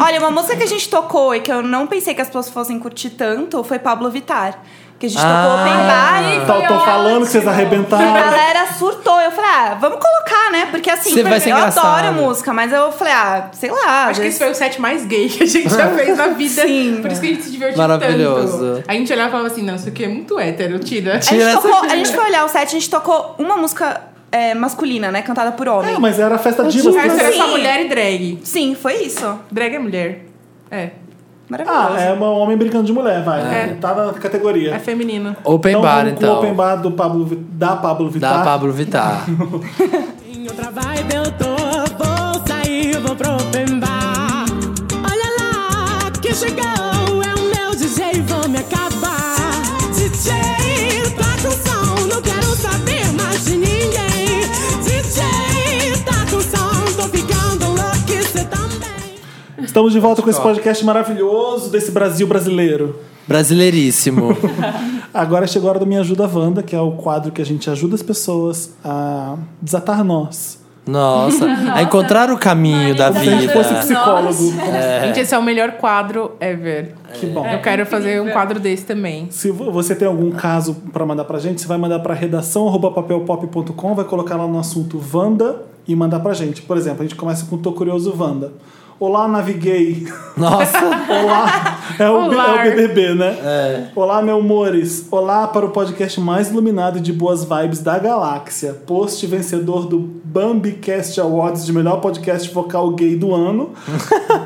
Speaker 6: Olha, uma música que a gente tocou e que eu não pensei que as pessoas fossem curtir tanto foi Pablo Vittar. Que a gente tocou
Speaker 3: Ah. Tá.
Speaker 6: Open Bar e
Speaker 2: Tô, Tá, tô falando que vocês
Speaker 6: A
Speaker 2: arrebentaram.
Speaker 6: galera surtou. Eu falei, ah, vamos colocar, né? Porque assim,
Speaker 3: Você vai ser
Speaker 6: eu
Speaker 3: engraçado.
Speaker 6: adoro música, mas eu falei, ah, sei lá. às
Speaker 5: Acho que
Speaker 6: vezes-
Speaker 5: esse foi o set mais gay que a gente já fez na vida.
Speaker 6: Sim.
Speaker 5: Por isso que a gente se divertiu
Speaker 3: Maravilhoso.
Speaker 5: tanto. A gente olhava e falava assim, não, isso aqui é muito hétero, tira.
Speaker 6: a,
Speaker 3: Tira
Speaker 6: gente
Speaker 3: essa
Speaker 6: tocou- a gente foi olhar o set, a gente tocou uma música é, masculina, né? Cantada por homem.
Speaker 3: assim,
Speaker 2: É, mas era a festa divas.
Speaker 5: Mas era só
Speaker 6: Sim.
Speaker 5: mulher e drag.
Speaker 6: Sim, foi isso.
Speaker 5: Drag é mulher. É,
Speaker 6: Maravilhoso.
Speaker 2: Ah, é um homem brincando de mulher, vai. né? Tá na
Speaker 5: é
Speaker 2: categoria.
Speaker 5: feminino.
Speaker 3: Open Bar,
Speaker 2: vamos com O
Speaker 3: então.
Speaker 2: open bar tá? do Pablo, Vi- da Pablo Vittar.
Speaker 3: Da Pablo
Speaker 2: [LAUGHS]
Speaker 3: Vittar.
Speaker 7: Em outra vibe eu tô, vou sair, vou pro open bar. Olha lá, que chegou, é o meu DJ, vou me acabar. DJ, tá com som, não quero saber mais de ninguém. DJ, tá com som, tô ficando louco e cê também.
Speaker 2: Estamos de volta com esse podcast maravilhoso desse Brasil brasileiro.
Speaker 3: Brasileiríssimo.
Speaker 2: Agora chegou a hora do Me Ajuda Wanda, que é o quadro que a gente ajuda as pessoas a desatar nós
Speaker 3: Nossa, a encontrar o caminho da
Speaker 2: Se a gente
Speaker 3: vida.
Speaker 2: fosse psicólogo,
Speaker 5: Gente, esse é o melhor quadro ever.
Speaker 2: que
Speaker 3: É.
Speaker 2: bom.
Speaker 5: Eu quero fazer um quadro desse também.
Speaker 2: Se vo- você tem algum caso pra mandar pra gente, você vai mandar pra redação arroba papelpop.com, vai colocar lá no assunto Wanda e mandar pra gente. Por exemplo, a gente começa com Tô Curioso Wanda. Olá, naviguei.
Speaker 3: Nossa,
Speaker 2: [LAUGHS] Olá. É o, B- é o
Speaker 5: Olá.
Speaker 2: BBB, né? Olá, meu amores. Olá para o podcast mais iluminado e de boas vibes da galáxia. Post vencedor do Bambicast Awards de melhor podcast vocal gay do ano,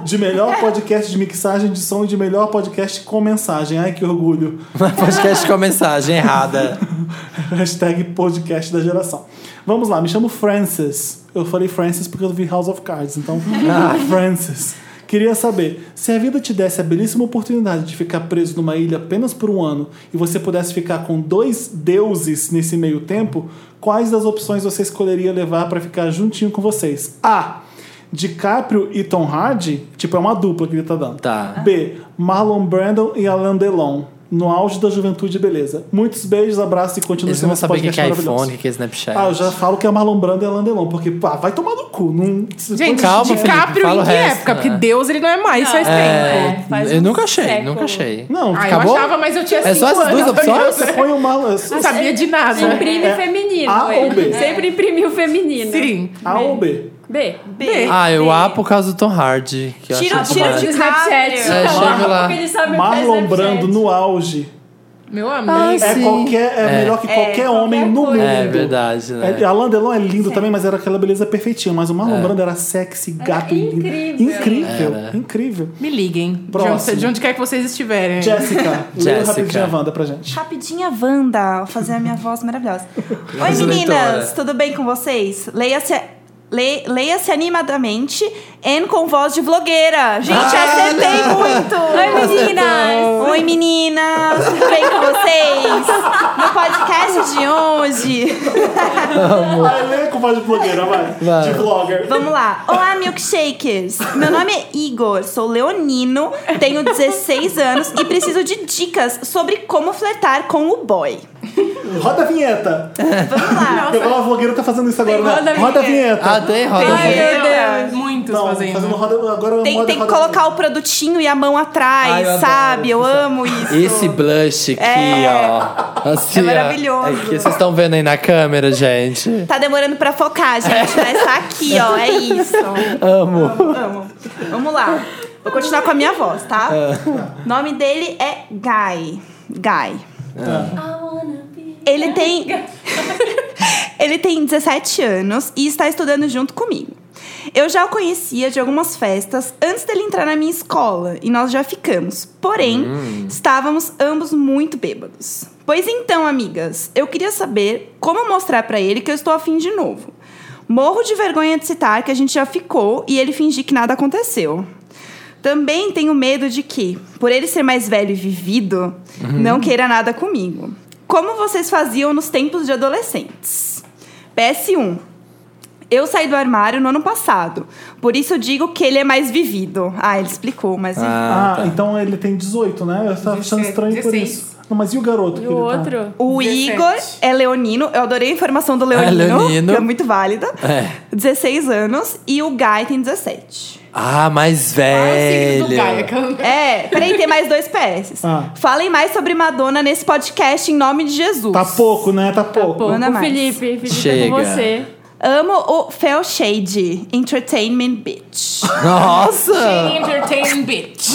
Speaker 2: de melhor podcast de mixagem de som e de melhor podcast com mensagem. Ai, que orgulho.
Speaker 3: podcast com é mensagem errada.
Speaker 2: [LAUGHS] Hashtag podcast da geração. Vamos lá, me chamo Francis. Eu falei Francis porque eu vi House of Cards, então. Francis. Queria saber, se a vida te desse a belíssima oportunidade de ficar preso numa ilha apenas por um ano e você pudesse ficar com dois deuses nesse meio tempo, quais das opções você escolheria levar pra ficar juntinho com vocês? A. DiCaprio e Tom Hardy, tipo é uma dupla que ele tá dando.
Speaker 3: Tá.
Speaker 2: B. Marlon Brando e Alain Delon. No auge da juventude, e beleza. Muitos beijos, abraços e continua
Speaker 3: Eles
Speaker 2: sendo
Speaker 3: não
Speaker 2: esse
Speaker 3: sabem o que que
Speaker 2: podcast
Speaker 3: é
Speaker 2: maravilhoso.
Speaker 3: iPhone, o que que é Snapchat.
Speaker 2: Ah, eu já falo que é Marlon Brando e Alain Delon, porque pá, vai tomar no cu. Não...
Speaker 5: Gente,
Speaker 3: Calma, Felipe,
Speaker 5: DiCaprio
Speaker 3: fala
Speaker 5: em
Speaker 3: o
Speaker 5: que
Speaker 3: resto,
Speaker 5: época?
Speaker 3: né?
Speaker 5: Porque Deus ele não é mais faz tempo.
Speaker 3: É,
Speaker 4: faz
Speaker 3: eu
Speaker 4: um
Speaker 3: nunca achei,
Speaker 4: século.
Speaker 3: nunca achei.
Speaker 2: Não,
Speaker 5: Ah,
Speaker 2: acabou.
Speaker 5: eu achava, mas eu tinha
Speaker 3: É
Speaker 5: cinco
Speaker 3: só essas duas
Speaker 5: anos.
Speaker 3: opções?
Speaker 2: Você põe o Marlon.
Speaker 5: Não sabia de nada.
Speaker 4: Imprime feminino.
Speaker 2: É. A ou
Speaker 4: ele.
Speaker 2: B?
Speaker 4: Sempre imprimiu feminino.
Speaker 5: Sim.
Speaker 2: A ou B?
Speaker 4: B.
Speaker 6: B.
Speaker 3: Ah, eu A por causa do Tom Hardy. Que eu
Speaker 6: Tira,
Speaker 3: acho
Speaker 6: tira
Speaker 3: demais.
Speaker 6: de
Speaker 4: Snapchat.
Speaker 6: Snapchat.
Speaker 3: É, chega lá.
Speaker 4: Então, Porque ele sabe o que é
Speaker 2: Marlon
Speaker 4: Snapchat.
Speaker 2: Brando no auge.
Speaker 5: Meu amigo.
Speaker 2: É,
Speaker 3: Sim.
Speaker 2: qualquer, é,
Speaker 3: É.
Speaker 2: melhor que
Speaker 6: É,
Speaker 2: qualquer
Speaker 6: qualquer
Speaker 2: homem no mundo.
Speaker 6: coisa.
Speaker 3: É verdade, né?
Speaker 2: É, Alain Delon é lindo também, mas era aquela beleza perfeitinha. Mas o Marlon Brando era sexy, gato. lindo.
Speaker 4: incrível.
Speaker 2: Incrível,
Speaker 3: Era.
Speaker 2: incrível.
Speaker 5: Me liguem. De
Speaker 2: Próximo.
Speaker 5: onde, de onde quer que vocês estiverem.
Speaker 2: Jéssica, leia
Speaker 3: Jéssica.
Speaker 2: rapidinho a Wanda pra gente.
Speaker 6: Rapidinha, Wanda, vou fazer a minha voz maravilhosa. Oi,
Speaker 3: Leitora.
Speaker 6: meninas, tudo bem com vocês? Leia-se. le- Leia-se animadamente and com voz de vlogueira. Gente,
Speaker 3: Ah,
Speaker 6: acertei muito!
Speaker 4: Oi, meninas!
Speaker 6: Oi, meninas! Tudo bem com vocês? No podcast de hoje.
Speaker 2: Vai ler com voz de blogueira, vai.
Speaker 3: Vai.
Speaker 2: De blogger.
Speaker 6: Vamos lá. Olá, milkshakers! Meu nome é Igor, sou leonino, tenho 16 anos e preciso de dicas sobre como flertar com o boy.
Speaker 2: Roda a vinheta.
Speaker 6: Vamos
Speaker 2: [LAUGHS]
Speaker 6: lá.
Speaker 2: Porque a blogueira tá fazendo isso agora, né?
Speaker 4: roda a
Speaker 2: Roda a
Speaker 4: vinheta.
Speaker 2: vinheta.
Speaker 3: Ah, né? tem roda.
Speaker 5: Ai,
Speaker 3: Ai,
Speaker 5: meu
Speaker 6: Deus.
Speaker 5: Deus. Muitos
Speaker 2: Não,
Speaker 5: fazendo.
Speaker 2: fazendo roda, agora
Speaker 6: Tem,
Speaker 2: roda,
Speaker 6: tem que
Speaker 2: roda-
Speaker 6: colocar o produtinho e a mão
Speaker 3: Ai,
Speaker 6: atrás,
Speaker 3: eu adoro
Speaker 6: sabe? Eu
Speaker 3: isso.
Speaker 6: amo isso.
Speaker 3: Esse blush aqui,
Speaker 6: É.
Speaker 3: ó. Assim,
Speaker 6: É
Speaker 3: ó.
Speaker 6: maravilhoso.
Speaker 3: É que vocês estão vendo aí na câmera, gente.
Speaker 6: Tá demorando pra focar, gente, mas tá aqui, ó. É isso.
Speaker 3: Amo.
Speaker 6: Amo. Vamos lá. Vou continuar com a minha voz, tá? O nome dele é Guy. Guy. Ele tem. [LAUGHS] Ele tem 17 anos e está estudando junto comigo. Eu já o conhecia de algumas festas antes dele entrar na minha escola e nós já ficamos. Porém, estávamos ambos muito bêbados. Pois então, amigas, eu queria saber como mostrar pra ele que eu estou afim de novo. Morro de vergonha de citar que a gente já ficou e ele fingir que nada aconteceu. Também tenho medo de que, por ele ser mais velho e vivido, não queira nada comigo. Como vocês faziam nos tempos de adolescentes? PS1. Eu saí do armário no ano passado, por isso eu digo que ele é mais vivido. Ah, ele explicou, mas.
Speaker 3: Ah,
Speaker 2: Ah,
Speaker 3: tá.
Speaker 2: então ele tem 18, né? Eu tava achando
Speaker 5: 16,
Speaker 2: estranho por
Speaker 5: 16.
Speaker 2: isso. Não, mas e o garoto? que
Speaker 4: E
Speaker 2: ele
Speaker 4: o
Speaker 2: tá?
Speaker 4: outro?
Speaker 6: O
Speaker 5: 17.
Speaker 6: Igor é leonino. Eu adorei a informação do leonino,
Speaker 3: leonino.
Speaker 6: que é muito válida.
Speaker 3: É.
Speaker 6: 16 anos. E o Guy tem 17.
Speaker 3: Ah, mais
Speaker 5: Ah, o signo do
Speaker 3: velho.
Speaker 5: Gaia, cara.
Speaker 6: É, peraí, tem mais dois PS.
Speaker 2: Ah.
Speaker 6: Falem mais sobre Madonna nesse podcast em nome de Jesus.
Speaker 2: Tá pouco, né? Tá pouco.
Speaker 4: Pô,
Speaker 6: Manda
Speaker 4: o
Speaker 6: mais.
Speaker 4: Felipe, Felipe é
Speaker 3: Chega.
Speaker 4: com você.
Speaker 6: Amo o Fel Shade Entertainment Bitch.
Speaker 3: Nossa!
Speaker 5: Entertaining bitch.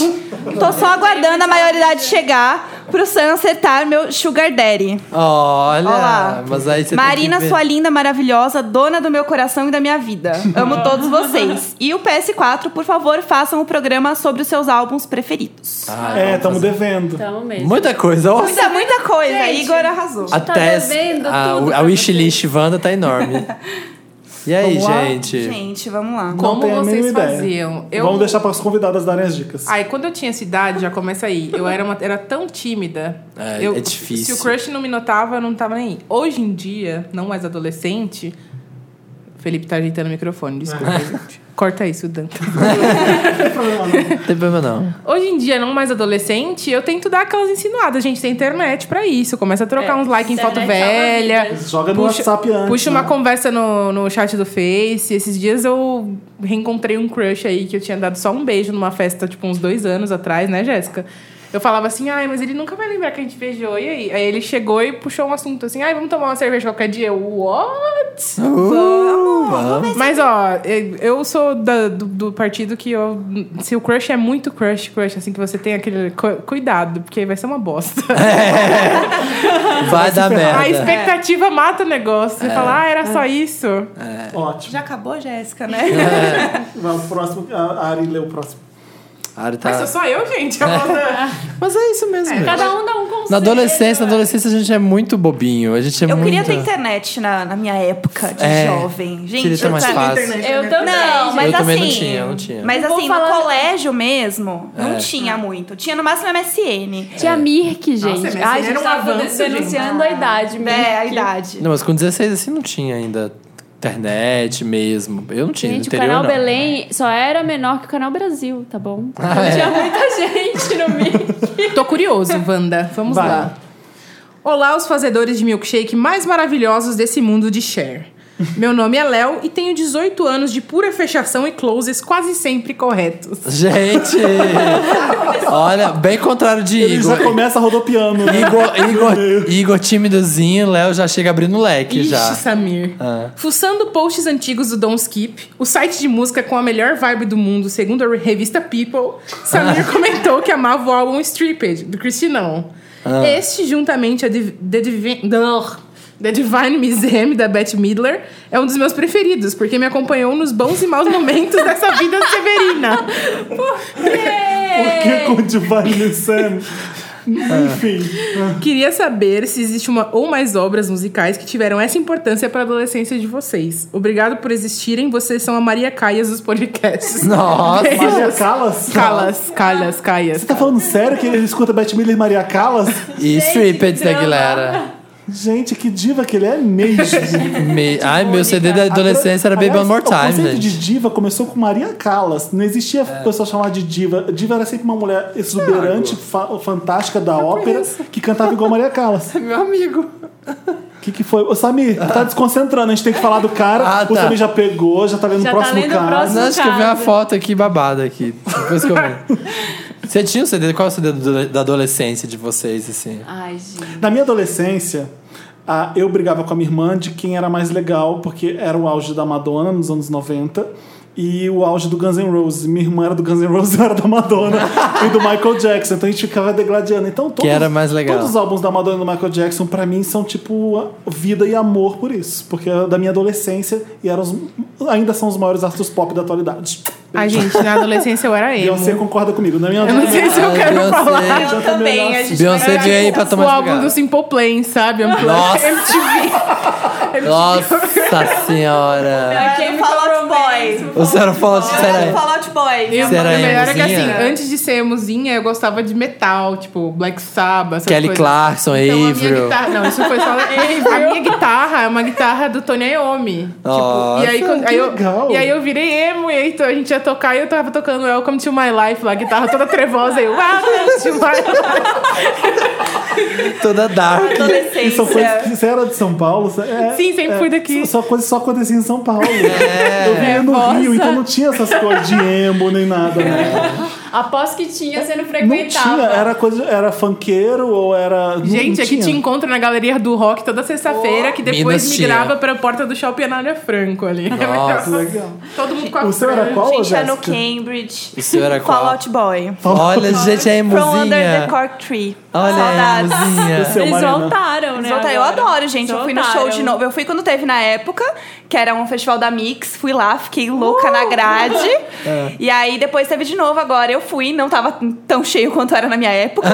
Speaker 6: Tô só aguardando a maioridade chegar pro Sam acertar meu Sugar Daddy.
Speaker 3: Olha!
Speaker 6: Olá.
Speaker 3: Ah, Mas aí você
Speaker 6: Marina,
Speaker 3: tem que ver.
Speaker 6: sua linda, maravilhosa, dona do meu coração e da minha vida. Amo todos vocês. E o PS4, por favor, façam o programa sobre os seus álbuns preferidos.
Speaker 3: Ah,
Speaker 2: É,
Speaker 3: vamos
Speaker 2: tamo devendo.
Speaker 4: Então mesmo.
Speaker 3: Muita coisa. Nossa.
Speaker 6: Muita, muita coisa.
Speaker 4: Gente.
Speaker 6: Igor arrasou.
Speaker 3: Até
Speaker 4: devendo
Speaker 3: a,
Speaker 4: tudo
Speaker 3: a
Speaker 4: pra
Speaker 3: wishlist Wanda tá enorme. E aí,
Speaker 2: Vamos lá?
Speaker 3: gente?
Speaker 6: Gente, vamos lá.
Speaker 2: Não
Speaker 5: Como
Speaker 2: tenho a
Speaker 5: vocês
Speaker 2: mínima ideia.
Speaker 5: faziam? Eu-
Speaker 2: Vamos deixar para as convidadas darem as dicas.
Speaker 5: Aí, quando eu tinha essa idade, já começa aí. Eu era, uma, era tão tímida.
Speaker 3: É,
Speaker 5: eu,
Speaker 3: é difícil.
Speaker 5: Se o crush não me notava, eu não tava nem aí. Hoje em dia, não mais adolescente, Felipe tá ajeitando o microfone,
Speaker 3: Ah.
Speaker 5: desculpa, gente. Corta isso, Dan.
Speaker 3: Não tem problema, não.
Speaker 5: Hoje em dia, não mais adolescente, eu tento dar aquelas insinuadas. A gente tem internet pra isso. Começa a trocar
Speaker 4: É,
Speaker 5: uns likes em foto
Speaker 4: internet salva
Speaker 5: velha.
Speaker 4: vidas.
Speaker 2: Joga no WhatsApp antes.
Speaker 5: puxa uma
Speaker 2: né?
Speaker 5: conversa no, no chat do Face. Esses dias eu reencontrei um crush aí que eu tinha dado só um beijo numa festa, tipo, uns dois anos atrás, né, Jéssica? Eu falava assim, ai, mas ele nunca vai lembrar que a gente beijou. E aí? Aí ele chegou e puxou um assunto assim, ai, vamos tomar uma cerveja qualquer dia. Eu, What?
Speaker 3: Vamos.
Speaker 5: Mas, ó, eu- eu sou da- do, do partido que eu. Se o crush é muito crush, crush, assim, que você tem aquele. cu- Cuidado, porque vai ser uma bosta.
Speaker 3: Vai dar
Speaker 5: A
Speaker 3: É merda.
Speaker 5: expectativa mata o negócio. Você fala, ah, era só isso.
Speaker 2: Ótimo.
Speaker 6: Já acabou, Jéssica, né?
Speaker 2: Vai, o próximo, a Ari lê o próximo.
Speaker 3: Ari
Speaker 5: Mas
Speaker 3: tá...
Speaker 5: sou só eu, gente. A moda- [LAUGHS]
Speaker 3: Mas é isso mesmo. gente.
Speaker 4: Cada um dá um conselho.
Speaker 3: Na adolescência, na adolescência a gente é muito bobinho. A gente é
Speaker 6: Eu
Speaker 3: muito...
Speaker 6: queria ter internet na, na minha época de
Speaker 3: É.
Speaker 6: jovem. Gente,
Speaker 3: Queria ter
Speaker 6: eu
Speaker 3: mais
Speaker 6: tava-
Speaker 3: fácil.
Speaker 4: Eu também.
Speaker 6: Não, mas
Speaker 3: Eu também não
Speaker 6: assim,
Speaker 3: tinha, não tinha.
Speaker 6: Mas
Speaker 4: Vou
Speaker 6: assim,
Speaker 4: falar-
Speaker 6: no colégio mesmo, não
Speaker 3: É.
Speaker 6: tinha muito. Tinha no máximo MSN.
Speaker 4: Tinha Mirk, gente.
Speaker 5: mas
Speaker 4: Ai, a
Speaker 5: era
Speaker 4: gente Ah, né?
Speaker 5: um
Speaker 4: tava
Speaker 5: avanço,
Speaker 4: denunciando a idade, Mirk.
Speaker 6: É, a idade.
Speaker 3: Não, mas com 16 assim não tinha ainda internet mesmo. Eu não tinha, no
Speaker 4: Gente, o
Speaker 3: interior
Speaker 4: canal
Speaker 3: não.
Speaker 4: Belém só era menor que o canal Brasil, tá bom?
Speaker 3: Ah,
Speaker 4: Então
Speaker 3: é.
Speaker 4: Tinha muita gente no Mirk.
Speaker 5: Tô curioso, Wanda. Vamos
Speaker 2: Vai.
Speaker 5: lá. Olá, os fazedores de milkshake mais maravilhosos desse mundo de share. Meu nome é Léo e tenho 18 anos de pura fechação e closes quase sempre corretos.
Speaker 3: Gente! Olha, bem contrário de
Speaker 2: Ele
Speaker 3: Igor.
Speaker 2: já começa rodopiando. né?
Speaker 3: Igor, Igor, Igor tímidozinho, Léo já chega abrindo o leque
Speaker 5: Ixi,
Speaker 3: já.
Speaker 5: Samir.
Speaker 3: Ah.
Speaker 5: Fuçando posts antigos do Don't Skip, o site de música com a melhor vibe do mundo, segundo a revista People, Samir comentou que amava o álbum Stripped, do Cristinão. Este, juntamente a Div- The, Divin- Dor- The Divine Miss M, da Beth Midler, é um dos meus preferidos, porque me acompanhou nos bons e maus momentos dessa vida severina.
Speaker 2: Por
Speaker 3: É.
Speaker 2: que com o Divine e Sam? Enfim.
Speaker 5: Queria saber se existe uma ou mais obras musicais que tiveram essa importância para a adolescência de vocês. Obrigado por existirem, vocês são a Maria Caias dos podcasts.
Speaker 3: Nossa!
Speaker 2: Maria Callas?
Speaker 5: Calas, calhas, caias.
Speaker 2: Você tá falando sério que ele escuta Beth Miller e Maria Callas?
Speaker 3: E Stripped da Aguilera.
Speaker 2: Gente, que diva que ele é mesmo.
Speaker 3: Me- Ai, meu CD da [LAUGHS] adolescência era Baby
Speaker 2: Aliás,
Speaker 3: One More
Speaker 2: O
Speaker 3: Time,
Speaker 2: conceito de
Speaker 3: gente. É.
Speaker 2: diva começou com Maria Callas. Não existia pessoa chamada de diva. Diva era sempre uma mulher exuberante, fa- fantástica da ópera, que cantava igual Maria
Speaker 3: [LAUGHS]
Speaker 2: Callas.
Speaker 3: Meu amigo.
Speaker 2: O que, que foi? Ô, Samir, tá desconcentrando. A gente tem que falar do cara.
Speaker 3: Ah,
Speaker 2: O
Speaker 3: tá.
Speaker 2: Samir já pegou, já tá lendo o
Speaker 4: Já tá
Speaker 2: próximo
Speaker 4: lendo o
Speaker 2: caso.
Speaker 4: próximo.
Speaker 3: Não, acho que eu vi uma
Speaker 4: Casa.
Speaker 3: foto aqui babada aqui. Depois que eu vi. Você tinha o CD? Qual é o CD do- da adolescência de vocês, assim?
Speaker 4: Ai, gente.
Speaker 2: Na minha adolescência, ah, eu brigava com a minha irmã de quem era mais legal, porque era o auge da Madonna nos anos 90 e o auge do Guns N' Roses. Minha irmã era do Guns N' Roses, [LAUGHS] eu era da Madonna e do Michael Jackson. Então a gente ficava degladiando. Então todos,
Speaker 3: era mais legal.
Speaker 2: todos os álbuns da Madonna e do Michael Jackson pra mim são tipo a- vida e amor por isso, porque era da minha adolescência e eram os- ainda são os maiores artistas pop da atualidade.
Speaker 5: Ai, gente, na adolescência eu era
Speaker 2: E
Speaker 5: emo. É
Speaker 2: você concorda comigo? Na minha
Speaker 5: Eu não sei se eu
Speaker 3: Ai, Ah,
Speaker 5: quero
Speaker 3: Beyoncé.
Speaker 5: falar.
Speaker 6: Eu
Speaker 2: adianta
Speaker 3: tá
Speaker 6: também,
Speaker 2: melhor
Speaker 6: a gente
Speaker 3: Beyoncé
Speaker 6: vai-
Speaker 3: veio aí pra
Speaker 5: O
Speaker 3: tomar
Speaker 5: álbum do
Speaker 3: lugar.
Speaker 5: Simple Plan, sabe? Unplugged.
Speaker 3: Nossa.
Speaker 5: MTV.
Speaker 3: Nossa senhora.
Speaker 6: Era
Speaker 4: Quem
Speaker 6: o
Speaker 4: me
Speaker 6: Fallout
Speaker 4: compromete?
Speaker 6: Boy.
Speaker 3: O senhor falou
Speaker 6: Eu era do
Speaker 3: sério.
Speaker 6: Fallout Boy.
Speaker 5: E o
Speaker 3: Você era
Speaker 5: melhor é que assim,
Speaker 3: emozinha?
Speaker 5: antes de ser emozinha, eu gostava de metal, tipo Black Sabbath, essas
Speaker 3: Kelly
Speaker 5: coisas.
Speaker 3: Clarkson,
Speaker 5: Então, a minha
Speaker 3: Avril.
Speaker 5: guitarra, não, isso foi
Speaker 3: [LAUGHS]
Speaker 5: só a minha guitarra é uma guitarra do Tony Iommi. Tipo,
Speaker 3: Nossa,
Speaker 5: e aí, quando-
Speaker 2: que
Speaker 5: aí eu,
Speaker 2: legal.
Speaker 5: e aí eu virei emo e aí to- a gente ia tocar e eu tava tocando Welcome to My Life lá, a guitarra toda trevosa e eu "Ah,
Speaker 3: [LAUGHS]
Speaker 5: Welcome to My Life.
Speaker 3: Toda dark.
Speaker 6: [LAUGHS] Adolescência.
Speaker 2: E são coisas que você era de São Paulo? É,
Speaker 5: Sim, sempre fui daqui.
Speaker 2: Só, só coisas só aconteciam em São Paulo.
Speaker 3: É.
Speaker 2: Eu vinha no
Speaker 5: Nossa.
Speaker 2: Rio, então não tinha essas coisas de emo nem nada, né?
Speaker 4: Aposto que tinha, você não
Speaker 2: Não
Speaker 4: frequentava.
Speaker 2: tinha, era coisa, era funkeiro ou era. não-
Speaker 5: Gente,
Speaker 2: não
Speaker 5: aqui te
Speaker 2: tinha.
Speaker 5: encontro na galeria do rock toda sexta-feira, que depois
Speaker 3: Minas tinha.
Speaker 5: migrava pra porta do shopping Anália Franco ali. [LAUGHS]
Speaker 3: Nossa.
Speaker 2: Legal.
Speaker 5: Todo mundo com a
Speaker 2: O seu era
Speaker 5: franja.
Speaker 2: qual?
Speaker 6: Gente, é no
Speaker 2: Jéssica?
Speaker 6: Cambridge.
Speaker 3: O senhor era qual?
Speaker 6: Fallout Boy.
Speaker 3: Olha, gente, é
Speaker 6: From Under the
Speaker 3: emozinha.
Speaker 6: Cork Tree.
Speaker 3: Olha, é
Speaker 6: Saudades.
Speaker 3: emozinha.
Speaker 2: Seu
Speaker 4: Eles
Speaker 2: Marina.
Speaker 4: voltaram, né?
Speaker 6: Eles voltaram. Eu
Speaker 4: agora.
Speaker 6: adoro, gente. Eu fui no show
Speaker 4: Voltaram.
Speaker 6: de novo. Eu fui quando teve na época, que era um festival da Mix. Fui lá, fiquei louca na grade. E aí depois teve de novo agora. Eu fui, não tava tão cheio quanto era na minha época.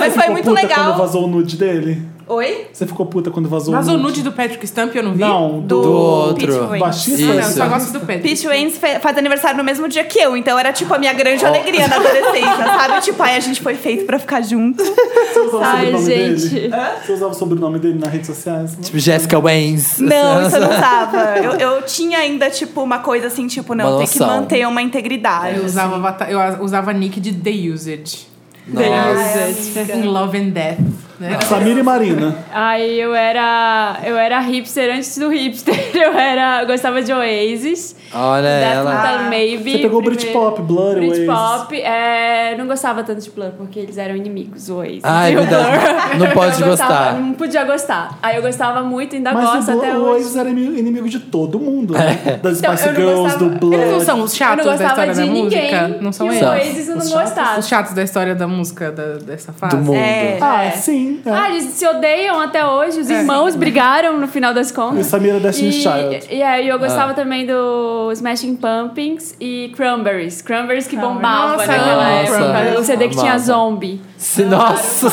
Speaker 6: mas foi
Speaker 2: Ficou
Speaker 6: muito
Speaker 2: puta Quando
Speaker 6: legal.
Speaker 2: vazou o nude dele.
Speaker 6: Oi?
Speaker 2: Você ficou puta quando vazou
Speaker 5: Mas o
Speaker 2: nude?
Speaker 5: nude do Patrick Stamp eu não vi.
Speaker 2: Não, do,
Speaker 3: Do outro.
Speaker 6: Pete Wentz.
Speaker 2: baixista.
Speaker 5: Ah, não, eu
Speaker 3: Isso.
Speaker 5: só gosto do Patrick.
Speaker 6: Pete Wentz fe- faz aniversário no mesmo dia que eu, então era tipo a minha grande alegria na adolescência, sabe? Tipo, ai, a gente foi feito pra ficar junto.
Speaker 2: Você usava o
Speaker 4: Ai,
Speaker 2: sobrenome
Speaker 4: gente.
Speaker 2: dele? Você usava o sobrenome dele nas redes sociais? Não?
Speaker 3: Tipo, Jessica Waynes.
Speaker 6: Não, isso eu não usava. Eu, eu tinha ainda, tipo, uma coisa assim, tipo, não,
Speaker 3: Uma
Speaker 6: tem que
Speaker 3: noção.
Speaker 6: manter uma integridade.
Speaker 5: Eu
Speaker 4: É,
Speaker 5: usava, avata- eu a- usava nick de The Used.
Speaker 3: Nossa.
Speaker 5: In Love and Death. Né?
Speaker 2: Samira e Marina.
Speaker 4: Aí eu era. Eu era hipster antes do hipster. [LAUGHS] Eu era. eu gostava de Oasis.
Speaker 3: Olha
Speaker 4: Death
Speaker 3: ela.
Speaker 5: Ah.
Speaker 4: Metal Maybe.
Speaker 2: Você pegou o
Speaker 4: primeiro.
Speaker 2: Britpop, Blur, Oasis.
Speaker 4: Britpop, é, não gostava tanto de Blur, porque eles eram inimigos, o Oasis.
Speaker 3: Ai,
Speaker 4: e o
Speaker 3: Ah, é verdade.
Speaker 4: Blur.
Speaker 3: Não pode
Speaker 4: [LAUGHS] Eu gostava,
Speaker 3: gostar.
Speaker 4: Não podia gostar. Aí eu gostava muito, ainda
Speaker 2: Mas
Speaker 4: gosto
Speaker 2: o, Blur-
Speaker 4: até
Speaker 2: o
Speaker 4: hoje.
Speaker 2: Oasis era inimigo inimigo de todo mundo, né? Das
Speaker 4: Então,
Speaker 2: Spice
Speaker 4: eu não
Speaker 2: Girls,
Speaker 4: gostava-
Speaker 2: do Blur.
Speaker 5: Eles não são os
Speaker 4: Eu
Speaker 5: chatos
Speaker 4: não
Speaker 5: da
Speaker 4: gostava
Speaker 5: história
Speaker 4: de
Speaker 5: da
Speaker 4: ninguém.
Speaker 5: música? Não são
Speaker 4: e
Speaker 5: eles?
Speaker 4: o Oasis eu não
Speaker 2: Os chatos?
Speaker 4: gostava.
Speaker 5: Os chatos da história da música da- dessa fase?
Speaker 3: Do mundo.
Speaker 6: É.
Speaker 2: Ah, sim. é.
Speaker 4: Ah, eles se odeiam até hoje, os
Speaker 5: É.
Speaker 4: irmãos brigaram no final das
Speaker 2: E
Speaker 4: contas.
Speaker 2: Samira Destiny's
Speaker 4: E,
Speaker 2: Child.
Speaker 4: e aí eu
Speaker 3: Ah.
Speaker 4: gostava também do Smashing Pumpkins e Cranberries. Cranberries
Speaker 2: Ah,
Speaker 4: que bombava
Speaker 5: Nossa,
Speaker 4: naquela
Speaker 3: eu amo
Speaker 4: época.
Speaker 3: Cranberries.
Speaker 4: O CD que tinha
Speaker 3: Amava.
Speaker 4: zombie.
Speaker 3: Se- Nossa.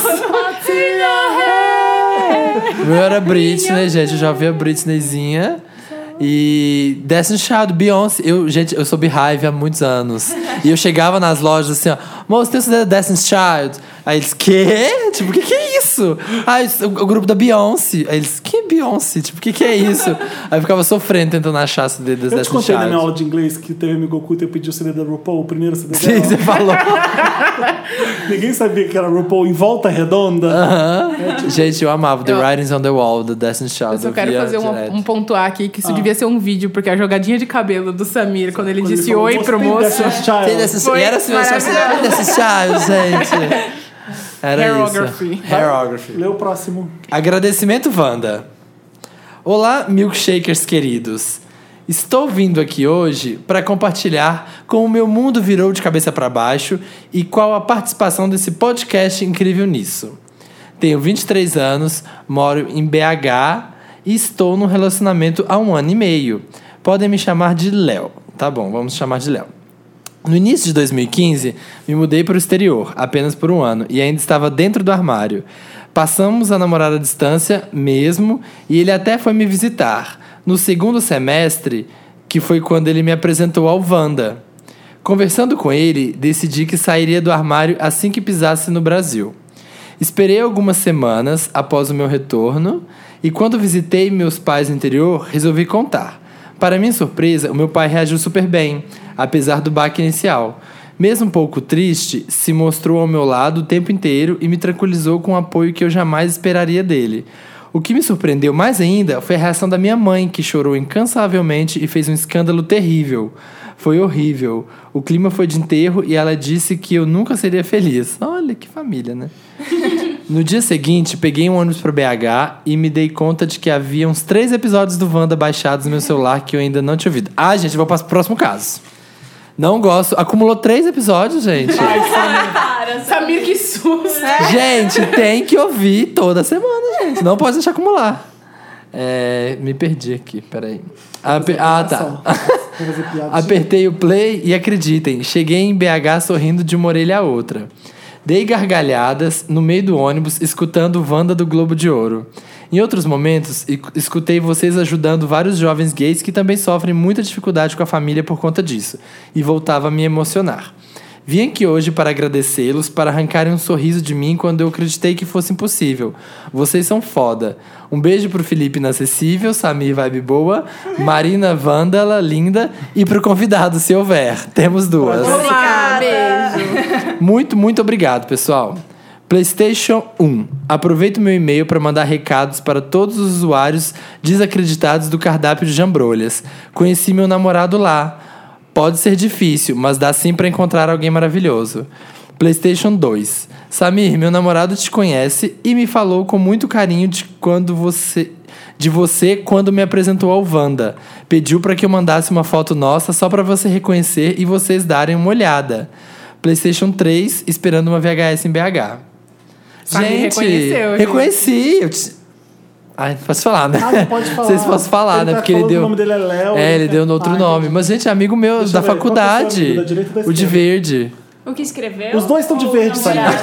Speaker 3: O meu era Britney, gente. Eu já vi a Britneyzinha. E Destiny Child, Beyoncé. Eu, gente, eu sou Beehive há muitos anos. E eu chegava nas lojas assim, ó. Moço, tem o CD da Destiny Child? Aí eles, quê? Tipo, o que que é isso? Ah, isso- o, o grupo da Beyoncé. Aí eles, que Beyoncé? Tipo, o que que é isso? Aí eu ficava sofrendo tentando achar o CD das
Speaker 2: Eu te
Speaker 3: Destiny
Speaker 2: contei né, na
Speaker 3: Child.
Speaker 2: minha aula de inglês que teve um amigo oculto e eu pedi o CD da RuPaul, o primeiro CD
Speaker 3: Sim,
Speaker 2: dela.
Speaker 3: você
Speaker 2: [LAUGHS]
Speaker 3: falou.
Speaker 2: Ninguém sabia que era RuPaul em volta
Speaker 3: Ah.
Speaker 2: redonda.
Speaker 3: Gente, eu amava The
Speaker 5: Eu-
Speaker 3: Writings on the Wall, do Destiny Child.
Speaker 5: Eu só quero
Speaker 3: via
Speaker 5: fazer uma-
Speaker 3: direto.
Speaker 5: um pontuar aqui que isso
Speaker 4: Ah.
Speaker 5: devia ser um vídeo, porque a jogadinha de cabelo do Samir, quando ele
Speaker 2: Quando ele
Speaker 5: disse
Speaker 2: falou,
Speaker 5: oi
Speaker 2: "Você
Speaker 5: pro
Speaker 2: tem
Speaker 5: moço.
Speaker 2: Destiny's Child?"
Speaker 3: Tem desse,
Speaker 5: Foi
Speaker 3: e era assim, eu só
Speaker 5: maravilhoso.
Speaker 3: sei desse chave, gente. Era
Speaker 5: Hairography.
Speaker 3: isso. Hairography.
Speaker 2: Lê o próximo.
Speaker 3: Agradecimento, Wanda. Olá, milkshakers queridos. Estou vindo aqui hoje para compartilhar como o meu mundo virou de cabeça para baixo e qual a participação desse podcast incrível nisso. Tenho 23 anos, moro em BH e estou num relacionamento há um ano e meio. Podem me chamar de Léo. Tá bom, vamos chamar de Léo. No início de 2015, me mudei para o exterior, apenas por um ano, e ainda estava dentro do armário. Passamos a namorar à distância mesmo, e ele até foi me visitar. No segundo semestre, que foi quando ele me apresentou ao Wanda. Conversando com ele, decidi que sairia do armário assim que pisasse no Brasil. Esperei algumas semanas após o meu retorno e quando visitei meus pais no interior, resolvi contar. Para minha surpresa, o meu pai reagiu super bem, apesar do baque inicial. Mesmo um pouco triste, se mostrou ao meu lado o tempo inteiro e me tranquilizou com um apoio que eu jamais esperaria dele. O que me surpreendeu mais ainda foi a reação da minha mãe, que chorou incansavelmente e fez um escândalo terrível. Foi horrível. O clima foi de enterro e ela disse que eu nunca seria feliz. Olha que família, né? No dia seguinte, peguei um ônibus para BH e me dei conta de que havia uns três episódios do Wanda baixados no meu celular que eu ainda não tinha ouvido. Ah, gente, vou para o próximo caso. Não gosto. Acumulou três episódios, gente.
Speaker 5: Samir, que susto!
Speaker 4: É,
Speaker 3: Gente, tem que ouvir toda semana, gente. Não pode deixar acumular. É, me perdi aqui, peraí. Ah, pe- ah, tá.
Speaker 2: Vou fazer piada.
Speaker 3: Apertei o play e acreditem, cheguei em BH sorrindo de uma orelha à outra. Dei gargalhadas no meio do ônibus escutando Wanda do Globo de Ouro. Em outros momentos, e- escutei vocês ajudando vários jovens gays que também sofrem muita dificuldade com a família por conta disso, e voltava a me emocionar. Vim aqui hoje para agradecê-los, para arrancarem um sorriso de mim quando eu acreditei que fosse impossível. Vocês são foda. Um beijo pro Felipe Inacessível, Samir Vibe Boa, Marina Vândala, linda, e pro convidado, se houver. Temos duas.
Speaker 5: Olá, beijo!
Speaker 3: Muito, muito obrigado, pessoal. PlayStation 1. Aproveito meu e-mail para mandar recados para todos os usuários desacreditados do cardápio de jambrolhas. Conheci meu namorado lá. Pode ser difícil, mas dá sim para encontrar alguém maravilhoso. PlayStation 2. Samir, meu namorado te conhece e me falou com muito carinho de quando você de você quando me apresentou ao Wanda. Pediu para que eu mandasse uma foto nossa só para você reconhecer e vocês darem uma olhada. PlayStation 3 esperando uma VHS em BH.
Speaker 5: Sabe,
Speaker 3: gente,
Speaker 5: reconheceu, gente.
Speaker 3: reconheci. Eu te- Ai, posso falar, né?
Speaker 2: Ah,
Speaker 3: [LAUGHS]
Speaker 2: não pode falar.
Speaker 3: Vocês possam falar,
Speaker 2: Ele
Speaker 3: né?
Speaker 2: tá
Speaker 3: Porque ele
Speaker 2: falando
Speaker 3: deu.
Speaker 2: que o nome dele é Léo,
Speaker 3: É, ele
Speaker 2: né?
Speaker 3: deu no outro
Speaker 2: Ah,
Speaker 3: nome. Mas, gente, é amigo meu
Speaker 2: Deixa
Speaker 3: da
Speaker 2: eu ver, qual que é o seu
Speaker 3: faculdade.
Speaker 2: amigo, da direita ou da
Speaker 3: o de
Speaker 2: esquerda?
Speaker 3: verde.
Speaker 4: O que escreveu?
Speaker 2: Os dois estão de
Speaker 4: Ou
Speaker 2: verde,
Speaker 4: não
Speaker 2: Samir.
Speaker 4: era?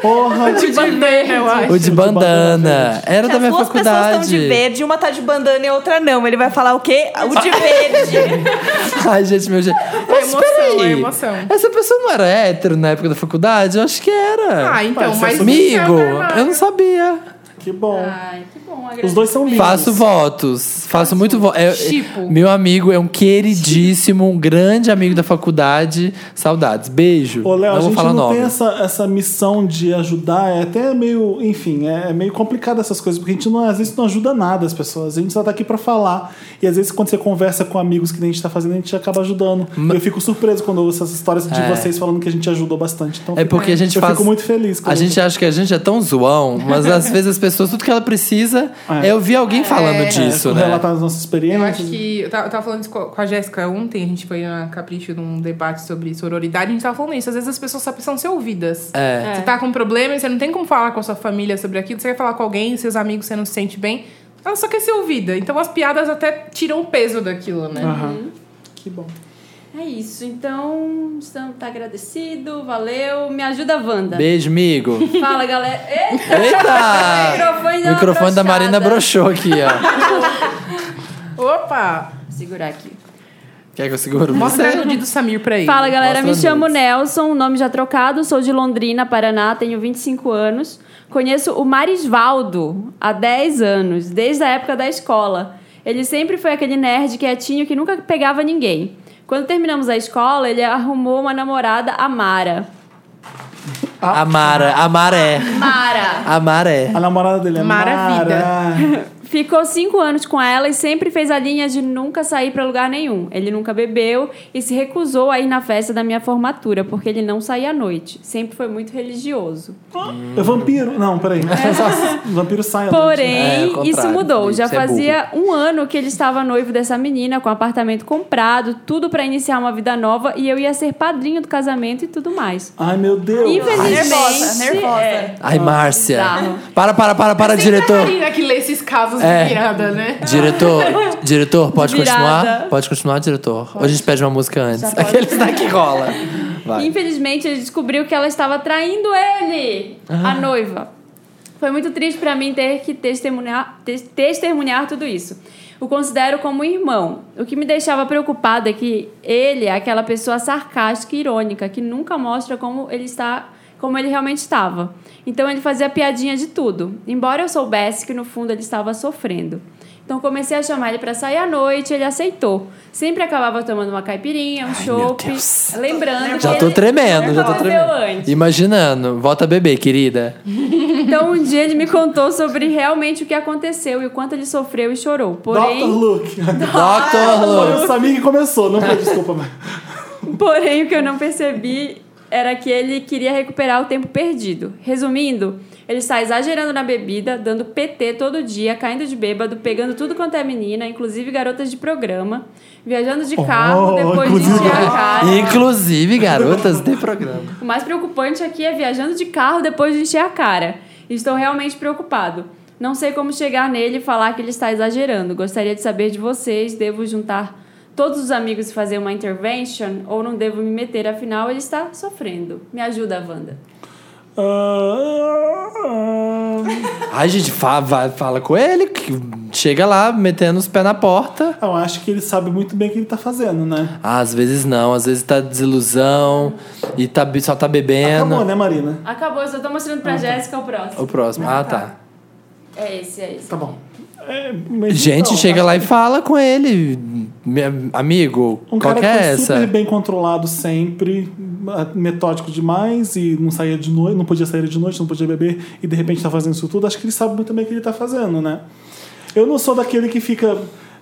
Speaker 2: Porra,
Speaker 5: [LAUGHS] De
Speaker 4: tipo,
Speaker 5: bandeira, eu acho.
Speaker 3: O de bandana.
Speaker 2: bandana
Speaker 3: Era da
Speaker 6: As
Speaker 3: minha
Speaker 6: duas pessoas estão
Speaker 3: faculdade.
Speaker 6: de verde, uma tá de bandana e a outra não. Ele vai falar o quê? O de verde.
Speaker 3: [LAUGHS] Ai, gente, meu jeito. Mas
Speaker 5: É emoção,
Speaker 3: peraí.
Speaker 5: é emoção.
Speaker 3: Essa pessoa não era hétero na época da faculdade? Eu acho que era.
Speaker 5: Ah, então, mas.
Speaker 3: Amigo, eu não sabia.
Speaker 2: que bom.
Speaker 4: Ai, que bom.
Speaker 2: Os dois são lindos.
Speaker 3: Faço votos. Faço muito voto.
Speaker 5: Tipo.
Speaker 3: meu amigo é um queridíssimo, um grande amigo da faculdade. Saudades. Beijo.
Speaker 2: Ô, Léo,
Speaker 3: não
Speaker 2: a
Speaker 3: vou
Speaker 2: gente
Speaker 3: falar
Speaker 2: não
Speaker 3: nome.
Speaker 2: tem essa, essa missão de ajudar. É até meio, enfim, é meio complicado essas coisas, porque a gente não, às vezes não ajuda nada as pessoas. A gente só tá aqui pra falar. E às vezes, quando você conversa com amigos que nem a gente tá fazendo, a gente acaba ajudando. Eu fico surpreso quando eu ouço essas histórias de vocês falando que a gente ajudou bastante. Então,
Speaker 3: É
Speaker 2: fico-
Speaker 3: porque a gente
Speaker 2: eu
Speaker 3: faz.
Speaker 2: fico muito feliz. quando
Speaker 3: A gente acha que a gente é tão zoão, mas
Speaker 2: [LAUGHS]
Speaker 3: às vezes as pessoas, tudo que ela precisa é, ouvir alguém falando
Speaker 2: é,
Speaker 3: disso, né?
Speaker 2: relatar as nossas
Speaker 5: Eu
Speaker 2: experiências.
Speaker 5: acho que. Eu tava, eu tava falando isso co- com a Jéssica ontem, a gente foi na Capricho num debate sobre sororidade, a gente tava falando isso. Às vezes as pessoas só precisam ser ouvidas.
Speaker 3: É.
Speaker 5: Você tá com um problema, e você não tem como falar com a sua família sobre aquilo, você quer falar com alguém, seus amigos, você não se sente bem. Ela só quer ser ouvida. Então as piadas até tiram o peso daquilo, né?
Speaker 2: Aham. Que bom.
Speaker 4: É isso, então estamos, tá agradecido, valeu. Me ajuda, Wanda.
Speaker 3: Beijo, amigo.
Speaker 4: Fala, galera. Eita!
Speaker 3: Eita!
Speaker 4: [LAUGHS] Microfone
Speaker 3: o
Speaker 4: da
Speaker 3: microfone da
Speaker 4: brochada.
Speaker 3: Marina broxou aqui, ó. Ah.
Speaker 5: Opa!
Speaker 4: Vou Segurar aqui.
Speaker 3: Quer que eu seguro?
Speaker 5: Mostra o dedo do Samir pra ele.
Speaker 4: Fala,
Speaker 3: Mostra
Speaker 4: galera. Me
Speaker 3: as
Speaker 4: chamo
Speaker 3: nudes.
Speaker 4: Nelson, nome já trocado. Sou de Londrina, Paraná, tenho 25 anos. Conheço o Marisvaldo há 10 anos, desde a época da escola. Ele sempre foi aquele nerd quietinho que nunca pegava ninguém. Quando terminamos a escola, ele arrumou uma namorada, a Mara. Ah.
Speaker 3: Amara, Amaré.
Speaker 4: Mara!
Speaker 3: Amaré.
Speaker 2: A namorada dele é
Speaker 5: Maravilha.
Speaker 2: Mara.
Speaker 4: Ficou cinco anos com ela e sempre fez a linha de nunca sair pra lugar nenhum. Ele nunca bebeu e se recusou a ir na festa da minha formatura, porque ele não saía à noite. Sempre foi muito religioso.
Speaker 2: É vampiro? Não,
Speaker 5: [LAUGHS]
Speaker 2: peraí. vampiro sai. à noite,
Speaker 3: É, ao
Speaker 4: Porém,
Speaker 3: contrário,
Speaker 4: isso mudou.
Speaker 3: Felipe,
Speaker 4: Já
Speaker 3: você é burro.
Speaker 4: fazia um ano que ele estava noivo dessa menina, com apartamento comprado, tudo pra iniciar uma vida nova e eu ia ser padrinho do casamento e tudo mais.
Speaker 2: Ai, meu Deus.
Speaker 4: Infelizmente.
Speaker 6: Nervosa, nervosa.
Speaker 4: é.
Speaker 3: Ai, Márcia.
Speaker 4: bizarro.
Speaker 3: Para, para, para, para,
Speaker 5: Sempre a
Speaker 3: diretor.
Speaker 5: Marina né, que lê esses casos
Speaker 3: É.
Speaker 5: de piada, né?
Speaker 3: Diretor,
Speaker 4: [LAUGHS]
Speaker 3: diretor, pode
Speaker 4: Virada.
Speaker 3: continuar? Pode continuar, diretor. Ou a gente pede uma música antes. [LAUGHS] Aqueles daqui rola. Vai.
Speaker 4: Infelizmente, ele descobriu que ela estava traindo ele,
Speaker 3: Ah.
Speaker 4: a noiva. Foi muito triste pra mim ter que testemunhar, tes- testemunhar tudo isso. O considero como um irmão. O que me deixava preocupada é que ele é aquela pessoa sarcástica e irônica, que nunca mostra como ele está, como ele realmente estava. Então ele fazia piadinha de tudo, embora eu soubesse que no fundo ele estava sofrendo. Então comecei a chamar ele pra sair à noite, ele aceitou. Sempre acabava tomando uma caipirinha, um chopp.
Speaker 3: Deus.
Speaker 4: Lembrando
Speaker 3: Já
Speaker 4: que
Speaker 3: tô
Speaker 4: ele
Speaker 3: tremendo, já tô
Speaker 4: bebeu
Speaker 3: tremendo.
Speaker 4: antes.
Speaker 3: Imaginando. Volta a beber, querida.
Speaker 4: Então um dia ele me contou sobre realmente o que aconteceu e o quanto ele sofreu e chorou.
Speaker 2: Dr.
Speaker 4: Porém,
Speaker 2: Luke.
Speaker 3: Dr.
Speaker 2: Foi
Speaker 3: Lu.
Speaker 2: o Samir que começou, não foi desculpa. [LAUGHS] mas-
Speaker 4: porém o que eu não percebi era que ele queria recuperar o tempo perdido. Resumindo, ele está exagerando na bebida, dando PT todo dia, caindo de bêbado, pegando tudo quanto é menina, inclusive garotas de programa, viajando de carro
Speaker 2: Oh,
Speaker 4: depois de
Speaker 2: inclusive-
Speaker 4: encher a cara.
Speaker 3: Inclusive, garotas, tem programa.
Speaker 4: O mais preocupante aqui é viajando de carro depois de encher a cara. Estou realmente preocupado. Não sei como chegar nele e falar que ele está exagerando. Gostaria de saber de vocês. Devo juntar todos os amigos e fazer uma intervention? Ou não devo me meter? Afinal, ele está sofrendo. Me ajuda, Wanda.
Speaker 2: Ah,
Speaker 3: Ai, gente, fa- vai- fala com ele. que Chega lá, metendo os pés na porta.
Speaker 2: eu acho que ele sabe muito bem o que ele tá fazendo, né?
Speaker 3: Ah, às vezes não, às vezes tá desilusão e tá, be- só tá bebendo.
Speaker 2: Acabou, né, Marina?
Speaker 4: Acabou, eu só tô mostrando
Speaker 2: Ah, tá.
Speaker 4: pra Jéssica o próximo.
Speaker 3: O próximo. Ah, tá.
Speaker 4: É esse, é esse.
Speaker 2: Tá bom. É, mas
Speaker 3: Gente,
Speaker 2: então,
Speaker 3: chega
Speaker 2: acho
Speaker 3: lá e
Speaker 2: que
Speaker 3: fala com ele. Me- Amigo,
Speaker 2: Um
Speaker 3: qual que
Speaker 2: cara que
Speaker 3: é
Speaker 2: foi super
Speaker 3: essa?
Speaker 2: bem controlado sempre, metódico demais e não saía de noite, não podia sair de noite, não podia beber e de repente tá fazendo isso tudo. Acho que ele sabe muito bem o que ele tá fazendo, né? Eu não sou daquele que fica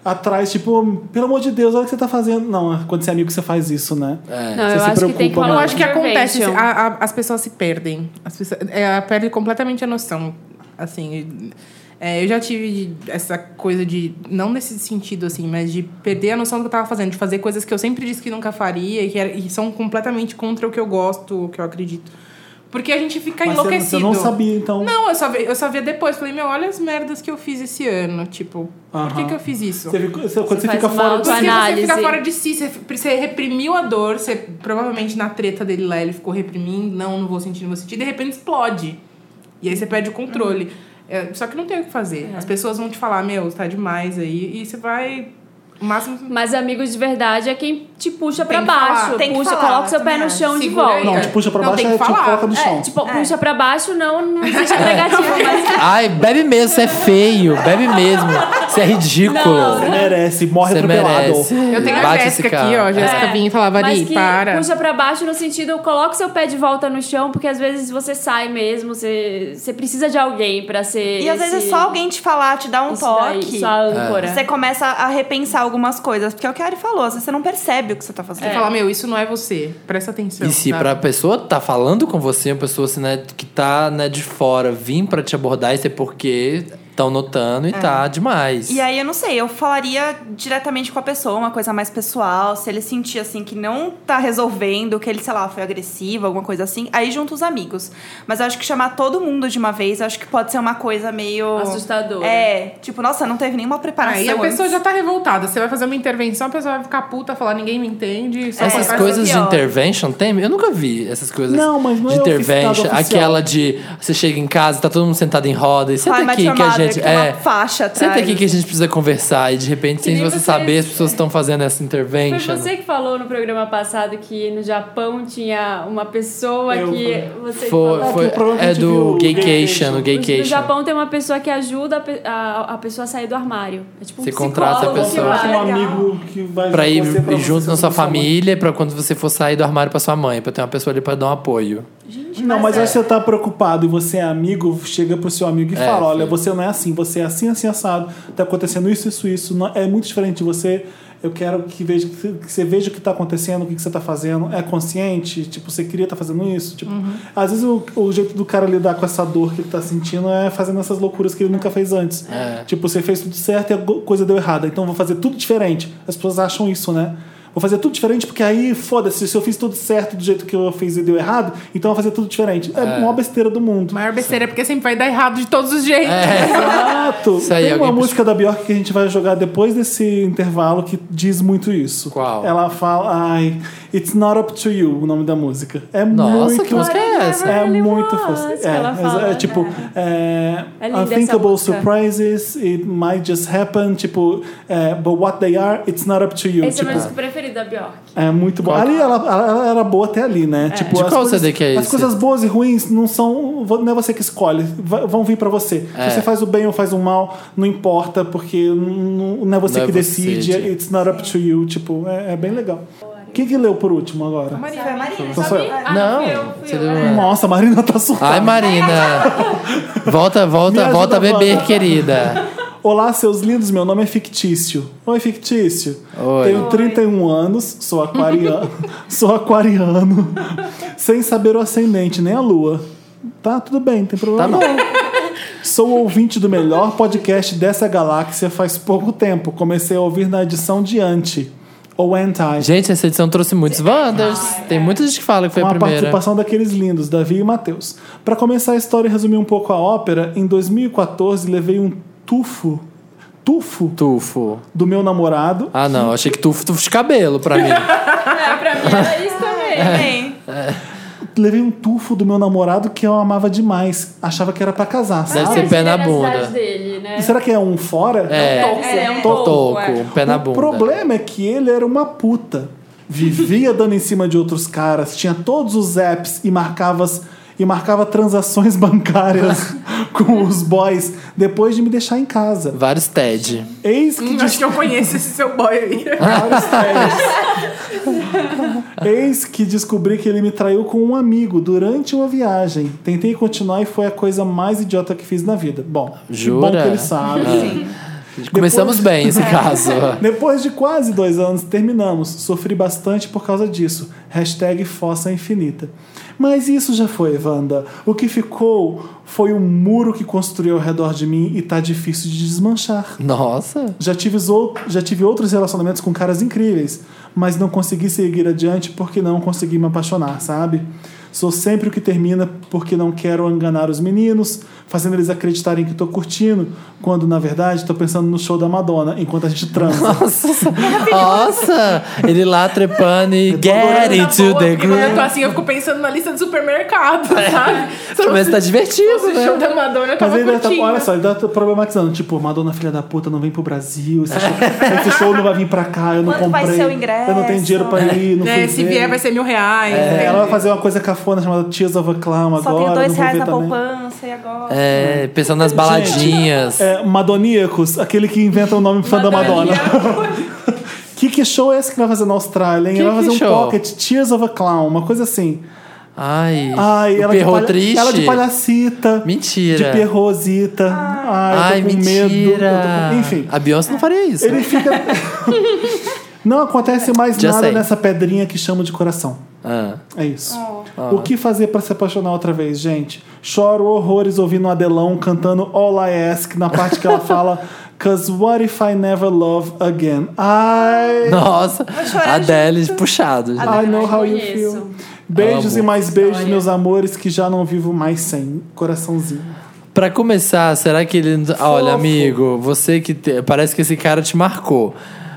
Speaker 2: atrás, tipo, pelo amor de Deus, olha o que você tá fazendo. Não, quando você é amigo, você faz isso, né?
Speaker 4: Não,
Speaker 2: Você
Speaker 4: eu
Speaker 2: se
Speaker 4: acho que tem que
Speaker 2: preocupa,
Speaker 4: rolar
Speaker 2: né?
Speaker 5: Eu acho que acontece,
Speaker 4: intervention.
Speaker 5: a- a- as pessoas se perdem. As pessoas, é, perdem completamente a noção. Assim, é, eu já tive essa coisa de, não nesse sentido assim, mas de perder a noção do que eu tava fazendo, de fazer coisas que eu sempre disse que nunca faria e que, era- e são completamente contra o que eu gosto, o que eu acredito. Porque a gente fica
Speaker 2: Mas você,
Speaker 5: Tá enlouquecido.
Speaker 2: você não sabia, então.
Speaker 5: Não, eu só, vi, eu só via depois. Falei, meu, olha as merdas que eu fiz esse ano. Tipo, por que,
Speaker 2: Aham.
Speaker 5: que eu fiz isso?
Speaker 2: Você fica- você- quando você,
Speaker 4: faz
Speaker 2: fica
Speaker 4: mal
Speaker 2: fora do.
Speaker 4: pra-
Speaker 5: Porque você
Speaker 4: Análise.
Speaker 5: fica fora de si, você, você reprimiu a dor, você provavelmente na treta dele lá ele ficou reprimindo, não, não vou sentir, não vou sentir, de repente explode. E aí você perde o controle. É, só que não tem o que fazer. As pessoas vão te falar, meu, tá demais aí, e você vai. O máximo.
Speaker 4: Mas amigos de verdade é quem te puxa pra
Speaker 5: que
Speaker 4: baixo.
Speaker 5: falar,
Speaker 6: tem que
Speaker 4: puxa,
Speaker 6: falar,
Speaker 4: coloca seu pé
Speaker 6: também
Speaker 4: no
Speaker 6: acho.
Speaker 4: chão de
Speaker 5: Segura
Speaker 4: volta.
Speaker 5: aí,
Speaker 2: Não, te puxa pra
Speaker 5: Não,
Speaker 2: baixo,
Speaker 5: tem que
Speaker 2: é, te
Speaker 5: falar.
Speaker 2: coloca no chão.
Speaker 4: É, tipo, puxa pra baixo, não, não
Speaker 6: [LAUGHS]
Speaker 4: existe
Speaker 6: É.
Speaker 4: negativo, mas
Speaker 3: Ai, bebe mesmo, você é feio, bebe mesmo, você é ridículo.
Speaker 2: Você merece, morre
Speaker 3: Você
Speaker 2: atropelado.
Speaker 3: merece.
Speaker 5: Eu tenho a
Speaker 3: Bate esse
Speaker 5: Jéssica aqui,
Speaker 3: cara.
Speaker 5: ó. Jéssica
Speaker 4: É,
Speaker 5: vinha e falava
Speaker 4: mas
Speaker 5: ali,
Speaker 4: que
Speaker 5: para.
Speaker 4: puxa pra baixo no sentido, coloca seu pé de volta no chão, porque às vezes você sai mesmo, você, você precisa de alguém pra ser.
Speaker 6: E às vezes
Speaker 4: esse-
Speaker 6: é só alguém te falar, te dar um
Speaker 4: isso daí,
Speaker 6: toque. É.
Speaker 4: sua âncora.
Speaker 6: Você começa a repensar algumas coisas. Porque é o que a Ari falou, às vezes você não percebe o que você tá fazendo.
Speaker 5: Você fala, meu, isso não é você. Presta atenção.
Speaker 3: E se
Speaker 5: sabe?
Speaker 3: pra pessoa tá falando com você, uma pessoa assim, né, que tá né, de fora, vir pra te abordar, isso é porque estão notando e tá demais.
Speaker 6: E aí, eu não sei, eu falaria diretamente com a pessoa, uma coisa mais pessoal. Se ele sentir, assim, que não tá resolvendo, que ele, sei lá, foi agressivo, alguma coisa assim, aí junta os amigos. Mas eu acho que chamar todo mundo de uma vez, eu acho que pode ser uma coisa meio...
Speaker 4: Assustadora.
Speaker 6: É, tipo, nossa, não teve nenhuma preparação
Speaker 5: Aí a pessoa
Speaker 6: antes.
Speaker 5: já tá revoltada. Você vai fazer uma intervenção, a pessoa vai ficar puta, falar, ninguém me entende. Só
Speaker 3: É, Essas
Speaker 5: é, faz-
Speaker 3: coisas de
Speaker 6: pior.
Speaker 3: intervention tem? Eu nunca vi essas coisas
Speaker 2: Não, mas não
Speaker 3: de
Speaker 2: é ofici-
Speaker 3: intervention.
Speaker 2: nada oficial.
Speaker 3: Aquela de você chega em casa, tá todo mundo sentado em roda e senta
Speaker 6: Vai,
Speaker 3: aqui
Speaker 6: Match Your
Speaker 3: que a
Speaker 6: Mother,
Speaker 3: gente. é.
Speaker 6: que tem uma faixa
Speaker 3: senta
Speaker 6: atrás.
Speaker 3: aqui que a gente precisa conversar. E de repente, sem
Speaker 4: nem
Speaker 3: você
Speaker 4: vocês-
Speaker 3: saber, as pessoas estão fazendo essa
Speaker 4: Foi
Speaker 3: intervention.
Speaker 4: você que falou no programa passado que no Japão tinha uma pessoa
Speaker 2: Eu
Speaker 4: que
Speaker 2: falei.
Speaker 4: você
Speaker 3: Foi-
Speaker 4: falou.
Speaker 3: foi-
Speaker 2: que provavelmente
Speaker 3: é do
Speaker 2: viu o
Speaker 3: Gaycation,
Speaker 2: Gaycation.
Speaker 3: o
Speaker 4: No
Speaker 3: Gaycation.
Speaker 4: Japão tem uma pessoa que ajuda a pe- a, a pessoa a sair do armário. É tipo um
Speaker 3: Você contrata a
Speaker 4: psicólogo que
Speaker 3: pessoa.
Speaker 4: vai.
Speaker 2: um amigo que vai
Speaker 3: Pra ir
Speaker 2: você, pra você,
Speaker 3: junto na
Speaker 2: sobre
Speaker 3: sua
Speaker 2: mãe.
Speaker 3: família, pra quando você for sair do armário pra sua mãe, pra ter uma pessoa ali pra dar um apoio.
Speaker 2: Não, mas aí você tá preocupado e você é amigo, chega pro seu amigo e fala: olha, você não é assim, você é assim, assim, assado, tá acontecendo isso, isso, isso, não- é muito diferente de você. Eu quero que, veja, que você veja o que tá acontecendo, o que, que você tá fazendo, é consciente? Tipo, você queria estar fazendo isso? Tipo, Às vezes o, o jeito do cara lidar com essa dor que ele tá sentindo é fazendo essas loucuras que ele nunca fez antes. Tipo, você fez tudo certo e a go- coisa deu errada, então vou fazer tudo diferente. As pessoas acham isso, né? Vou fazer tudo diferente, porque aí, foda-se, se eu fiz tudo certo do jeito que eu fiz e deu errado, então eu vou fazer tudo diferente. É, a maior besteira do
Speaker 5: A
Speaker 2: mundo.
Speaker 5: maior besteira é porque sempre vai dar errado de todos os
Speaker 2: É.
Speaker 5: jeitos.
Speaker 3: É.
Speaker 2: Exato!
Speaker 3: Isso aí,
Speaker 2: Tem uma
Speaker 3: alguém
Speaker 2: música da Bjork que a gente vai jogar depois desse intervalo que diz muito isso.
Speaker 3: Qual?
Speaker 2: Ela fala, ai, It's Not Up To You, o nome da música. É
Speaker 3: Nossa,
Speaker 2: muito...
Speaker 3: que música é
Speaker 4: "Ah,
Speaker 3: essa?
Speaker 2: É muito
Speaker 4: fácil.
Speaker 2: fácil. É,
Speaker 4: ela
Speaker 2: mas
Speaker 4: fala, né?"
Speaker 2: é tipo, é,
Speaker 4: É linda essa
Speaker 2: unthinkable
Speaker 4: música.
Speaker 2: surprises, it might just happen, tipo, é, but what they are, it's not up to you.
Speaker 4: Esse é o meu
Speaker 2: tipo,
Speaker 4: disco preferido da Bjork.
Speaker 2: É muito bom. Ali ela, ela- ela era boa até ali, né? Tipo,
Speaker 3: De
Speaker 2: as
Speaker 3: qual
Speaker 2: coisas,
Speaker 3: CD que é
Speaker 2: As
Speaker 3: esse?
Speaker 2: coisas boas e ruins não são. Não é você que escolhe. va- Vão vir pra você.
Speaker 3: É.
Speaker 2: Se você faz o bem ou faz o mal, não importa, porque não, não é você
Speaker 3: Não é
Speaker 2: que
Speaker 3: você,
Speaker 2: decide.
Speaker 3: gente.
Speaker 2: It's not up to you. Tipo, é, é bem legal. Quem que leu por último agora?
Speaker 6: Marina, Marina.
Speaker 2: Então sou eu.
Speaker 4: Ah,
Speaker 3: Não,
Speaker 4: fui eu, fui
Speaker 3: você
Speaker 4: eu.
Speaker 3: deu
Speaker 4: É.
Speaker 3: uma-
Speaker 2: Nossa, a Marina tá surtada.
Speaker 3: Ai, Marina! Volta, volta,
Speaker 2: Me
Speaker 3: volta a
Speaker 2: ajuda,
Speaker 3: beber,
Speaker 2: Wanda.
Speaker 3: querida.
Speaker 2: Olá, seus lindos. Meu nome é Fictício. Oi, Fictício.
Speaker 3: Oi.
Speaker 2: Tenho 31 anos, sou aquariano, [LAUGHS] sou aquariano, [LAUGHS] sem saber o ascendente, nem a lua. Tá, tudo bem, não tem
Speaker 3: Tá
Speaker 2: problema.
Speaker 3: bom.
Speaker 2: não. [LAUGHS] Sou ouvinte do melhor podcast dessa galáxia faz pouco tempo. Comecei a ouvir na edição de Anti, ou Anti.
Speaker 3: Gente, essa edição trouxe muitos Wanders. Tem muita gente que fala que foi
Speaker 2: Com
Speaker 3: a
Speaker 2: a
Speaker 3: primeira.
Speaker 2: é. participação daqueles lindos, Davi e Matheus. Pra começar a história e resumir um pouco a ópera, em 2014 levei um tufo, tufo
Speaker 3: Tufo.
Speaker 2: do meu namorado
Speaker 3: Ah, não. Achei que tufo, tufo de cabelo pra
Speaker 2: [LAUGHS]
Speaker 3: mim.
Speaker 4: É, pra mim era isso também.
Speaker 3: É.
Speaker 6: Também.
Speaker 2: levei um tufo do meu namorado que eu amava demais. Achava que era pra casar,
Speaker 3: Deve
Speaker 2: sabe?
Speaker 3: ser pé na
Speaker 4: Era a
Speaker 3: bunda.
Speaker 4: cidade dele, né?
Speaker 2: E será que é um fora?
Speaker 3: É,
Speaker 4: É, um
Speaker 3: toco,
Speaker 4: toco, é.
Speaker 3: pé na
Speaker 2: o
Speaker 3: bunda.
Speaker 2: problema é que ele era uma puta. Vivia dando em cima de outros caras, tinha todos os apps e marcava, e marcava transações [LAUGHS] bancárias com os boys depois de me deixar em casa.
Speaker 3: Vários TED.
Speaker 2: Eis que,
Speaker 5: Hum, [LAUGHS] acho que eu conheço esse seu boy aí.
Speaker 2: Eis que descobri que ele me traiu com um amigo durante uma viagem. Tentei continuar e foi a coisa mais idiota que fiz na vida. Bom,
Speaker 3: Jura? Ah.
Speaker 2: que bom que ele sabe.
Speaker 3: Começamos bem
Speaker 2: [LAUGHS] É.
Speaker 3: esse caso.
Speaker 2: Depois de quase dois anos, terminamos. Sofri bastante por causa disso. Hashtag Fossa Infinita. Mas isso já foi, Wanda. O que ficou foi um muro que construiu ao redor de mim e tá difícil de desmanchar.
Speaker 3: Nossa.
Speaker 2: Já tive, os ou- já tive outros relacionamentos com caras incríveis, mas não consegui seguir adiante porque não consegui me apaixonar, sabe? Sou sempre o que termina porque não quero enganar os meninos, fazendo eles acreditarem que tô curtindo, quando na verdade tô pensando no show da Madonna enquanto a gente transa.
Speaker 3: Nossa! Ele lá trepando e get
Speaker 5: Tá
Speaker 3: it to
Speaker 5: boa,
Speaker 3: the
Speaker 5: porque
Speaker 2: né?
Speaker 5: Quando eu tô
Speaker 3: groove.
Speaker 5: assim, eu fico pensando na lista de supermercado,
Speaker 3: É.
Speaker 5: sabe? Se
Speaker 3: Mas tá divertido,
Speaker 5: fosse o show
Speaker 3: né?
Speaker 5: da Madonna, eu
Speaker 2: Mas
Speaker 5: tava
Speaker 2: ele tá,
Speaker 5: curtindo.
Speaker 2: olha só, ele tá problematizando. Tipo, Madonna, filha da puta, não vem pro Brasil. Esse show, esse show não vai vir pra cá, eu não
Speaker 6: Quanto vai
Speaker 2: comprei.
Speaker 6: ser o ingresso?
Speaker 2: Eu não tenho dinheiro pra ir, não
Speaker 3: É,
Speaker 2: fui
Speaker 5: né, se
Speaker 2: ver. É,
Speaker 5: vier vai ser mil reais. né?
Speaker 2: Ela vai fazer uma coisa cafona chamada Tears of a Clown agora.
Speaker 6: Só tenho
Speaker 2: não
Speaker 6: dois
Speaker 2: vou
Speaker 6: reais
Speaker 2: ver
Speaker 6: na
Speaker 2: também.
Speaker 6: poupança e agora.
Speaker 3: É, pensando nas baladinhas.
Speaker 2: É, Madoníacos, aquele que inventa o nome fã da Madonna. [LAUGHS] que, que show é esse que vai fazer na Austrália, hein?
Speaker 3: Que
Speaker 2: Ela vai
Speaker 3: que
Speaker 2: fazer
Speaker 3: show?
Speaker 2: um pocket, Tears of a Clown, uma coisa assim.
Speaker 3: Ai,
Speaker 2: Ai,
Speaker 3: o
Speaker 2: ela, de
Speaker 3: perro
Speaker 2: palha-
Speaker 3: triste.
Speaker 2: ela de palhacita.
Speaker 3: Mentira.
Speaker 2: De perrosita. Ai,
Speaker 3: Ai,
Speaker 2: tô com
Speaker 3: mentira.
Speaker 2: medo. eu tô com- Enfim.
Speaker 3: A Beyoncé não faria isso. né?
Speaker 2: Ele fica. Não acontece mais
Speaker 3: Já
Speaker 2: nada
Speaker 3: sei.
Speaker 2: nessa pedrinha que chamo de coração.
Speaker 3: Ah.
Speaker 2: É isso. O que fazer pra se apaixonar outra vez, gente? Choro horrores ouvindo a Adelão cantando All I Ask na parte que ela fala Cause what if I never love again? Ai,
Speaker 3: Nossa,
Speaker 6: chorar
Speaker 3: a Adele puxado. gente.
Speaker 2: I know how you
Speaker 4: Conheço.
Speaker 2: feel. Beijos
Speaker 3: Amo.
Speaker 2: e mais beijos, meus amores, que já não vivo mais sem. Coraçãozinho.
Speaker 3: Pra começar, será que ele. tá- Olha, amigo, você que. te- Parece que esse cara te marcou.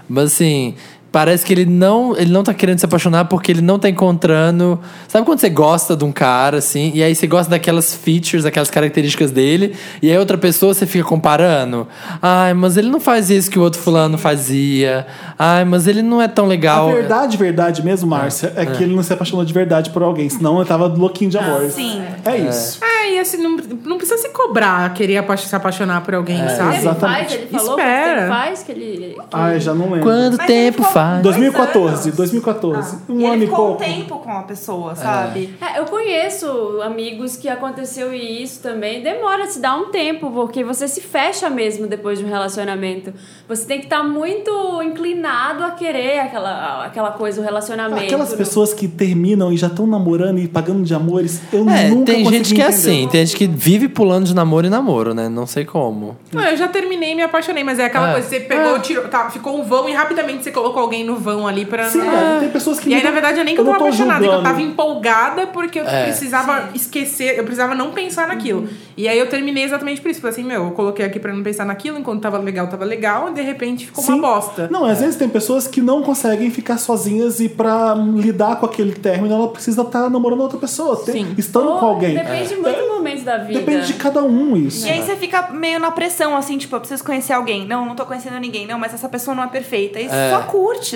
Speaker 3: Mas assim. Parece que ele não, ele não tá querendo se apaixonar porque ele não tá encontrando. Sabe quando você gosta de um cara, assim, e aí você gosta daquelas features, daquelas características dele, e aí outra pessoa você fica comparando? Ai, mas ele não faz isso que o outro fulano fazia. Ai, mas ele não é tão legal.
Speaker 2: A verdade, verdade mesmo, Márcia, é, que ele não se apaixonou de verdade por alguém, senão eu tava louquinho de amor.
Speaker 6: sim.
Speaker 2: É isso.
Speaker 5: É, e assim, não, não precisa se cobrar, querer apa- se apaixonar por alguém,
Speaker 3: É,
Speaker 5: sabe?
Speaker 4: Ele faz,
Speaker 2: Exatamente.
Speaker 4: ele falou
Speaker 5: Espera.
Speaker 4: quanto tempo faz que ele. que-
Speaker 2: Ai, Ah, já não lembro.
Speaker 3: Quanto
Speaker 6: Mas ele
Speaker 3: tempo
Speaker 6: ficou-
Speaker 3: faz?
Speaker 2: 2014, 2014.
Speaker 6: Ah. e
Speaker 2: Um ano
Speaker 6: ele
Speaker 2: e
Speaker 6: ficou um
Speaker 2: pouco.
Speaker 6: tempo com a pessoa, sabe?
Speaker 4: É, eu conheço amigos que aconteceu isso também. Demora se dar um tempo, porque você se fecha mesmo depois de um relacionamento. Você tem que estar muito inclinado a querer aquela, aquela coisa, o relacionamento.
Speaker 2: Aquelas
Speaker 4: né?
Speaker 2: pessoas que terminam e já estão namorando e pagando de amores, eu
Speaker 3: É,
Speaker 2: nunca
Speaker 3: tem
Speaker 2: consegui
Speaker 3: gente que é
Speaker 2: entender.
Speaker 3: assim, tem gente que vive pulando de namoro em namoro, né? Não sei como.
Speaker 5: Não, Ah, eu já terminei e me apaixonei, mas é aquela
Speaker 3: É.
Speaker 5: coisa, você pegou, tirou, tá, ficou um vão e rapidamente você colocou alguém no vão ali
Speaker 3: assim.
Speaker 5: pra.
Speaker 2: Sim,
Speaker 5: não-
Speaker 2: velho, tem pessoas que
Speaker 5: É. E aí,
Speaker 2: não-
Speaker 5: na verdade, eu nem que eu
Speaker 2: não
Speaker 5: tava
Speaker 2: tô
Speaker 5: apaixonada, é que eu
Speaker 2: julgando.
Speaker 5: tava empolgada porque eu precisava esquecer, eu precisava não pensar naquilo.
Speaker 2: Uhum.
Speaker 5: E aí eu terminei exatamente por isso. Falei assim, meu, eu coloquei aqui pra não pensar naquilo, enquanto tava legal, tava legal, e de repente ficou
Speaker 2: Sim.
Speaker 5: uma bosta.
Speaker 2: Não, às vezes tem pessoas que não conseguem ficar sozinhas e pra lidar com aquele término, ela precisa estar namorando outra pessoa, tem-
Speaker 5: Sim.
Speaker 2: estando com alguém. É.
Speaker 4: Depende de muitos momentos da vida.
Speaker 2: Depende de cada um isso.
Speaker 6: E é aí você fica meio na pressão, assim, tipo, eu preciso conhecer alguém. Não, não tô conhecendo ninguém. Não, mas essa pessoa não é perfeita. E só curte,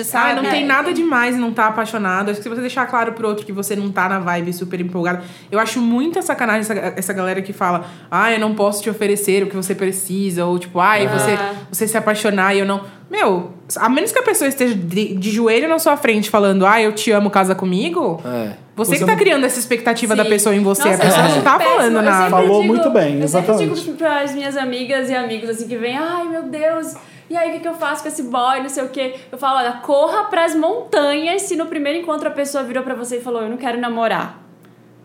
Speaker 5: Ah,
Speaker 4: é.
Speaker 6: sabe? É.
Speaker 5: não tem nada demais em não tá apaixonado. Acho que se você deixar claro pro outro que você não tá na vibe super empolgada. Eu acho muita sacanagem essa, essa galera que fala, ah, eu não posso te oferecer o que você precisa. Ou tipo, ai, você,
Speaker 4: Ah.
Speaker 5: você se apaixonar e eu não. Meu, a menos que a pessoa esteja de, de joelho na sua frente falando, ah, eu te amo, casa comigo.
Speaker 3: É.
Speaker 5: Você,
Speaker 2: Você
Speaker 5: que tá
Speaker 2: não-
Speaker 5: criando essa expectativa da
Speaker 4: Sim.
Speaker 5: pessoa em você.
Speaker 4: Nossa,
Speaker 5: a pessoa
Speaker 4: eu
Speaker 5: não tá
Speaker 4: acho péssimo.
Speaker 5: falando
Speaker 4: Eu
Speaker 5: nada.
Speaker 4: sempre
Speaker 2: Falou
Speaker 4: digo-
Speaker 2: muito bem,
Speaker 4: Eu sempre
Speaker 2: exatamente.
Speaker 4: digo para as minhas amigas e amigos assim que vêm, ai meu Deus, e aí o que, que eu faço com esse boy, não sei o quê. Eu falo, olha, corra pras montanhas se no primeiro encontro a pessoa virou pra você e falou, eu não quero namorar.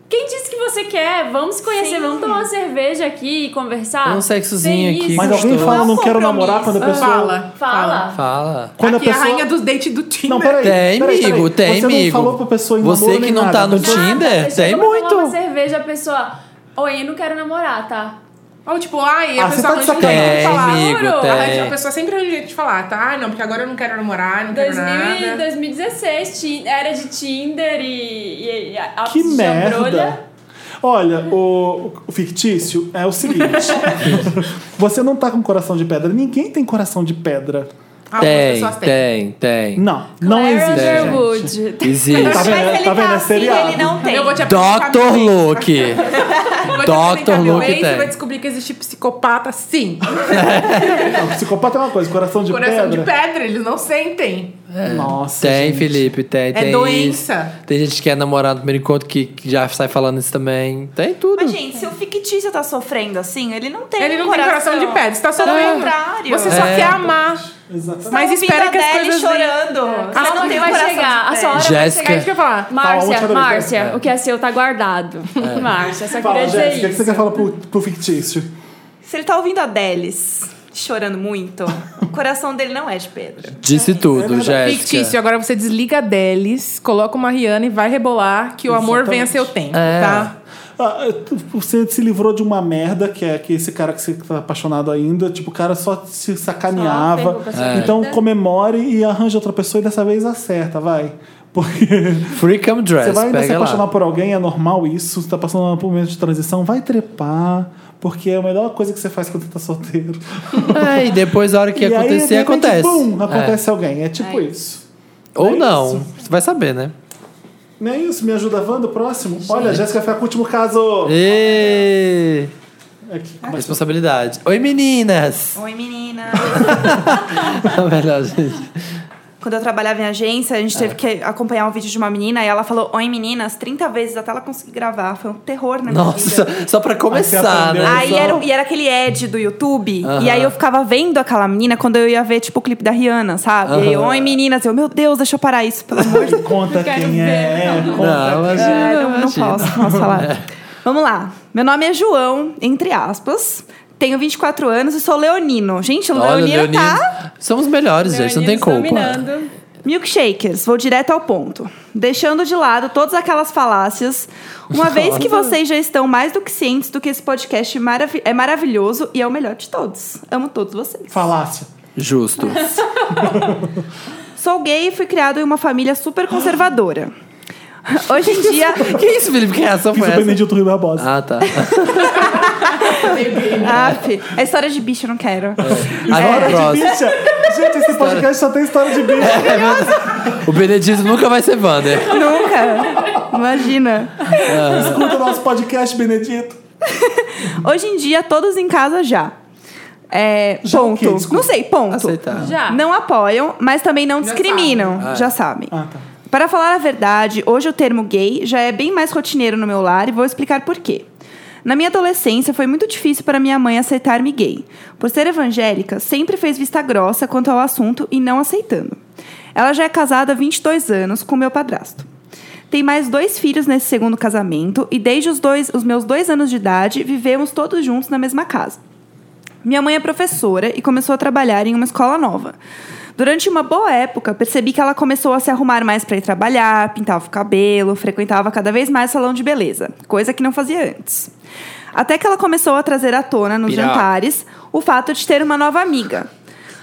Speaker 4: Quem disse que você quer? Vamos se conhecer,
Speaker 6: Sim.
Speaker 4: vamos tomar uma cerveja aqui e conversar.
Speaker 3: Um sexozinho
Speaker 4: Tem
Speaker 3: aqui,
Speaker 4: isso.
Speaker 2: Mas alguém
Speaker 3: Gostoso.
Speaker 2: fala, não
Speaker 6: Não
Speaker 2: quero
Speaker 6: compromisso.
Speaker 2: namorar quando a pessoa.
Speaker 5: Fala.
Speaker 4: Fala.
Speaker 3: Fala.
Speaker 2: Quando
Speaker 5: Aqui
Speaker 2: a pessoa.
Speaker 5: é a rainha dos dates do Tinder.
Speaker 2: Não, peraí.
Speaker 3: Tem,
Speaker 2: peraí, peraí.
Speaker 3: amigo, tem,
Speaker 2: Você
Speaker 3: amigo.
Speaker 2: não falou pra pessoa ir
Speaker 3: Você
Speaker 2: namoro
Speaker 3: que
Speaker 2: nem
Speaker 3: não
Speaker 2: nada.
Speaker 3: tá no
Speaker 2: A pessoa-
Speaker 3: Tinder?
Speaker 4: Nada,
Speaker 3: Tem
Speaker 4: chega pra tomar
Speaker 3: muito.
Speaker 4: Uma cerveja, a pessoa, oi, eu não quero namorar, tá?
Speaker 5: Ou tipo, ai, a
Speaker 2: Ah, você
Speaker 5: pessoa
Speaker 2: tá de
Speaker 5: arranja um jeito
Speaker 3: sacanagem.
Speaker 5: de falar.
Speaker 3: Tem, amigo,
Speaker 5: "Juro?" Ela-
Speaker 3: tem.
Speaker 5: A pessoa sempre arranja um jeito de falar, tá? "Ah, Não, porque agora eu não quero namorar, não quero
Speaker 4: 2000 e
Speaker 5: nada.
Speaker 4: 2016, Tin- era de Tinder e, e apps
Speaker 2: Que
Speaker 4: de jambrolha.
Speaker 2: merda! Olha, o, o fictício é o seguinte: você não tá com coração de pedra, ninguém tem coração de pedra.
Speaker 5: Algumas
Speaker 3: Tem,
Speaker 5: pessoas têm.
Speaker 3: tem, tem.
Speaker 2: Não, não
Speaker 4: Claire
Speaker 2: existe. gente.
Speaker 4: Underwood.
Speaker 3: Existe.
Speaker 2: Tá
Speaker 6: Mas
Speaker 2: vendo?
Speaker 6: ele
Speaker 2: Tá
Speaker 6: tá,
Speaker 2: vendo? É
Speaker 6: assim,
Speaker 2: seriado.
Speaker 6: ele não tem.
Speaker 5: Eu vou te apresentar meu
Speaker 3: Dr.
Speaker 5: ex.
Speaker 3: Luke.
Speaker 5: Eu vou te
Speaker 3: Dr.
Speaker 5: apresentar meu
Speaker 3: Luke
Speaker 5: ex, Você
Speaker 3: tem.
Speaker 5: vai descobrir que existe psicopata, sim. Um
Speaker 2: Não, psicopata é uma coisa, coração de
Speaker 5: Coração
Speaker 2: pedra.
Speaker 5: de pedra, eles não sentem.
Speaker 2: Nossa.
Speaker 3: Tem,
Speaker 2: gente.
Speaker 3: Felipe, tem. tem
Speaker 5: doença.
Speaker 3: isso. Tem gente que é namorado no primeiro encontro que, que já sai falando isso também. Tem tudo.
Speaker 6: Mas, gente, se o fictício tá sofrendo assim, ele não tem
Speaker 5: Ele não tem
Speaker 6: coração.
Speaker 5: coração de pedra, você tá
Speaker 6: Pelo
Speaker 5: sofrendo.
Speaker 6: contrário.
Speaker 5: Você só
Speaker 3: É.
Speaker 5: quer amar.
Speaker 2: Exatamente.
Speaker 5: Mas
Speaker 6: Tá
Speaker 5: espera
Speaker 6: ouvindo
Speaker 5: que as
Speaker 6: a Adele
Speaker 5: coisas venham. Ah,
Speaker 6: chorando.
Speaker 4: A
Speaker 6: Você não
Speaker 4: hora
Speaker 6: tem
Speaker 4: vai
Speaker 6: coração
Speaker 4: chegar, a
Speaker 6: de
Speaker 4: sua hora
Speaker 6: pedra.
Speaker 3: Jéssica.
Speaker 4: vai
Speaker 5: É isso que eu
Speaker 4: chegar.
Speaker 5: ia falar.
Speaker 2: Fala,
Speaker 4: Márcia,
Speaker 2: última vez,
Speaker 4: Márcia, o que é seu tá guardado. [LAUGHS] Márcia, só
Speaker 2: Fala,
Speaker 4: queria dizer
Speaker 2: Jéssica, o que
Speaker 4: isso.
Speaker 2: você quer falar pro, pro fictício?
Speaker 6: Se ele tá ouvindo a Delis chorando muito. O coração dele não é de pedra.
Speaker 3: Disse tudo, Jéssica.
Speaker 5: Fictício, agora você desliga deles, coloca uma Rihanna e vai rebolar que o amor
Speaker 2: Exatamente.
Speaker 5: venha seu tempo,
Speaker 3: É.
Speaker 5: tá?
Speaker 2: Ah, tu- Você se livrou de uma merda, que é que esse cara que você tá apaixonado ainda, tipo, o cara só se
Speaker 6: Só
Speaker 2: sacaneava.
Speaker 6: ferrou com a sua É.
Speaker 2: Então
Speaker 6: vida.
Speaker 2: comemore e arranje outra pessoa e dessa vez acerta, vai. Porque
Speaker 3: Free Come Dress,
Speaker 2: você vai ainda se
Speaker 3: pega
Speaker 2: apaixonar
Speaker 3: lá.
Speaker 2: por alguém, é normal isso, você tá passando por um momento de transição, vai trepar, porque é a melhor coisa que você faz quando você tá
Speaker 3: [LAUGHS]
Speaker 2: solteiro.
Speaker 3: É, e depois a hora que
Speaker 2: E aí,
Speaker 3: acontecer,
Speaker 2: de repente,
Speaker 3: acontece.
Speaker 2: Bum,
Speaker 3: É.
Speaker 2: acontece alguém. É tipo isso.
Speaker 3: Ou
Speaker 2: É
Speaker 3: não.
Speaker 2: isso.
Speaker 3: Você vai saber, né?
Speaker 2: Não é isso? Me ajuda, Wanda, próximo. Olha, a Jéssica vai ficar com o último caso. É
Speaker 3: E...
Speaker 2: Aqui.
Speaker 3: Responsabilidade. Oi, meninas!
Speaker 6: Oi, menina.
Speaker 3: [LAUGHS] Melhor, gente.
Speaker 6: Quando eu trabalhava em agência, a
Speaker 3: É.
Speaker 6: gente teve que acompanhar um vídeo de uma menina e ela falou Oi, meninas, 30 vezes até ela conseguir gravar. Foi um terror na minha vida.
Speaker 3: Nossa, só pra começar,
Speaker 2: aprendeu.
Speaker 3: né?
Speaker 6: Aí
Speaker 2: Só-
Speaker 6: era, o- e era aquele ad do YouTube.
Speaker 3: Aham.
Speaker 6: E aí eu ficava vendo aquela menina quando eu ia ver, tipo, o clipe da Rihanna, sabe? E aí, eu,
Speaker 3: Aham.
Speaker 6: oi meninas, eu, meu Deus, deixa eu parar isso, pelo amor de Deus.
Speaker 2: Conta quem é.
Speaker 3: Não,
Speaker 2: Conta.
Speaker 3: imagina,
Speaker 6: Ah, não, não
Speaker 3: imagina. É.
Speaker 6: posso, não posso
Speaker 3: [LAUGHS]
Speaker 6: falar. Vamos lá. Meu nome é João, entre aspas. Tenho 24 anos e sou leonino. Gente, o
Speaker 3: Olha,
Speaker 6: leonino,
Speaker 3: Leonino.
Speaker 6: tá
Speaker 3: Somos melhores, gente. Não tem culpa.
Speaker 4: Dominando.
Speaker 6: Milkshakers, vou direto ao ponto. Deixando de lado todas aquelas falácias, uma vez que vocês já estão mais do que cientes do que esse podcast maravi- é maravilhoso e é o melhor de todos. Amo todos vocês.
Speaker 2: Falácia.
Speaker 6: [LAUGHS]
Speaker 3: Justo.
Speaker 6: Sou gay e fui criado em uma família super conservadora. [GASPS] Hoje em
Speaker 2: [LAUGHS]
Speaker 6: dia.
Speaker 3: que isso, Felipe? Que reação
Speaker 2: Fiz
Speaker 3: foi
Speaker 2: o
Speaker 3: essa?
Speaker 2: Benedito Rui Barbosa.
Speaker 3: Ah,
Speaker 2: [LAUGHS]
Speaker 3: tá.
Speaker 6: Aff, é história de bicho, eu não quero.
Speaker 3: Agora
Speaker 2: é de
Speaker 3: Ah, próximo.
Speaker 2: bicha. Gente, esse podcast só tem história
Speaker 3: [LAUGHS]
Speaker 2: de bicha.
Speaker 3: O Benedito nunca vai ser Wander.
Speaker 2: [LAUGHS]
Speaker 6: Nunca. Imagina.
Speaker 2: Escuta o nosso podcast, Benedito.
Speaker 6: Hoje em dia, todos em casa já. É,
Speaker 2: Já o
Speaker 6: ponto.
Speaker 2: quê? Desculpa.
Speaker 6: não sei, ponto.
Speaker 3: Aceitar.
Speaker 4: Já.
Speaker 6: Não apoiam, mas também não discriminam.
Speaker 3: sabem.
Speaker 6: Já sabem.
Speaker 2: Ah, tá.
Speaker 6: Para falar a verdade, hoje o termo gay já é bem mais rotineiro no meu lar e vou explicar por quê. Na minha adolescência, foi muito difícil para minha mãe aceitar-me gay. Por ser evangélica, sempre fez vista grossa quanto ao assunto e não aceitando. Ela já é casada há 22 anos com meu padrasto. Tem mais dois filhos nesse segundo casamento e desde os, dois, os meus dois anos de idade vivemos todos juntos na mesma casa. Minha mãe é professora e começou a trabalhar em uma escola nova. Durante uma boa época, percebi que ela começou a se arrumar mais para ir trabalhar, pintava o cabelo, frequentava cada vez mais salão de beleza, coisa que não fazia antes. Até que ela começou a trazer à tona nos
Speaker 3: Piroca.
Speaker 6: jantares o fato de ter uma nova amiga.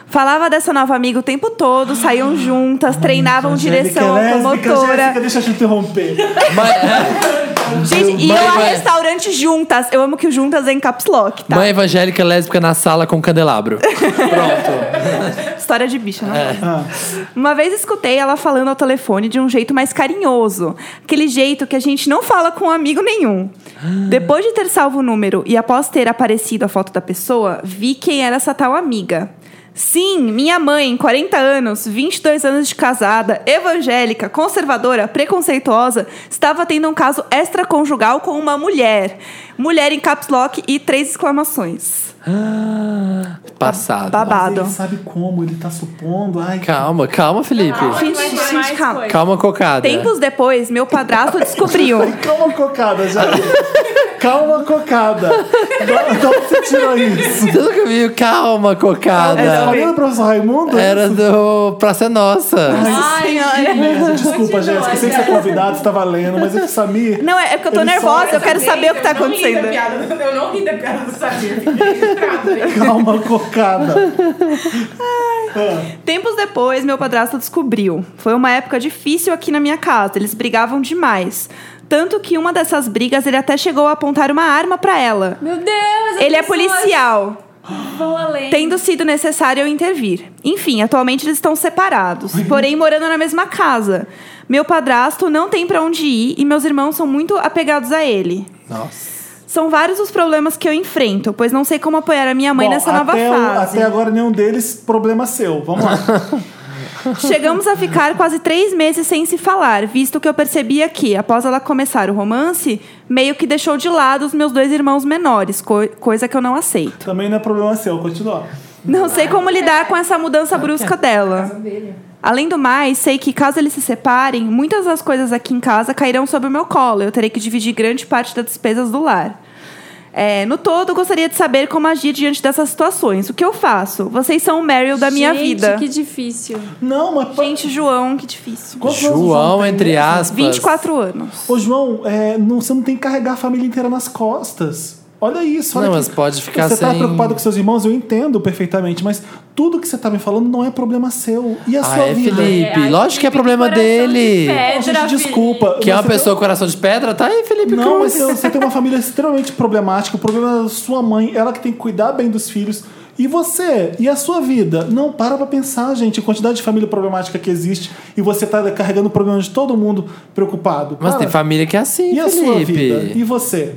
Speaker 6: Falava dessa nova amiga o tempo todo, saíam juntas, treinavam direção
Speaker 2: Angélica é lésbica,
Speaker 6: automotora.
Speaker 2: Jéssica, deixa eu te interromper.
Speaker 3: Mãe,
Speaker 6: Gente,
Speaker 3: Mãe,
Speaker 6: iam a
Speaker 3: mãe.
Speaker 6: restaurante juntas. Eu amo que o juntas é em caps lock, tá?
Speaker 3: mãe evangélica lésbica na sala com candelabro. [GASPS]
Speaker 6: História de bicha, não é?
Speaker 2: Ah,
Speaker 6: Uma vez escutei ela falando ao telefone de um jeito mais carinhoso. Aquele jeito que a gente não fala com um amigo nenhum. Depois de ter salvo o número e após ter aparecido a foto da pessoa, vi quem era essa tal amiga. Sim, minha mãe, 40 anos, 22 anos de casada, evangélica, conservadora, preconceituosa, estava tendo um caso extraconjugal com uma mulher. Mulher em caps lock e três exclamações.
Speaker 3: Passado.
Speaker 2: mas
Speaker 6: Babado.
Speaker 2: ele sabe como, ele tá supondo. Ai, [LAUGHS]
Speaker 3: Calma, calma, Felipe.
Speaker 6: Gente,
Speaker 4: Vai ter
Speaker 6: gente,
Speaker 4: mais
Speaker 6: calma.
Speaker 4: coisa.
Speaker 3: Calma, cocada.
Speaker 6: Tempos depois, meu padrasto descobriu.
Speaker 2: calma, cocada, já. calma, cocada. Da- Da onde você tirou isso?
Speaker 3: Você nunca viu? Calma,
Speaker 6: É,
Speaker 2: Era
Speaker 3: cocada.
Speaker 2: alguém do professor Raimundo?
Speaker 3: Era do Praça é Nossa.
Speaker 4: Ai, gente.
Speaker 2: Gente, Desculpa,
Speaker 4: Continua,
Speaker 2: Jéssica. Eu sei
Speaker 4: né?
Speaker 2: que você é convidado, você tava lendo, mas esse Samir.
Speaker 6: Não, é é porque eu tô
Speaker 2: Ele só-
Speaker 6: nervosa, eu quero saber o que tá
Speaker 5: Eu não ri da
Speaker 6: acontecendo.
Speaker 5: piada- Eu não ri da piada do Samir. fiquei frustrada, hein?
Speaker 2: Calma, cocada.
Speaker 6: Tempos depois, meu padrasto descobriu. Foi uma época difícil aqui na minha casa, eles brigavam demais. Tanto que uma dessas brigas ele até chegou a apontar uma arma pra ela.
Speaker 4: Meu Deus! as
Speaker 6: Ele é
Speaker 4: pessoas
Speaker 6: policial,
Speaker 4: Vão além.
Speaker 6: tendo sido necessário eu intervir. Enfim, atualmente eles estão separados,
Speaker 2: Uhum.
Speaker 6: porém morando na mesma casa. Meu padrasto não tem pra onde ir e meus irmãos são muito apegados a ele.
Speaker 3: Nossa.
Speaker 6: São vários os problemas que eu enfrento, pois não sei como apoiar a minha mãe
Speaker 2: Bom,
Speaker 6: nessa nova
Speaker 2: até o-
Speaker 6: fase.
Speaker 2: até agora, nenhum deles, problema seu. Vamos lá.
Speaker 6: Chegamos a ficar quase três meses sem se falar, visto que eu percebia que, após ela começar o romance, meio que deixou de lado os meus dois irmãos menores, co- coisa que eu não aceito.
Speaker 2: Também não é problema seu, continua.
Speaker 6: Não sei como lidar com essa mudança brusca dela. Além do mais, sei que caso eles se separem, muitas das coisas aqui em casa cairão sobre o meu colo. Eu terei que dividir grande parte das despesas do lar. É, no todo, gostaria de saber como agir diante dessas situações. O que eu faço? Vocês são o Meryl da minha
Speaker 4: Gente,
Speaker 6: vida.
Speaker 4: que difícil.
Speaker 2: Não, mas. pa-
Speaker 6: Gente, João, que difícil.
Speaker 2: Quantos anos é o
Speaker 3: João,
Speaker 2: tem
Speaker 3: entre
Speaker 2: mesmo?
Speaker 3: aspas.
Speaker 6: 24 anos.
Speaker 2: Ô, João, é, não- você não tem que carregar a família inteira nas costas. Olha isso, olha
Speaker 3: Não,
Speaker 2: que-
Speaker 3: mas pode ficar
Speaker 2: Você tá
Speaker 3: sem-
Speaker 2: preocupado com seus irmãos, eu entendo perfeitamente, mas tudo que você tá me falando não é problema seu. E a
Speaker 3: Ah,
Speaker 2: sua
Speaker 3: é,
Speaker 2: vida?
Speaker 3: Felipe.
Speaker 4: É, ai,
Speaker 3: Lógico que é
Speaker 4: Felipe,
Speaker 3: problema
Speaker 4: coração
Speaker 3: dele.
Speaker 4: de pedra,
Speaker 2: Não, gente,
Speaker 4: Felipe.
Speaker 2: desculpa.
Speaker 3: Que é uma
Speaker 2: Você tem- um-
Speaker 3: pessoa coração de pedra, tá aí, Felipe
Speaker 2: Não, mas
Speaker 3: Cruz.
Speaker 2: você, você tem uma família extremamente problemática. O problema é da sua mãe, ela que tem que cuidar bem dos filhos. E você? E a sua vida? Não, para pra pensar, gente. A quantidade de família problemática que existe e você tá carregando o problema de todo mundo preocupado.
Speaker 3: Mas
Speaker 2: Para.
Speaker 3: tem família que é assim,
Speaker 2: E a sua vida? E
Speaker 3: Felipe.
Speaker 2: você?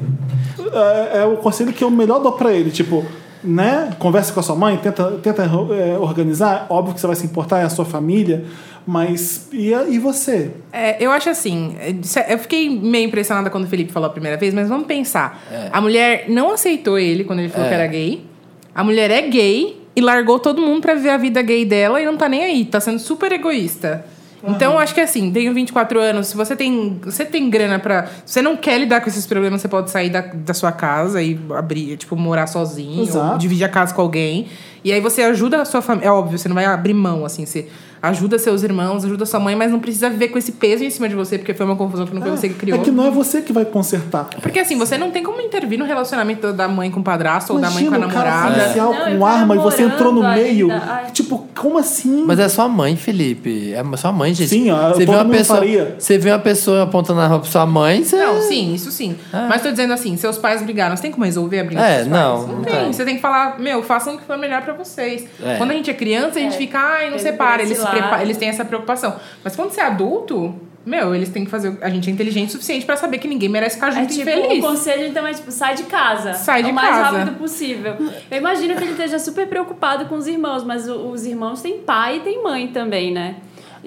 Speaker 2: É, é o conselho que eu melhor dou pra ele. Tipo, né? Conversa com a sua mãe, tenta, tenta é, organizar. Óbvio que você vai se importar, é a sua família. Mas e, a- e você?
Speaker 5: É, eu acho assim, é, se- eu fiquei meio impressionada quando o Felipe falou a primeira vez, mas vamos pensar. A mulher não aceitou ele quando ele falou
Speaker 3: É.
Speaker 5: que era gay. A mulher é gay e largou todo mundo pra viver a vida gay dela e não tá nem aí, tá sendo super egoísta. Então, eu acho que assim, tenho 24 anos, se você tem, você tem grana pra. Se você não quer lidar com esses problemas, você pode sair da, da sua casa e abrir, tipo, morar sozinho, ou
Speaker 2: Exato.
Speaker 5: dividir a casa com alguém. E aí você ajuda a sua família. É óbvio, você não vai abrir mão, assim. Você ajuda seus irmãos, ajuda sua mãe, mas não precisa viver com esse peso em cima de você, porque foi uma confusão que não foi você que criou.
Speaker 2: É que não é você que vai consertar.
Speaker 5: Porque assim, você não tem como intervir no relacionamento da mãe com o padrasto ou da mãe com a
Speaker 2: Imagina o cara
Speaker 5: namorada.
Speaker 2: policial
Speaker 4: Não, eu
Speaker 2: com
Speaker 4: tô
Speaker 2: arma e você entrou no
Speaker 4: namorando
Speaker 2: meio.
Speaker 4: ainda. Ai.
Speaker 2: Tipo, como assim?
Speaker 3: Mas é sua mãe, Felipe. É sua mãe, gente.
Speaker 2: Sim, ó, todo mundo
Speaker 3: pessoa,
Speaker 2: faria.
Speaker 3: Você vê uma pessoa apontando a arma pra sua mãe, você.
Speaker 5: Não, sim, isso sim. Mas tô dizendo assim, seus pais brigaram, você tem como resolver a briga
Speaker 3: É,
Speaker 5: dos seus pais?
Speaker 3: não,
Speaker 5: Não,
Speaker 3: não
Speaker 5: tem.
Speaker 3: tem.
Speaker 5: Você tem que falar, meu, façam o que for melhor pra vocês.
Speaker 3: É.
Speaker 5: Quando a gente é criança, a gente
Speaker 4: É.
Speaker 5: fica, ai, não
Speaker 4: Eles
Speaker 5: separa,
Speaker 4: por esse
Speaker 5: eles, se
Speaker 4: lado.
Speaker 5: prepa- eles têm essa preocupação. Mas quando você é adulto, meu, eles têm que fazer. A gente é inteligente o suficiente pra saber que ninguém merece ficar
Speaker 4: É
Speaker 5: junto e
Speaker 4: tipo, o
Speaker 5: feliz.
Speaker 4: conselho então é tipo, sai de casa. É
Speaker 5: Sai de
Speaker 4: o mais
Speaker 5: casa.
Speaker 4: rápido possível. Eu imagino que ele esteja super preocupado com os irmãos, mas o- os irmãos têm pai e têm mãe também, né?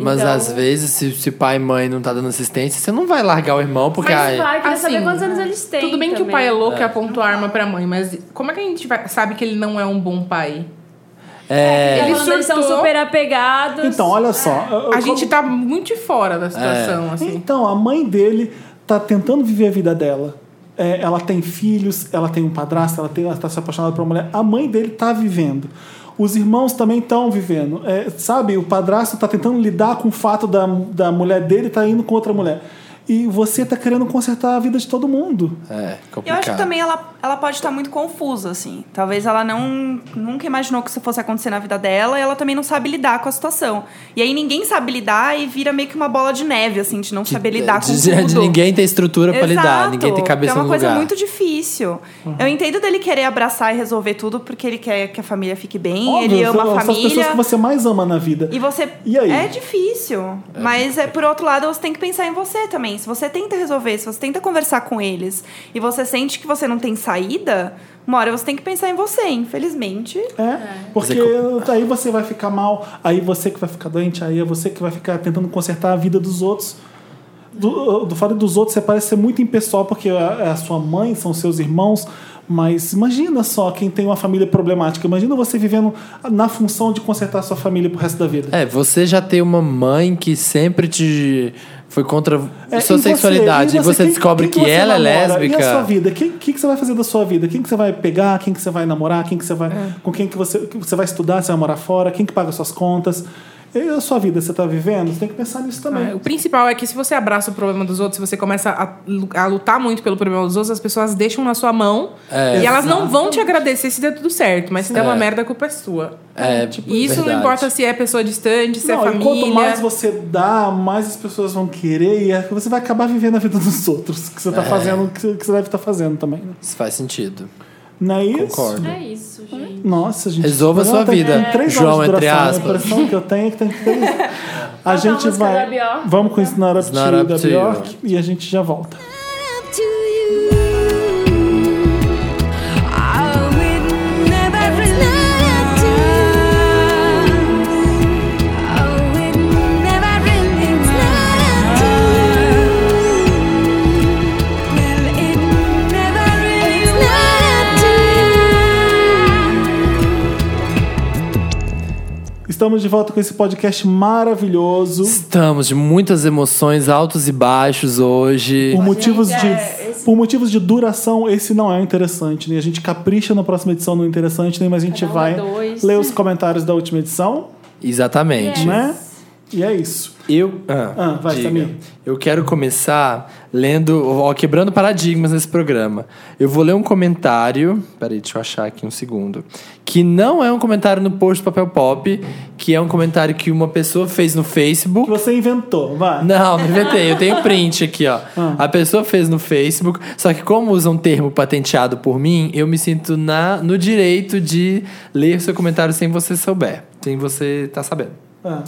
Speaker 3: Mas
Speaker 4: Então-
Speaker 3: às vezes, se, se pai e mãe não tá dando assistência, você não vai largar o irmão, porque.
Speaker 4: Mas
Speaker 3: ai,
Speaker 4: vai, eu queria
Speaker 5: assim,
Speaker 4: saber quantos anos eles têm.
Speaker 5: Tudo bem que o
Speaker 4: também.
Speaker 5: pai é louco e apontou a arma pra mãe, mas como é que a gente vai- sabe que ele não é um bom pai?
Speaker 3: é,
Speaker 4: Ele
Speaker 5: Ele
Speaker 4: surtou. Eles são
Speaker 5: surtou.
Speaker 4: super apegados.
Speaker 2: Então, olha só.
Speaker 4: É.
Speaker 2: eu-
Speaker 5: A
Speaker 2: eu-
Speaker 5: gente tá muito de fora da situação,
Speaker 3: É.
Speaker 6: Ah,
Speaker 5: assim.
Speaker 2: Então, a mãe dele tá tentando viver a vida dela. É, ela tem filhos, ela tem um padrasto, ela, tem, ela tá se apaixonada por uma mulher. A mãe dele tá vivendo. Os irmãos também estão vivendo. É, sabe, o padrasto tá tentando lidar com o fato da, da mulher dele tá indo com outra mulher. E você tá querendo consertar a vida de todo mundo.
Speaker 3: é
Speaker 6: Eu
Speaker 3: complicado.
Speaker 6: acho que também ela, ela pode estar muito confusa, assim. Talvez ela não nunca imaginou que isso fosse acontecer na vida dela e ela também não sabe lidar com a situação. E aí ninguém sabe lidar e vira meio que uma bola de neve, assim, de não saber lidar com
Speaker 3: de,
Speaker 6: tudo.
Speaker 3: de ninguém ter estrutura pra lidar,
Speaker 6: Exato.
Speaker 3: ninguém tem
Speaker 6: Porque
Speaker 3: cabeça
Speaker 6: É uma
Speaker 3: no
Speaker 6: coisa
Speaker 3: lugar. Uhum.
Speaker 6: muito difícil. Eu entendo dele querer abraçar e resolver tudo porque ele quer que a família fique bem, ele
Speaker 2: são-
Speaker 6: ama
Speaker 2: são
Speaker 6: a
Speaker 2: as pessoas que
Speaker 6: família.
Speaker 2: você mais ama na vida.
Speaker 6: E você.
Speaker 2: E aí?
Speaker 6: É difícil. Mas é, por outro lado, você tem que pensar em você também. Se você tenta resolver, se você tenta conversar com eles e você sente que você não tem saída, uma hora você tem que pensar em você, infelizmente.
Speaker 2: É, porque aí você vai ficar mal, aí você que vai ficar doente, aí é você que vai ficar tentando consertar a vida dos outros. Do, do fato dos outros, você parece ser muito impessoal, porque é a sua mãe, são seus irmãos. Mas imagina só quem tem uma família problemática. Imagina você vivendo na função de consertar a sua família pro resto da vida.
Speaker 3: É, você já tem uma mãe que sempre te foi contra
Speaker 2: É,
Speaker 3: sua
Speaker 2: e você?
Speaker 3: sexualidade e você,
Speaker 2: Quem-
Speaker 3: descobre
Speaker 2: quem
Speaker 3: que,
Speaker 2: você
Speaker 3: ela é
Speaker 2: namora?
Speaker 3: lésbica.
Speaker 2: E a sua vida? O que, que, que você vai fazer da sua vida? Quem que você vai pegar? Quem que você vai namorar? Quem que você vai,
Speaker 3: É.
Speaker 2: Com quem que você, que você vai estudar? Você vai morar fora? Quem que paga suas contas? E a sua vida você está vivendo? Você tem que pensar nisso também.
Speaker 5: Ah, O principal é que se você abraça o problema dos outros, se você começa a, lu- a lutar muito pelo problema dos outros, as pessoas deixam na sua mão
Speaker 3: É,
Speaker 5: e elas não vão te agradecer se der tudo certo. Mas se der uma merda, a culpa é sua.
Speaker 3: É, tipo,
Speaker 5: e isso não
Speaker 3: verdade.
Speaker 5: importa se é pessoa distante, se
Speaker 2: Não,
Speaker 5: é
Speaker 2: e
Speaker 5: família.
Speaker 2: quanto mais você dá, mais as pessoas vão querer e é que você vai acabar vivendo a vida dos outros que
Speaker 3: É.
Speaker 2: você está fazendo, que você que você deve estar fazendo também. né?
Speaker 3: Isso faz sentido.
Speaker 2: Não é isso?
Speaker 3: Concordo.
Speaker 4: É isso, gente.
Speaker 2: Nossa, gente.
Speaker 3: Resolva
Speaker 2: esse programa
Speaker 3: sua vida.
Speaker 2: Tem três
Speaker 3: João,
Speaker 2: horas de
Speaker 3: entre
Speaker 2: duração.
Speaker 3: aspas.
Speaker 2: A impressão que eu tenho é que tem três.
Speaker 4: [LAUGHS]
Speaker 2: A
Speaker 4: a
Speaker 2: gente
Speaker 4: música da
Speaker 2: vai.
Speaker 4: Bjork.
Speaker 2: Vamos com It's Not Up
Speaker 3: It's
Speaker 2: to
Speaker 3: Not
Speaker 2: You
Speaker 3: Up
Speaker 2: da
Speaker 3: to You.
Speaker 2: Bjork e a gente já volta.
Speaker 1: up to you. I would never
Speaker 2: Estamos de volta com esse podcast maravilhoso.
Speaker 3: Estamos de muitas emoções, altos e baixos hoje.
Speaker 2: Por motivos
Speaker 4: Gente,
Speaker 2: de
Speaker 4: é, esse
Speaker 6: depois.
Speaker 2: Por motivos de duração, esse não é o interessante, né? A gente capricha na próxima edição no interessante, né? Mas a gente
Speaker 4: Cada um
Speaker 2: vai
Speaker 4: é dois. É
Speaker 2: ler os comentários da última edição,
Speaker 3: Exatamente.
Speaker 2: né? E é isso.
Speaker 3: Eu. Ah,
Speaker 2: Ah, vai,
Speaker 3: diga.
Speaker 2: Samir.
Speaker 3: Eu quero começar lendo. Ó, quebrando paradigmas nesse programa. Eu vou ler um comentário. Peraí, deixa eu achar aqui um segundo. Que não é um comentário no post do Papel Pop, que é um comentário que uma pessoa fez no Facebook.
Speaker 2: Que você inventou, vai.
Speaker 3: Não, não inventei. Eu tenho print aqui, ó. A pessoa fez no Facebook, só que como usa um termo patenteado por mim, eu me sinto na, no direito de ler seu comentário sem você souber, sem você tá sabendo.
Speaker 2: Ah.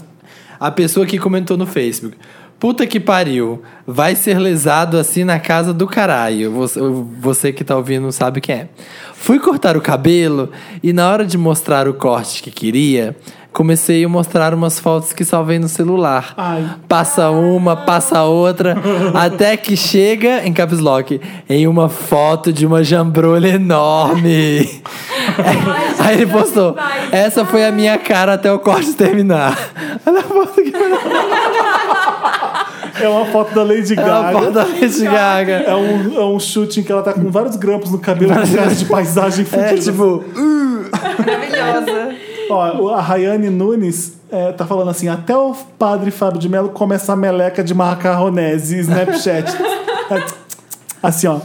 Speaker 3: A pessoa que comentou no Facebook. Puta que pariu, vai ser lesado assim na casa do caralho. Você, você que tá ouvindo sabe quem é. Fui cortar o cabelo e na hora de mostrar o corte que queria, comecei a mostrar umas fotos que salvei no celular.
Speaker 2: Ai.
Speaker 3: Passa uma, passa
Speaker 6: [LAUGHS]
Speaker 3: outra, até que chega, em caps lock, em uma foto de uma jambrolha
Speaker 6: [LAUGHS]
Speaker 3: enorme. É, Aí ele postou, essa foi a minha cara até o corte terminar. [LAUGHS] Olha a foto que
Speaker 2: É uma foto da Lady
Speaker 3: é a foto
Speaker 2: Gaga.
Speaker 3: da Lady Gaga.
Speaker 2: É um, é um chute em que ela tá com vários grampos no cabelo, com cara de paisagem
Speaker 3: É
Speaker 2: fudida.
Speaker 3: tipo,
Speaker 6: Maravilhosa.
Speaker 2: Ó, a Rayane Nunes é, tá falando assim: até o padre Fábio de Mello começa a meleca de macarronese e Snapchat. [LAUGHS] É, assim, ó.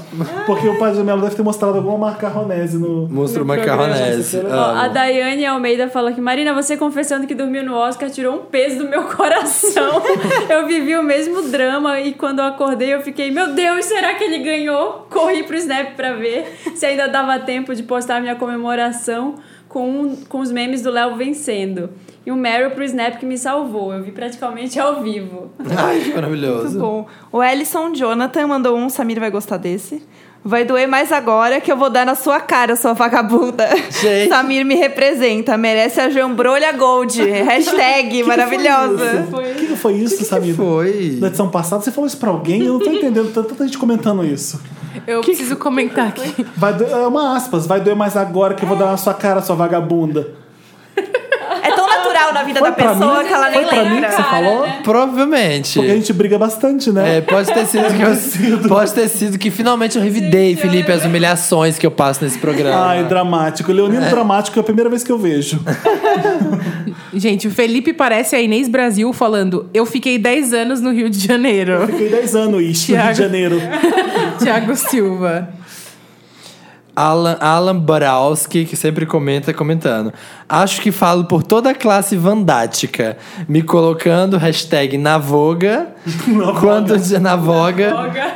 Speaker 2: Porque o padre de Mello deve ter mostrado alguma macarronese no.
Speaker 3: monstro macarronese. Ah.
Speaker 2: programa.
Speaker 3: Amo. [LAUGHS]
Speaker 4: A Daiane Almeida fala que Marina, você confessando que dormiu no Oscar tirou um peso do meu [LAUGHS] coração. eu vivi o mesmo drama e quando eu acordei eu fiquei, meu Deus, será que ele ganhou? Corri pro Snap pra ver se ainda dava tempo de postar minha comemoração com, um, com os memes do Léo vencendo. E o Meryl pro Snap que me salvou. Eu vi praticamente ao vivo.
Speaker 3: Ai, que
Speaker 6: Muito
Speaker 3: maravilhoso.
Speaker 6: bom. O Ellison Jonathan mandou um, Samir vai gostar desse. Vai doer mais agora que eu vou dar na sua cara, sua vagabunda.
Speaker 3: Gente.
Speaker 6: [LAUGHS] Samir me representa, merece a jambrolha
Speaker 2: [LAUGHS]
Speaker 6: gold. Hashtag maravilhosa.
Speaker 2: O que, que foi isso, Samir?
Speaker 3: Foi.
Speaker 2: Na edição passada, você falou isso pra alguém? Eu não tô entendendo, tá tanta gente comentando isso.
Speaker 5: Eu preciso comentar aqui.
Speaker 2: Vai doer- é uma aspas, vai doer mais agora que eu vou dar na sua cara, sua vagabunda.
Speaker 6: É tão natural na vida
Speaker 2: Foi
Speaker 6: da
Speaker 2: pra
Speaker 6: pessoa
Speaker 2: mim?
Speaker 6: que ela nem
Speaker 2: Foi pra mim
Speaker 6: lembra.
Speaker 2: que você falou?
Speaker 6: né?
Speaker 3: Provavelmente.
Speaker 2: Porque a gente briga bastante, né?
Speaker 3: É, [LAUGHS] pode ter sido que eu, pode ter sido que finalmente eu revidei, Felipe, as humilhações que eu passo nesse programa.
Speaker 2: Ai, dramático. Leonino dramático é a primeira vez que
Speaker 3: [LAUGHS]
Speaker 2: eu vejo.
Speaker 5: Gente, o Felipe parece a Inês Brasil falando: Eu fiquei 10 anos no Rio
Speaker 2: [LAUGHS]
Speaker 5: de Janeiro.
Speaker 2: Fiquei 10 anos isso, no Rio de
Speaker 5: Thiago.
Speaker 2: Janeiro.
Speaker 5: Tiago Silva.
Speaker 3: Alan, Alan Borowski, que sempre comenta, comentando. Acho que falo por toda a classe vandática, me colocando hashtag na voga, quando, di- [LAUGHS] na voga,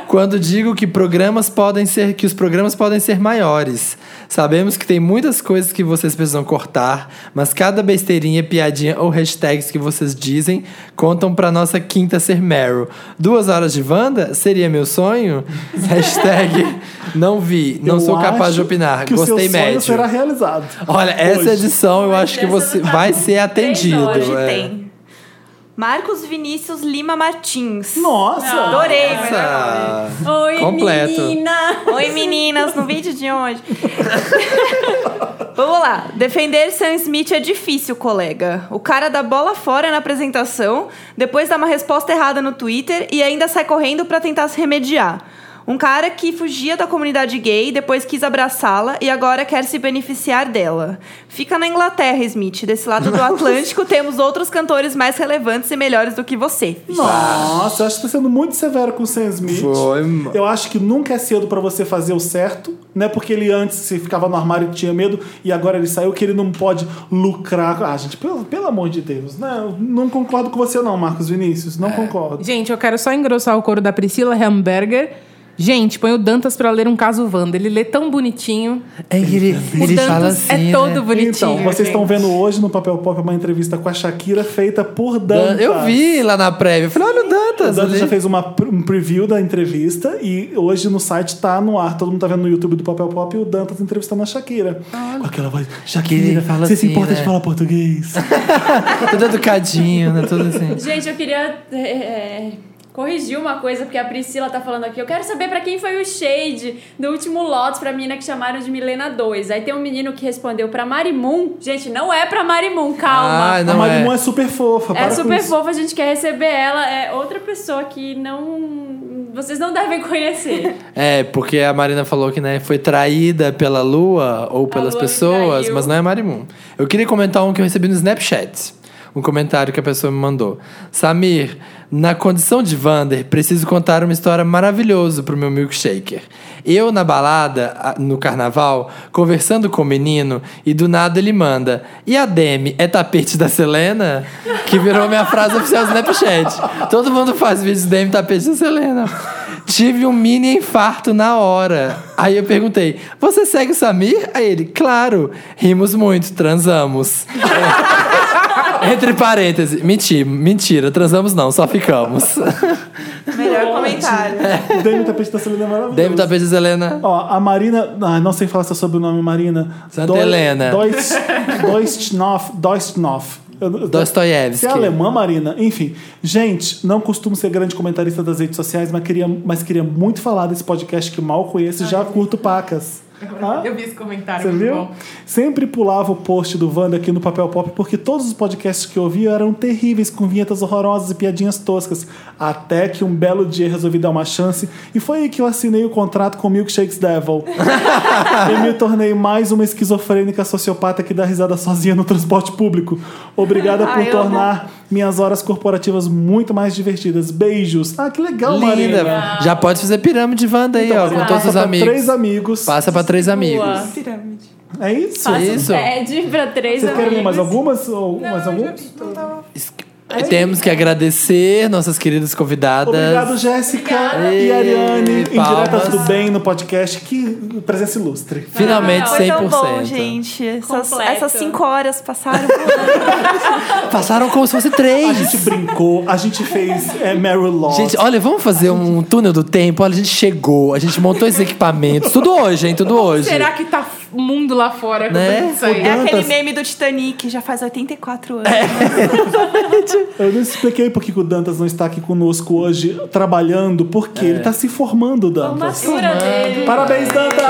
Speaker 3: quando digo que programas podem ser, que os programas podem ser maiores. Sabemos que tem muitas coisas que vocês precisam cortar, mas cada besteirinha, piadinha ou hashtags que vocês dizem contam pra nossa quinta ser Meryl. Duas horas de Wanda seria meu [LAUGHS] sonho? Hashtag não vi, não
Speaker 2: Eu
Speaker 3: sou capaz de
Speaker 2: acho
Speaker 3: opinar.
Speaker 2: que o
Speaker 3: Gostei
Speaker 2: seu
Speaker 3: médio.
Speaker 2: Sonho será realizado.
Speaker 3: Olha, essa é
Speaker 2: Hoje.
Speaker 3: edição eu acho que
Speaker 4: essa
Speaker 3: você
Speaker 4: não tá
Speaker 3: vai
Speaker 4: com
Speaker 3: ser atendido.
Speaker 4: horas
Speaker 6: Hoje
Speaker 3: é.
Speaker 6: tem. Marcos Vinícius Lima Martins.
Speaker 2: Nossa!
Speaker 6: Adorei.
Speaker 3: Essa-
Speaker 4: Oi,
Speaker 3: Completo.
Speaker 4: menina!
Speaker 6: Oi meninas, no vídeo de hoje. [LAUGHS] Vamos lá. Defender Sam Smith é difícil, colega. O cara dá bola fora na apresentação, depois dá uma resposta errada no Twitter e ainda sai correndo pra tentar se remediar. Um cara que fugia da comunidade gay, depois quis abraçá-la e agora quer se beneficiar dela. Fica na Inglaterra, Smith. Desse lado do Atlântico temos outros cantores mais relevantes e melhores do que você.
Speaker 2: Nossa, eu acho que tá sendo muito severo com o Sam Smith.
Speaker 3: Foi, mano.
Speaker 2: Eu acho que nunca é cedo pra você fazer o certo, né? Porque ele antes se ficava no armário e tinha medo, e agora ele saiu que ele não pode lucrar. Ah, gente, pelo, pelo amor de Deus, né? Eu não concordo com você, não, Marcos Vinícius.
Speaker 3: É.
Speaker 2: Não concordo.
Speaker 5: Gente, eu quero só engrossar o coro da Priscila Hamburger. Gente, põe o Dantas pra ler um caso Wanda. Ele lê tão bonitinho.
Speaker 3: É que ele,
Speaker 5: O
Speaker 3: ele fala
Speaker 5: Dantas
Speaker 3: assim.
Speaker 5: é todo
Speaker 3: né?
Speaker 5: bonitinho.
Speaker 2: Então, vocês
Speaker 5: gente.
Speaker 2: estão vendo hoje no Papel Pop uma entrevista com a Shakira feita por
Speaker 3: Dan-
Speaker 2: Dantas.
Speaker 3: Eu vi lá na prévia. Eu falei, olha o
Speaker 2: O
Speaker 3: Dantas.
Speaker 2: Dantas
Speaker 3: ali.
Speaker 2: já fez uma, pr- um preview da entrevista e hoje no site tá no ar. Todo mundo tá vendo no YouTube do Papel Pop e o Dantas entrevistando a Shakira. Com aquela voz.
Speaker 3: Ele
Speaker 2: Shakira,
Speaker 3: fala
Speaker 2: você se
Speaker 3: assim,
Speaker 2: importa
Speaker 3: né?
Speaker 2: de falar português?
Speaker 3: tá Todo educadinho, né? Tudo assim.
Speaker 4: Gente, eu queria é, é, corrigir uma coisa, porque a Priscila tá falando aqui. Eu quero saber pra quem foi o shade do último Lotus pra menina que chamaram de Milena 2. Aí tem um menino que respondeu pra Marimun. Gente, não é pra Marimun, calma.
Speaker 3: Ah, [LAUGHS]
Speaker 2: a
Speaker 3: não
Speaker 2: Marimun
Speaker 3: é.
Speaker 2: é. super fofa.
Speaker 4: É
Speaker 2: para com
Speaker 4: super
Speaker 2: isso.
Speaker 4: fofa, a gente quer receber ela. É outra pessoa que não, vocês não devem conhecer.
Speaker 3: É, porque a Marina falou que né, foi traída pela lua ou pelas
Speaker 4: lua me
Speaker 3: pessoas,
Speaker 4: traiu.
Speaker 3: mas não é Marimun. Eu queria comentar um que eu recebi no Snapchat. Um comentário que a pessoa me mandou. Samir, na condição de Vander, preciso contar uma história maravilhosa pro meu milkshaker. Eu, na balada, a- no carnaval, conversando com o menino, e do nada ele manda: E a Demi é tapete da Selena? Que virou minha frase oficial do Snapchat. Todo mundo faz vídeos Demi tapete da Selena. Tive um mini infarto na hora. Aí eu perguntei: Você segue o Samir? Aí ele, claro. Rimos muito, transamos. [LAUGHS] Entre parênteses, mentira, mentira, transamos não, só ficamos.
Speaker 6: Melhor comentário.
Speaker 2: Demi Tapete da Selena é maravilhoso.
Speaker 3: Deve estar beijando Helena.
Speaker 2: Ó, a Marina. Ah, não sei falar seu sobrenome, Marina.
Speaker 3: Santa Helena.
Speaker 2: Dois. Doistnoff. Doistnoff. Eu-
Speaker 3: Dostoiévski.
Speaker 2: Você é alemã, Marina? Enfim. Gente, não costumo ser grande comentarista das redes sociais, mas queria, mas queria muito falar desse podcast que mal conheço e já curto pacas. Ah?
Speaker 5: Eu vi esse comentário.
Speaker 2: Você
Speaker 5: muito
Speaker 2: viu?
Speaker 5: bom.
Speaker 2: Sempre pulava o post do Wanda aqui no Papel Pop, porque todos os podcasts que eu ouvia eram terríveis, com vinhetas horrorosas e piadinhas toscas. Até que um belo dia resolvi dar uma chance, e foi aí que eu assinei o contrato com Milkshakes Devil. e me tornei mais uma esquizofrênica sociopata que dá risada sozinha no transporte público. Obrigada por
Speaker 6: Ai, eu amo.
Speaker 2: tornar minhas horas corporativas muito mais divertidas. Beijos. Ah, que legal,
Speaker 3: Linda.
Speaker 2: Marina.
Speaker 3: Já pode fazer pirâmide Wanda aí, ó, com
Speaker 2: Marina,
Speaker 3: todos
Speaker 2: passa
Speaker 3: os
Speaker 2: pra
Speaker 3: amigos.
Speaker 2: Três [LAUGHS] amigos.
Speaker 3: Passa pra três amigos.
Speaker 4: Boa.
Speaker 6: Pirâmide.
Speaker 2: É isso?
Speaker 4: Faça um
Speaker 3: Isso.
Speaker 4: TED pra três
Speaker 2: Vocês querem ler
Speaker 4: amigos.
Speaker 2: mais algumas? Ou mais alguns? É
Speaker 3: E Temos que agradecer nossas queridas convidadas.
Speaker 2: Obrigado, Jéssica
Speaker 3: Ei,
Speaker 2: e Ariane, indiretas
Speaker 3: palmas.
Speaker 2: do bem no podcast. Que presença ilustre.
Speaker 3: Finalmente
Speaker 6: Foi
Speaker 3: 100%.
Speaker 6: tão Então, bom, gente. Essas,
Speaker 4: Completo.
Speaker 6: essas cinco horas passaram por
Speaker 3: Passaram como se fosse
Speaker 2: A
Speaker 3: três.
Speaker 2: gente brincou, a gente fez é, Meryl Law.
Speaker 3: Gente, olha, vamos fazer um túnel do tempo. Olha, a gente chegou, a gente montou esses equipamentos. Tudo hoje, hein? Tudo hoje.
Speaker 5: Será que tá o mundo lá fora com
Speaker 3: Né?
Speaker 5: tudo isso aí?
Speaker 6: É aquele
Speaker 2: Tantas-
Speaker 6: meme do Titanic, já faz 84 anos.
Speaker 2: Eu não expliquei por que que o Dantas não está aqui conosco hoje trabalhando, porque ele está se formando, Dantas.
Speaker 4: Formatura dele.
Speaker 2: Parabéns, Dantas!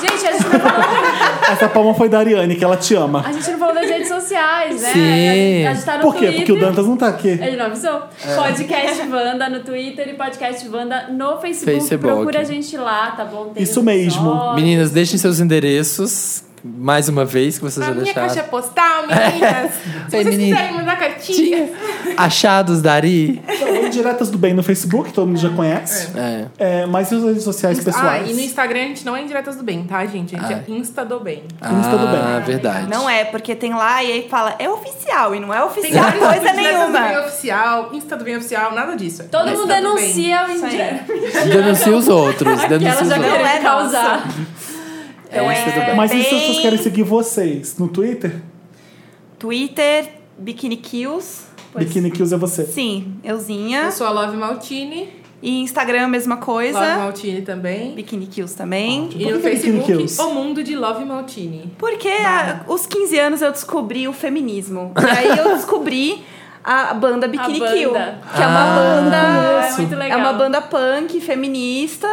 Speaker 4: Gente, a gente, não falou,
Speaker 2: Essa palma foi da Ariane, que ela te ama.
Speaker 4: a gente não falou das redes sociais, né?
Speaker 3: Sim.
Speaker 4: A gente, a gente tá no
Speaker 2: Por quê?
Speaker 4: Twitter. É
Speaker 2: Porque o Dantas não está aqui.
Speaker 4: Ele não avisou? Podcast Vanda no Twitter e Podcast Vanda no Facebook.
Speaker 3: Facebook.
Speaker 4: Procura a gente lá, tá bom? Tem
Speaker 2: Isso mesmo.
Speaker 4: episódio.
Speaker 3: Meninas, deixem seus endereços mais uma vez que vocês
Speaker 5: A
Speaker 3: já
Speaker 5: minha caixa
Speaker 3: deixaram. [LAUGHS]
Speaker 5: postal, meninas. Se
Speaker 3: Ei,
Speaker 5: vocês
Speaker 3: menina.
Speaker 5: quiserem mandar Ah, cartinha.
Speaker 3: Achados Dari.
Speaker 5: É.
Speaker 2: Então, indiretas do bem no Facebook, todo mundo já conhece.
Speaker 3: É.
Speaker 2: É, mas e as redes sociais
Speaker 5: Ah,
Speaker 2: pessoais?
Speaker 5: e no Instagram a gente não é indiretas do bem, tá, gente? A gente é Insta do bem.
Speaker 2: Insta do bem.
Speaker 3: Ah, verdade.
Speaker 6: Não é, porque tem lá e aí fala, é oficial, e não é oficial
Speaker 5: vários [LAUGHS]
Speaker 6: coisa
Speaker 5: indiretas do bem
Speaker 6: nenhuma.
Speaker 5: oficial, Insta do bem oficial, nada disso.
Speaker 4: Todo
Speaker 5: Insta
Speaker 4: mundo
Speaker 5: do tá bem.
Speaker 4: denuncia o
Speaker 6: aí.
Speaker 4: [LAUGHS] indireto.
Speaker 3: Denuncia os outros.
Speaker 4: Que
Speaker 3: Denuncia
Speaker 4: ela
Speaker 3: os
Speaker 4: já
Speaker 6: Não
Speaker 3: outros.
Speaker 6: quer-
Speaker 4: querendo
Speaker 6: é
Speaker 4: causar.
Speaker 3: É Insta do bem.
Speaker 2: Mas e se as
Speaker 6: Bem-
Speaker 2: pessoas querem seguir vocês? No Twitter?
Speaker 6: Twitter, Bikini Kills. pois-
Speaker 2: Bikini Kills é você.
Speaker 6: Sim, euzinha.
Speaker 5: Eu sou a Love Maltini,
Speaker 6: E Instagram, mesma
Speaker 3: é.
Speaker 5: Love
Speaker 6: coisa.
Speaker 5: Maltini também.
Speaker 6: Bikini Kills também.
Speaker 5: E no
Speaker 2: que tem Bikini
Speaker 5: Facebook,
Speaker 2: Kills?
Speaker 5: o mundo de Love Maltini.
Speaker 6: Porque a- aos 15 anos eu descobri o feminismo. E aí eu descobri a banda Bikini
Speaker 4: A banda.
Speaker 6: Kill. Que é uma banda.
Speaker 4: Ah, é muito legal.
Speaker 6: É uma banda punk, feminista.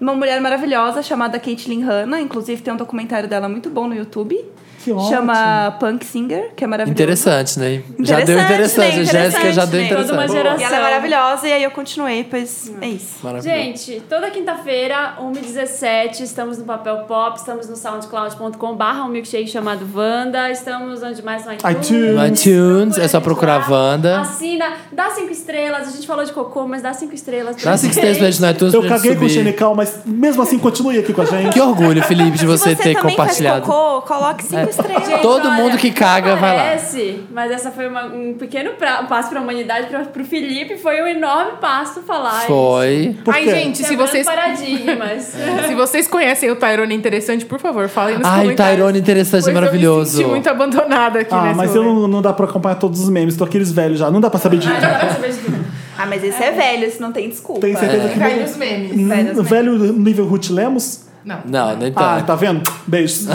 Speaker 6: Uma mulher maravilhosa chamada Caitlyn Hanna. Inclusive tem um documentário dela muito bom no YouTube.
Speaker 2: Que ótimo.
Speaker 6: Chama Punk Singer, que é maravilhoso.
Speaker 3: Interessante, né? Já deu interessante.
Speaker 6: né?
Speaker 3: A Jéssica já deu
Speaker 6: Interessante, né?
Speaker 3: interessante.
Speaker 4: Toda uma Hum.
Speaker 6: E ela é maravilhosa, e aí eu continuei, pois é isso.
Speaker 3: Maravilhoso.
Speaker 4: Gente, toda quinta-feira, 1h17, estamos no Papel Pop, estamos no soundcloud.com barra um milkshake chamado Wanda, estamos onde mais no iTunes.
Speaker 2: iTunes.
Speaker 3: No iTunes, é só
Speaker 4: Procura a gente
Speaker 3: procurar Wanda.
Speaker 4: Assina, dá cinco estrelas, a gente falou de cocô, mas dá cinco estrelas. pra
Speaker 3: Dá cinco
Speaker 4: gente.
Speaker 3: estrelas pra gente no iTunes
Speaker 2: Eu
Speaker 3: pra gente
Speaker 2: caguei com o
Speaker 3: subir.
Speaker 2: Xenical, mas mesmo assim continue aqui com a gente.
Speaker 3: [LAUGHS] Que orgulho, Felipe, de você,
Speaker 6: Se
Speaker 3: ter
Speaker 6: também
Speaker 3: compartilhado. É.
Speaker 6: faz cocô, coloque cinco estrelas.
Speaker 3: Todo
Speaker 4: Olha,
Speaker 3: mundo que caga
Speaker 4: não
Speaker 3: vai lá.
Speaker 4: parece, Mas essa foi uma- um pequeno pra- passo pra humanidade, pra, pro Felipe, foi um enorme passo falar.
Speaker 3: Foi.
Speaker 2: Por
Speaker 5: Ai,
Speaker 2: quê?
Speaker 5: gente,
Speaker 3: Tá
Speaker 4: Isso.
Speaker 5: se
Speaker 3: [LAUGHS]
Speaker 5: vocês,
Speaker 4: paradigmas.
Speaker 5: [LAUGHS] se vocês conhecem o Tyrone Interessante, por favor, falem nos
Speaker 3: Ai, o
Speaker 5: comentários.
Speaker 3: Tyrone interessante,
Speaker 5: Pois
Speaker 3: é maravilhoso.
Speaker 5: Eu me senti muito abandonada aqui
Speaker 2: Ah,
Speaker 5: nesse
Speaker 2: mas eu
Speaker 5: momento.
Speaker 2: não, não dá pra acompanhar todos os memes, tô aqueles velhos já. Não dá pra saber de tudo.
Speaker 6: Ah, mas esse é velho, esse não tem desculpa. É.
Speaker 2: Tem certeza que.
Speaker 5: Cai nos memes.
Speaker 2: Velho, velho nível Ruth Lemos?
Speaker 5: Não.
Speaker 3: Não, nem
Speaker 2: Ah,
Speaker 3: tanto.
Speaker 2: tá vendo?
Speaker 3: [LAUGHS]
Speaker 2: Beijos.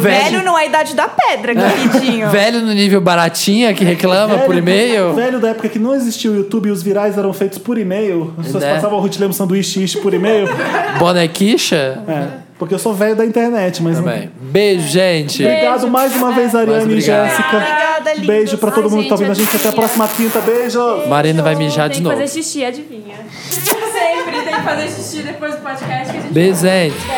Speaker 6: Velho não é a idade da pedra, queridinho.
Speaker 3: Velho no nível baratinha que reclama por e-mail.
Speaker 2: Velho da época que não existia o YouTube e os virais eram feitos por e-mail. As pessoas
Speaker 3: Né?
Speaker 2: passavam o Ruth Lemos sanduíche ish por e-mail.
Speaker 3: Bonequicha.
Speaker 2: É. Porque eu sou velho da internet, mas.
Speaker 3: Também. Beijo, gente.
Speaker 2: Obrigado mais uma vez, Ariane e
Speaker 3: Tá obrigado.
Speaker 2: Jéssica.
Speaker 6: Obrigada, lindos.
Speaker 2: Beijo pra todo
Speaker 4: Ai,
Speaker 2: mundo que tá
Speaker 4: gente,
Speaker 2: ouvindo a gente. Até a próxima
Speaker 4: adivinha.
Speaker 2: quinta. Beijo!
Speaker 3: Marina vai mijar
Speaker 4: Tem
Speaker 3: de
Speaker 4: que
Speaker 3: novo.
Speaker 4: fazer xixi, adivinha. Sempre tem que fazer xixi depois do podcast que a gente
Speaker 3: Beijo, gente.